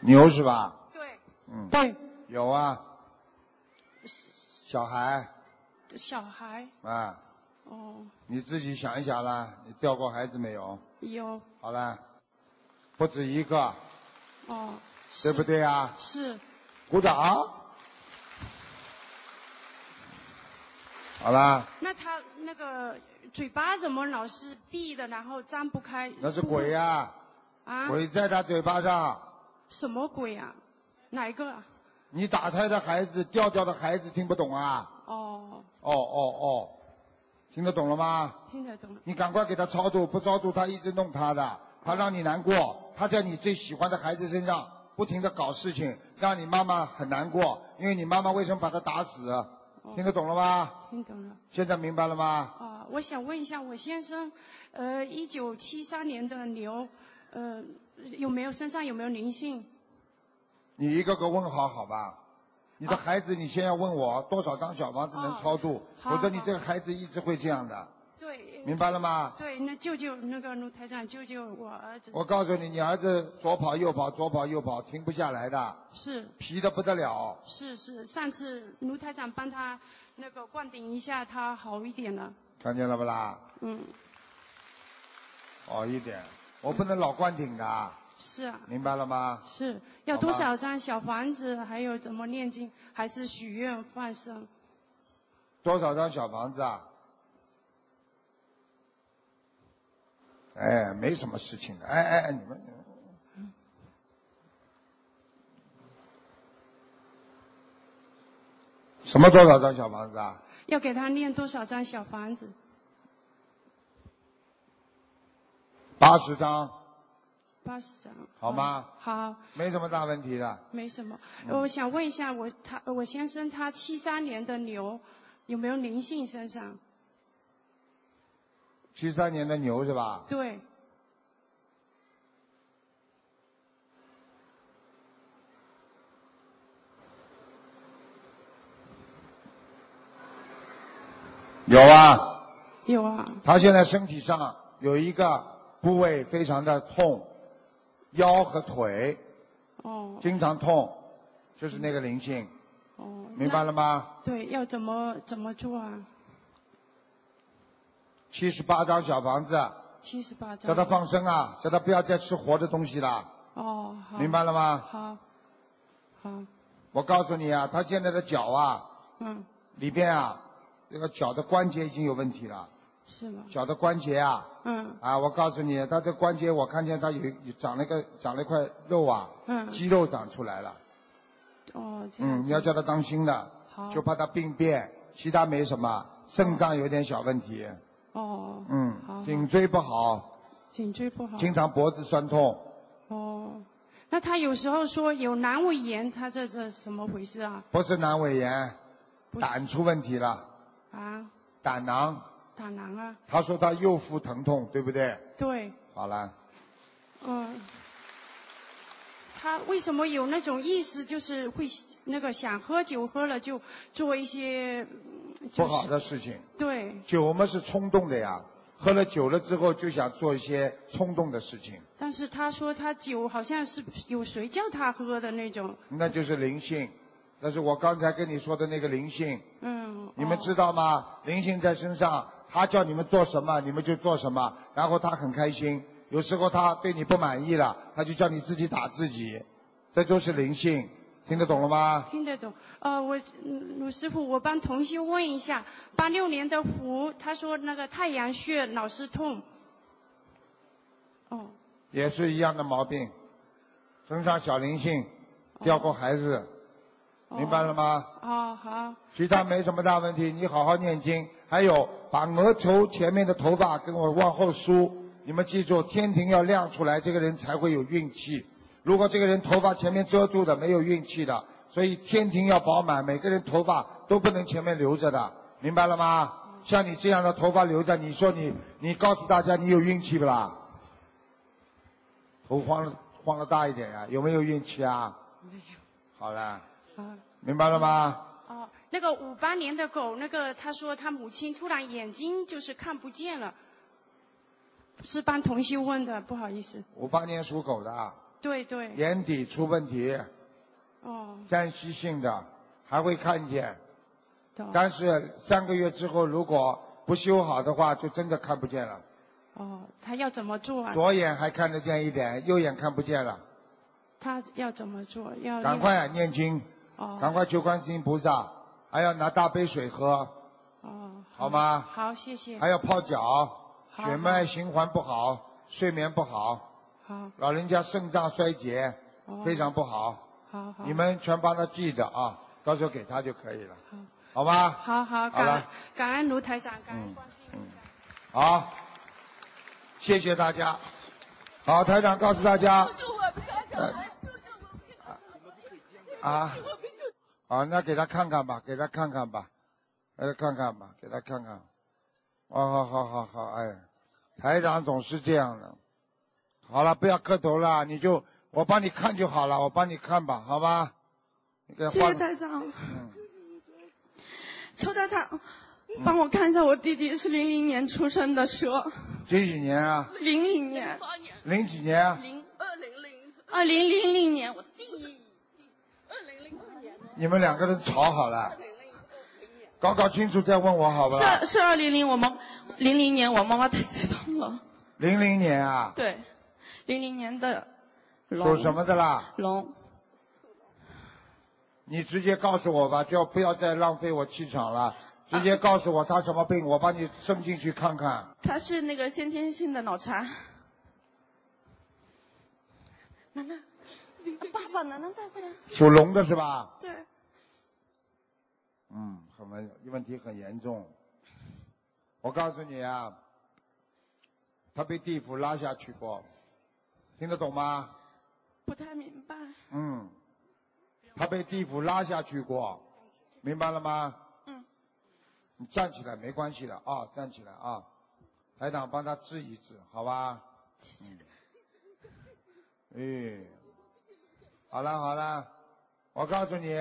Speaker 1: 牛是吧？
Speaker 15: 对。
Speaker 1: 嗯。
Speaker 15: 对。
Speaker 1: 有啊。小孩
Speaker 15: 小孩
Speaker 1: 啊，
Speaker 15: 哦，
Speaker 1: 你自己想一想啦，你掉过孩子没有？
Speaker 15: 有
Speaker 1: 好啦，不止一个，
Speaker 15: 哦，
Speaker 1: 对不对啊？
Speaker 15: 是
Speaker 1: 鼓掌。好啦，
Speaker 15: 那他那个嘴巴怎么老是闭的，然后张不开？
Speaker 1: 那是鬼呀、
Speaker 15: 啊！
Speaker 1: 鬼在他嘴巴上。
Speaker 15: 什么鬼啊？哪一个啊？
Speaker 1: 你打胎的孩子，掉掉的孩子听不懂啊？
Speaker 15: 哦，
Speaker 1: 哦哦哦，听得懂了吗？
Speaker 15: 听得懂了。
Speaker 1: 你赶快给他超度，不超度他一直弄他的，他让你难过，他在你最喜欢的孩子身上不停的搞事情，让你妈妈很难过，因为你妈妈为什么把他打死？啊
Speaker 15: 哦
Speaker 1: 听得懂了吗？
Speaker 15: 听懂了。
Speaker 1: 现在明白了吗？
Speaker 15: 啊，我想问一下我先生，呃，一九七三年的牛，呃，有没有身上有没有灵性？
Speaker 1: 你一个个问好好吧。你
Speaker 15: 哦
Speaker 1: 的孩子，你先要问我多少张小房子能超度，
Speaker 15: 好
Speaker 1: 否则你这个孩子一直会这样的，
Speaker 15: 对。
Speaker 1: 明白了吗？
Speaker 15: 对，那救救那个卢台长，救救我儿子。
Speaker 1: 我告诉你，你儿子左跑右跑，左跑右跑，停不下来的，
Speaker 15: 是
Speaker 1: 皮的不得了。
Speaker 15: 是是，上次卢台长帮他那个灌顶一下，他好一点了。
Speaker 1: 看见了不啦？
Speaker 15: 嗯，
Speaker 1: 好一点，我不能老灌顶的，
Speaker 15: 是啊。
Speaker 1: 明白了吗？
Speaker 15: 是要
Speaker 1: 好
Speaker 15: 多
Speaker 1: 吧
Speaker 15: 少张小房子？还有怎么念经？还是许愿放生？
Speaker 1: 多少张小房子啊？哎，没什么事情的。哎哎哎，你们嗯你们什么多少张小房子啊？
Speaker 15: 要给他念多少张小房子？
Speaker 1: 八十张，
Speaker 15: 八十张。
Speaker 1: 好吗？
Speaker 15: 好，
Speaker 1: 没什么大问题的。
Speaker 15: 没什么。
Speaker 1: 嗯
Speaker 15: 我想问一下我他我先生他七三年的牛有没有灵性身上？
Speaker 1: 七三年的牛是吧？
Speaker 15: 对，
Speaker 1: 有啊，
Speaker 15: 有啊。
Speaker 1: 他现在身体上啊有一个部位非常的痛，腰和腿
Speaker 15: 哦
Speaker 1: 经常痛，就是那个灵性，
Speaker 15: 哦。
Speaker 1: 明白了吗？
Speaker 15: 那？对，要怎么怎么做啊？
Speaker 1: 七十八张小房子，
Speaker 15: 七十八张。
Speaker 1: 叫他放生啊，叫他不要再吃活的东西了，
Speaker 15: 哦，好。
Speaker 1: 明白了吗？
Speaker 15: 好，好，
Speaker 1: 我告诉你啊，他现在的脚啊，
Speaker 15: 嗯，
Speaker 1: 里边啊，这个脚的关节已经有问题了，
Speaker 15: 是吗？
Speaker 1: 脚的关节啊，
Speaker 15: 嗯
Speaker 1: 啊，我告诉你，他这关节我看见他有有长了一个长了一块肉啊，
Speaker 15: 嗯
Speaker 1: 肌肉长出来了，
Speaker 15: 哦，这样
Speaker 1: 嗯，
Speaker 15: 子。
Speaker 1: 你要叫他当心的，
Speaker 15: 好。
Speaker 1: 就怕他病变，其他没什么，肾脏有点小问题，
Speaker 15: 哦，好
Speaker 1: 嗯，
Speaker 15: 好
Speaker 1: 颈椎不好，
Speaker 15: 颈椎不好。
Speaker 1: 经常脖子酸痛，
Speaker 15: 哦，那他有时候说有阑尾炎，他这这什么回事啊？
Speaker 1: 不是阑尾炎，胆出问题了，
Speaker 15: 啊，
Speaker 1: 胆囊，
Speaker 15: 胆囊啊？
Speaker 1: 他说他右腹疼痛，对不对？
Speaker 15: 对，
Speaker 1: 好了，
Speaker 15: 嗯。他为什么有那种意识，就是会那个想喝酒，喝了就做一些嗯就是
Speaker 1: 不好的事情，
Speaker 15: 对，
Speaker 1: 酒嘛是冲动的呀，喝了酒了之后就想做一些冲动的事情，
Speaker 15: 但是他说他酒好像是有谁叫他喝的那种，
Speaker 1: 那就是灵性。但是我刚才跟你说的那个灵性，
Speaker 15: 嗯，
Speaker 1: 你们知道吗？灵性在身上，他叫你们做什么，你们就做什么，然后他很开心。有时候他对你不满意了，他就叫你自己打自己，这就是灵性，听得懂了吗？
Speaker 15: 听得懂。呃，我嗯鲁师傅，我帮同修问一下，八六年的虎，他说那个太阳穴老是痛。哦，
Speaker 1: 也是一样的毛病，身上小灵性，掉过孩子，
Speaker 15: 哦
Speaker 1: 明白了吗？
Speaker 15: 哦，好，
Speaker 1: 其他没什么大问题，你好好念经。还有，把额头前面的头发跟我往后梳。你们记住，天庭要亮出来，这个人才会有运气。如果这个人头发前面遮住的，没有运气的。所以天庭要饱满，每个人头发都不能前面留着的，明白了吗？像你这样的头发留着，你说你你告诉大家你有运气不啦？头晃了晃了大一点呀、有没有运气啊？
Speaker 15: 没有。
Speaker 1: 好了，
Speaker 15: 啊，
Speaker 1: 明白了吗？
Speaker 15: 哦，那个五八年的狗，那个他说他母亲突然眼睛就是看不见了，是帮同修问的，不好意思。
Speaker 1: 五八年属狗的，啊
Speaker 15: 对对，
Speaker 1: 眼底出问题，
Speaker 15: 哦，
Speaker 1: 暂时性的，还会看见，
Speaker 15: 懂。
Speaker 1: 但是三个月之后如果不修好的话，就真的看不见了。
Speaker 15: 哦，他要怎么做啊？
Speaker 1: 左眼还看得见一点，右眼看不见了。
Speaker 15: 他要怎么做？要
Speaker 1: 赶快念经，
Speaker 15: 哎哦
Speaker 1: 赶快求观世音菩萨，还要拿大杯水喝，
Speaker 15: 哦，
Speaker 1: 好吗？
Speaker 15: 好，谢谢。
Speaker 1: 还要泡脚，
Speaker 15: 哎好
Speaker 1: 血脉循环不好，睡眠不好，
Speaker 15: 好，
Speaker 1: 老人家肾脏衰竭
Speaker 15: 哦
Speaker 1: 非常不好。
Speaker 15: 好好。
Speaker 1: 你们全帮他记着啊，到时候给他就可以了，好吧？
Speaker 15: 好好，
Speaker 1: 好
Speaker 15: 感
Speaker 1: 了，
Speaker 15: 感恩卢台长，感恩
Speaker 1: 嗯嗯，好，谢谢大家。好，台长告诉大家啊，啊，那给他看看吧，给他看看吧，给他看看吧，给他看看。哦，好好好好，哎，台长总是这样的。好了，不要磕头了，你就我帮你看就好了，我帮你看吧，好吧？你给
Speaker 16: 谢
Speaker 1: 换
Speaker 16: 谢台长。邱台长，帮我看一下，我弟弟是零零年出生的蛇，
Speaker 1: 几几年啊？
Speaker 16: 零零年，
Speaker 1: 零几年啊？
Speaker 16: 零二零零，二零零零年，我弟
Speaker 1: 你们两个人吵好了，搞搞清楚再问我好不好？
Speaker 16: 是是二零零，我妈零零年，我妈妈太激动了，
Speaker 1: 零零年啊，
Speaker 16: 对，零零年的龙
Speaker 1: 属什么的啦？
Speaker 16: 龙，
Speaker 1: 你直接告诉我吧，就不要再浪费我气场了。直接告诉我他什么病，我帮你送进去看看。
Speaker 16: 他是那个先天性的脑残。楠楠，爸爸，楠楠带过来。
Speaker 1: 属龙的是吧？
Speaker 16: 对，
Speaker 1: 嗯，很问问题很严重。我告诉你啊，他被地府拉下去过，听得懂吗？
Speaker 16: 不太明白。
Speaker 1: 嗯，他被地府拉下去过，明白了吗？
Speaker 16: 嗯。
Speaker 1: 你站起来没关系的啊、站起来啊，台长帮他治一治，好吧？嗯。哎，好了好了，我告诉你，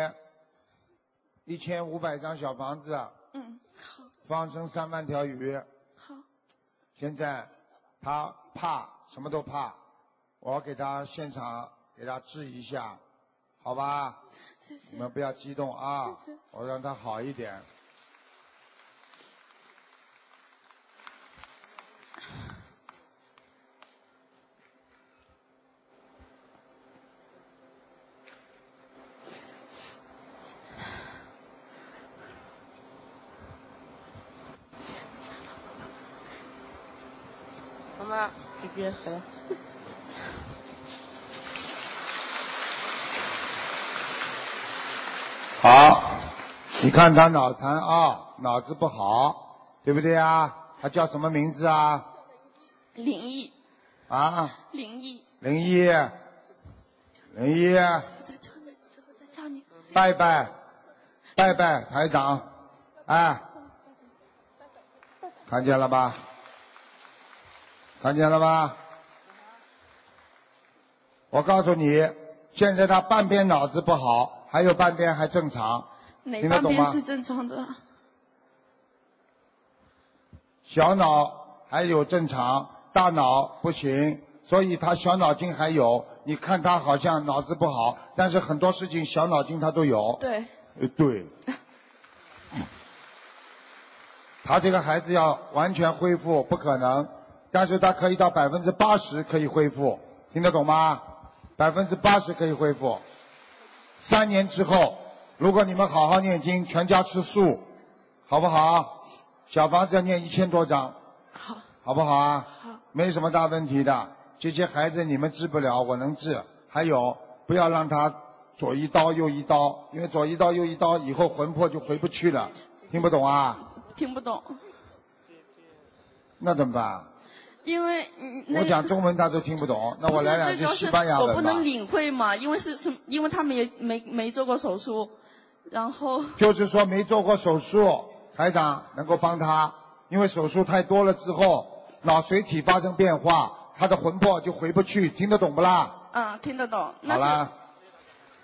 Speaker 1: 一千五百张小房子，啊
Speaker 16: 嗯，好，
Speaker 1: 放生三万条鱼。
Speaker 16: 好。
Speaker 1: 现在他怕什么都怕，我给他现场给他治一下，好吧？
Speaker 16: 谢谢
Speaker 1: 你。们不要激动啊，
Speaker 16: 谢谢
Speaker 1: 我让他好一点。
Speaker 16: 妈，
Speaker 17: 直接回来。
Speaker 1: 好，你看他脑残啊、脑子不好，对不对啊？他叫什么名字啊？
Speaker 16: 林毅，
Speaker 1: 啊，
Speaker 16: 林毅，
Speaker 1: 林一，林一，
Speaker 16: 叫你
Speaker 1: 拜拜，拜拜，台长，哎，看见了吧？看见了吧？我告诉你，现在他半边脑子不好，还有半边还正常，
Speaker 16: 哪
Speaker 1: 听得
Speaker 16: 半
Speaker 1: 懂
Speaker 16: 边
Speaker 1: 吗？
Speaker 16: 是正常的？
Speaker 1: 小脑还有正常，大脑不行，所以他小脑筋还有。你看他好像脑子不好，但是很多事情小脑筋他都有。
Speaker 16: 对，
Speaker 1: 呃，对。他这个孩子要完全恢复不可能，但是他可以到百分之八十可以恢复，听得懂吗？百分之八十可以恢复。三年之后，如果你们好好念经，全家吃素，好不好？小房子要念一千多张，
Speaker 16: 好，
Speaker 1: 好不好啊？
Speaker 16: 好，
Speaker 1: 没什么大问题的。这些孩子你们治不了，我能治。还有，不要让他左一刀右一刀，因为左一刀右一刀以后魂魄就回不去了，听不懂啊？
Speaker 16: 听不懂，
Speaker 1: 那怎么办？
Speaker 16: 因为嗯那
Speaker 1: 我
Speaker 16: 个
Speaker 1: 讲中文他都听不懂，那
Speaker 16: 不
Speaker 1: 我
Speaker 16: 是
Speaker 1: 来两
Speaker 16: 最
Speaker 1: 句
Speaker 16: 主要
Speaker 1: 西
Speaker 16: 是
Speaker 1: 班牙
Speaker 16: 我不
Speaker 1: 文吧
Speaker 16: 能。领会嘛，因为是什么？因为他们也没没做过手术，然后
Speaker 1: 就是说没做过手术，台长能够帮他，因为手术太多了之后，脑髓体发生变化，他的魂魄就回不去，听得懂不啦？
Speaker 16: 嗯听得懂，那
Speaker 1: 好
Speaker 16: 是
Speaker 1: 啦。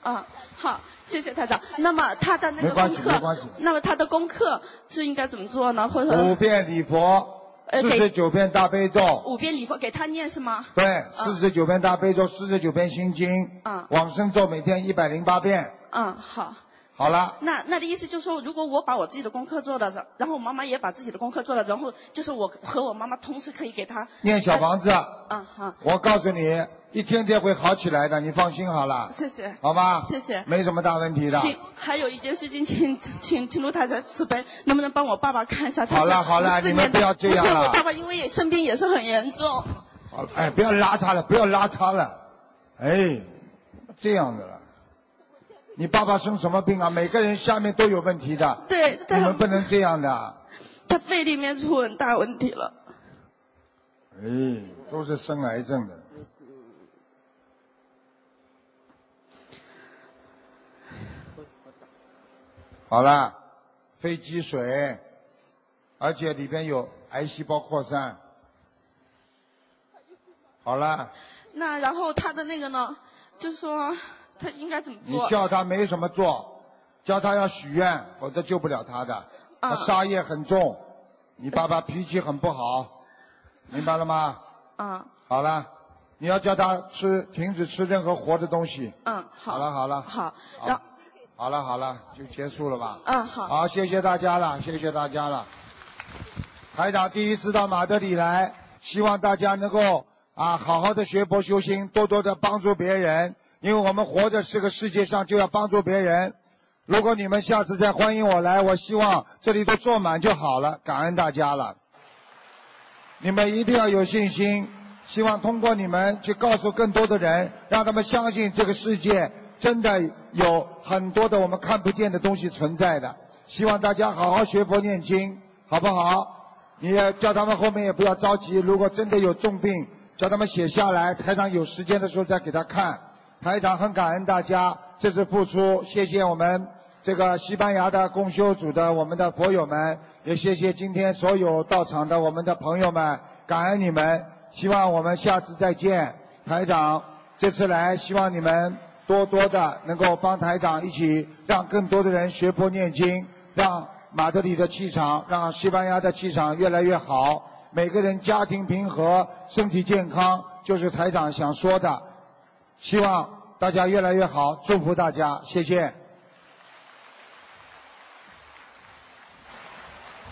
Speaker 16: 嗯好，谢谢台长。那么他的那
Speaker 1: 没
Speaker 16: 个
Speaker 1: 关
Speaker 16: 功
Speaker 1: 系没关系
Speaker 16: 课，那么他的功课是应该怎么做呢？或者
Speaker 1: 五遍礼佛，
Speaker 16: 呃
Speaker 1: 四
Speaker 16: 给
Speaker 1: 十九遍大悲咒，
Speaker 16: 五遍礼佛给他念是吗？
Speaker 1: 对，四十九遍大悲咒，四十九遍心经，
Speaker 16: 嗯
Speaker 1: 往生咒每天一百零八遍，
Speaker 16: 嗯好。
Speaker 1: 好了，
Speaker 16: 那那的意思就是说，如果我把我自己的功课做了，然后我妈妈也把自己的功课做了，然后就是我和我妈妈同时可以给她
Speaker 1: 念小房子，
Speaker 16: 啊好，
Speaker 1: 我告诉你，一天天会好起来的，你放心好了，
Speaker 16: 谢谢。
Speaker 1: 好吧？
Speaker 16: 谢谢
Speaker 1: 没什么大问题的。
Speaker 16: 请还有一件事情，请请请卢太太慈悲，能不能帮我爸爸看一下？
Speaker 1: 好了
Speaker 16: 了
Speaker 1: 好了
Speaker 16: 了，
Speaker 1: 你们不要这样
Speaker 16: 不是
Speaker 1: 了
Speaker 16: 我爸爸，因为也生病也是很严重。
Speaker 1: 好了哎，不要拉他了，不要拉他了，哎，这样的了。你爸爸生什么病啊？每个人下面都有问题的，
Speaker 16: 对，
Speaker 1: 你
Speaker 16: 他
Speaker 1: 们不能这样的。
Speaker 16: 他肺里面出很大问题了。
Speaker 1: 哎，都是生癌症的。好了，肺积水，而且里边有癌细胞扩散。好了，
Speaker 16: 那然后他的那个呢，就说他应该怎么
Speaker 1: 你
Speaker 16: 做？
Speaker 1: 叫他没什么做，叫他要许愿，否则救不了他的。
Speaker 16: 啊
Speaker 1: 他杀业很重，你爸爸脾气很不好，明白了吗？
Speaker 16: 啊
Speaker 1: 好了，你要叫他吃，停止吃任何活的东西。
Speaker 16: 嗯
Speaker 1: 好了好了
Speaker 16: 好，
Speaker 1: 好，好了好了，就结束了吧。
Speaker 16: 嗯好
Speaker 1: 好，谢谢大家了，谢谢大家了。台长第一次到马德里来，希望大家能够啊好好的学佛修心，多多的帮助别人，因为我们活着这个世界上就要帮助别人。如果你们下次再欢迎我来，我希望这里都坐满就好了，感恩大家了。你们一定要有信心，希望通过你们去告诉更多的人，让他们相信这个世界真的有很多的我们看不见的东西存在的。希望大家好好学佛念经，好不好？你也叫他们后面也不要着急，如果真的有重病，叫他们写下来，台长有时间的时候再给他看。台长很感恩大家这次付出，谢谢我们这个西班牙的共修组的我们的佛友们，也谢谢今天所有到场的我们的朋友们，感恩你们，希望我们下次再见。台长这次来，希望你们多多的能够帮台长一起，让更多的人学佛念经，让马德里的气场，让西班牙的气场越来越好，每个人家庭平和，身体健康，就是台长想说的。希望大家越来越好，祝福大家，谢谢。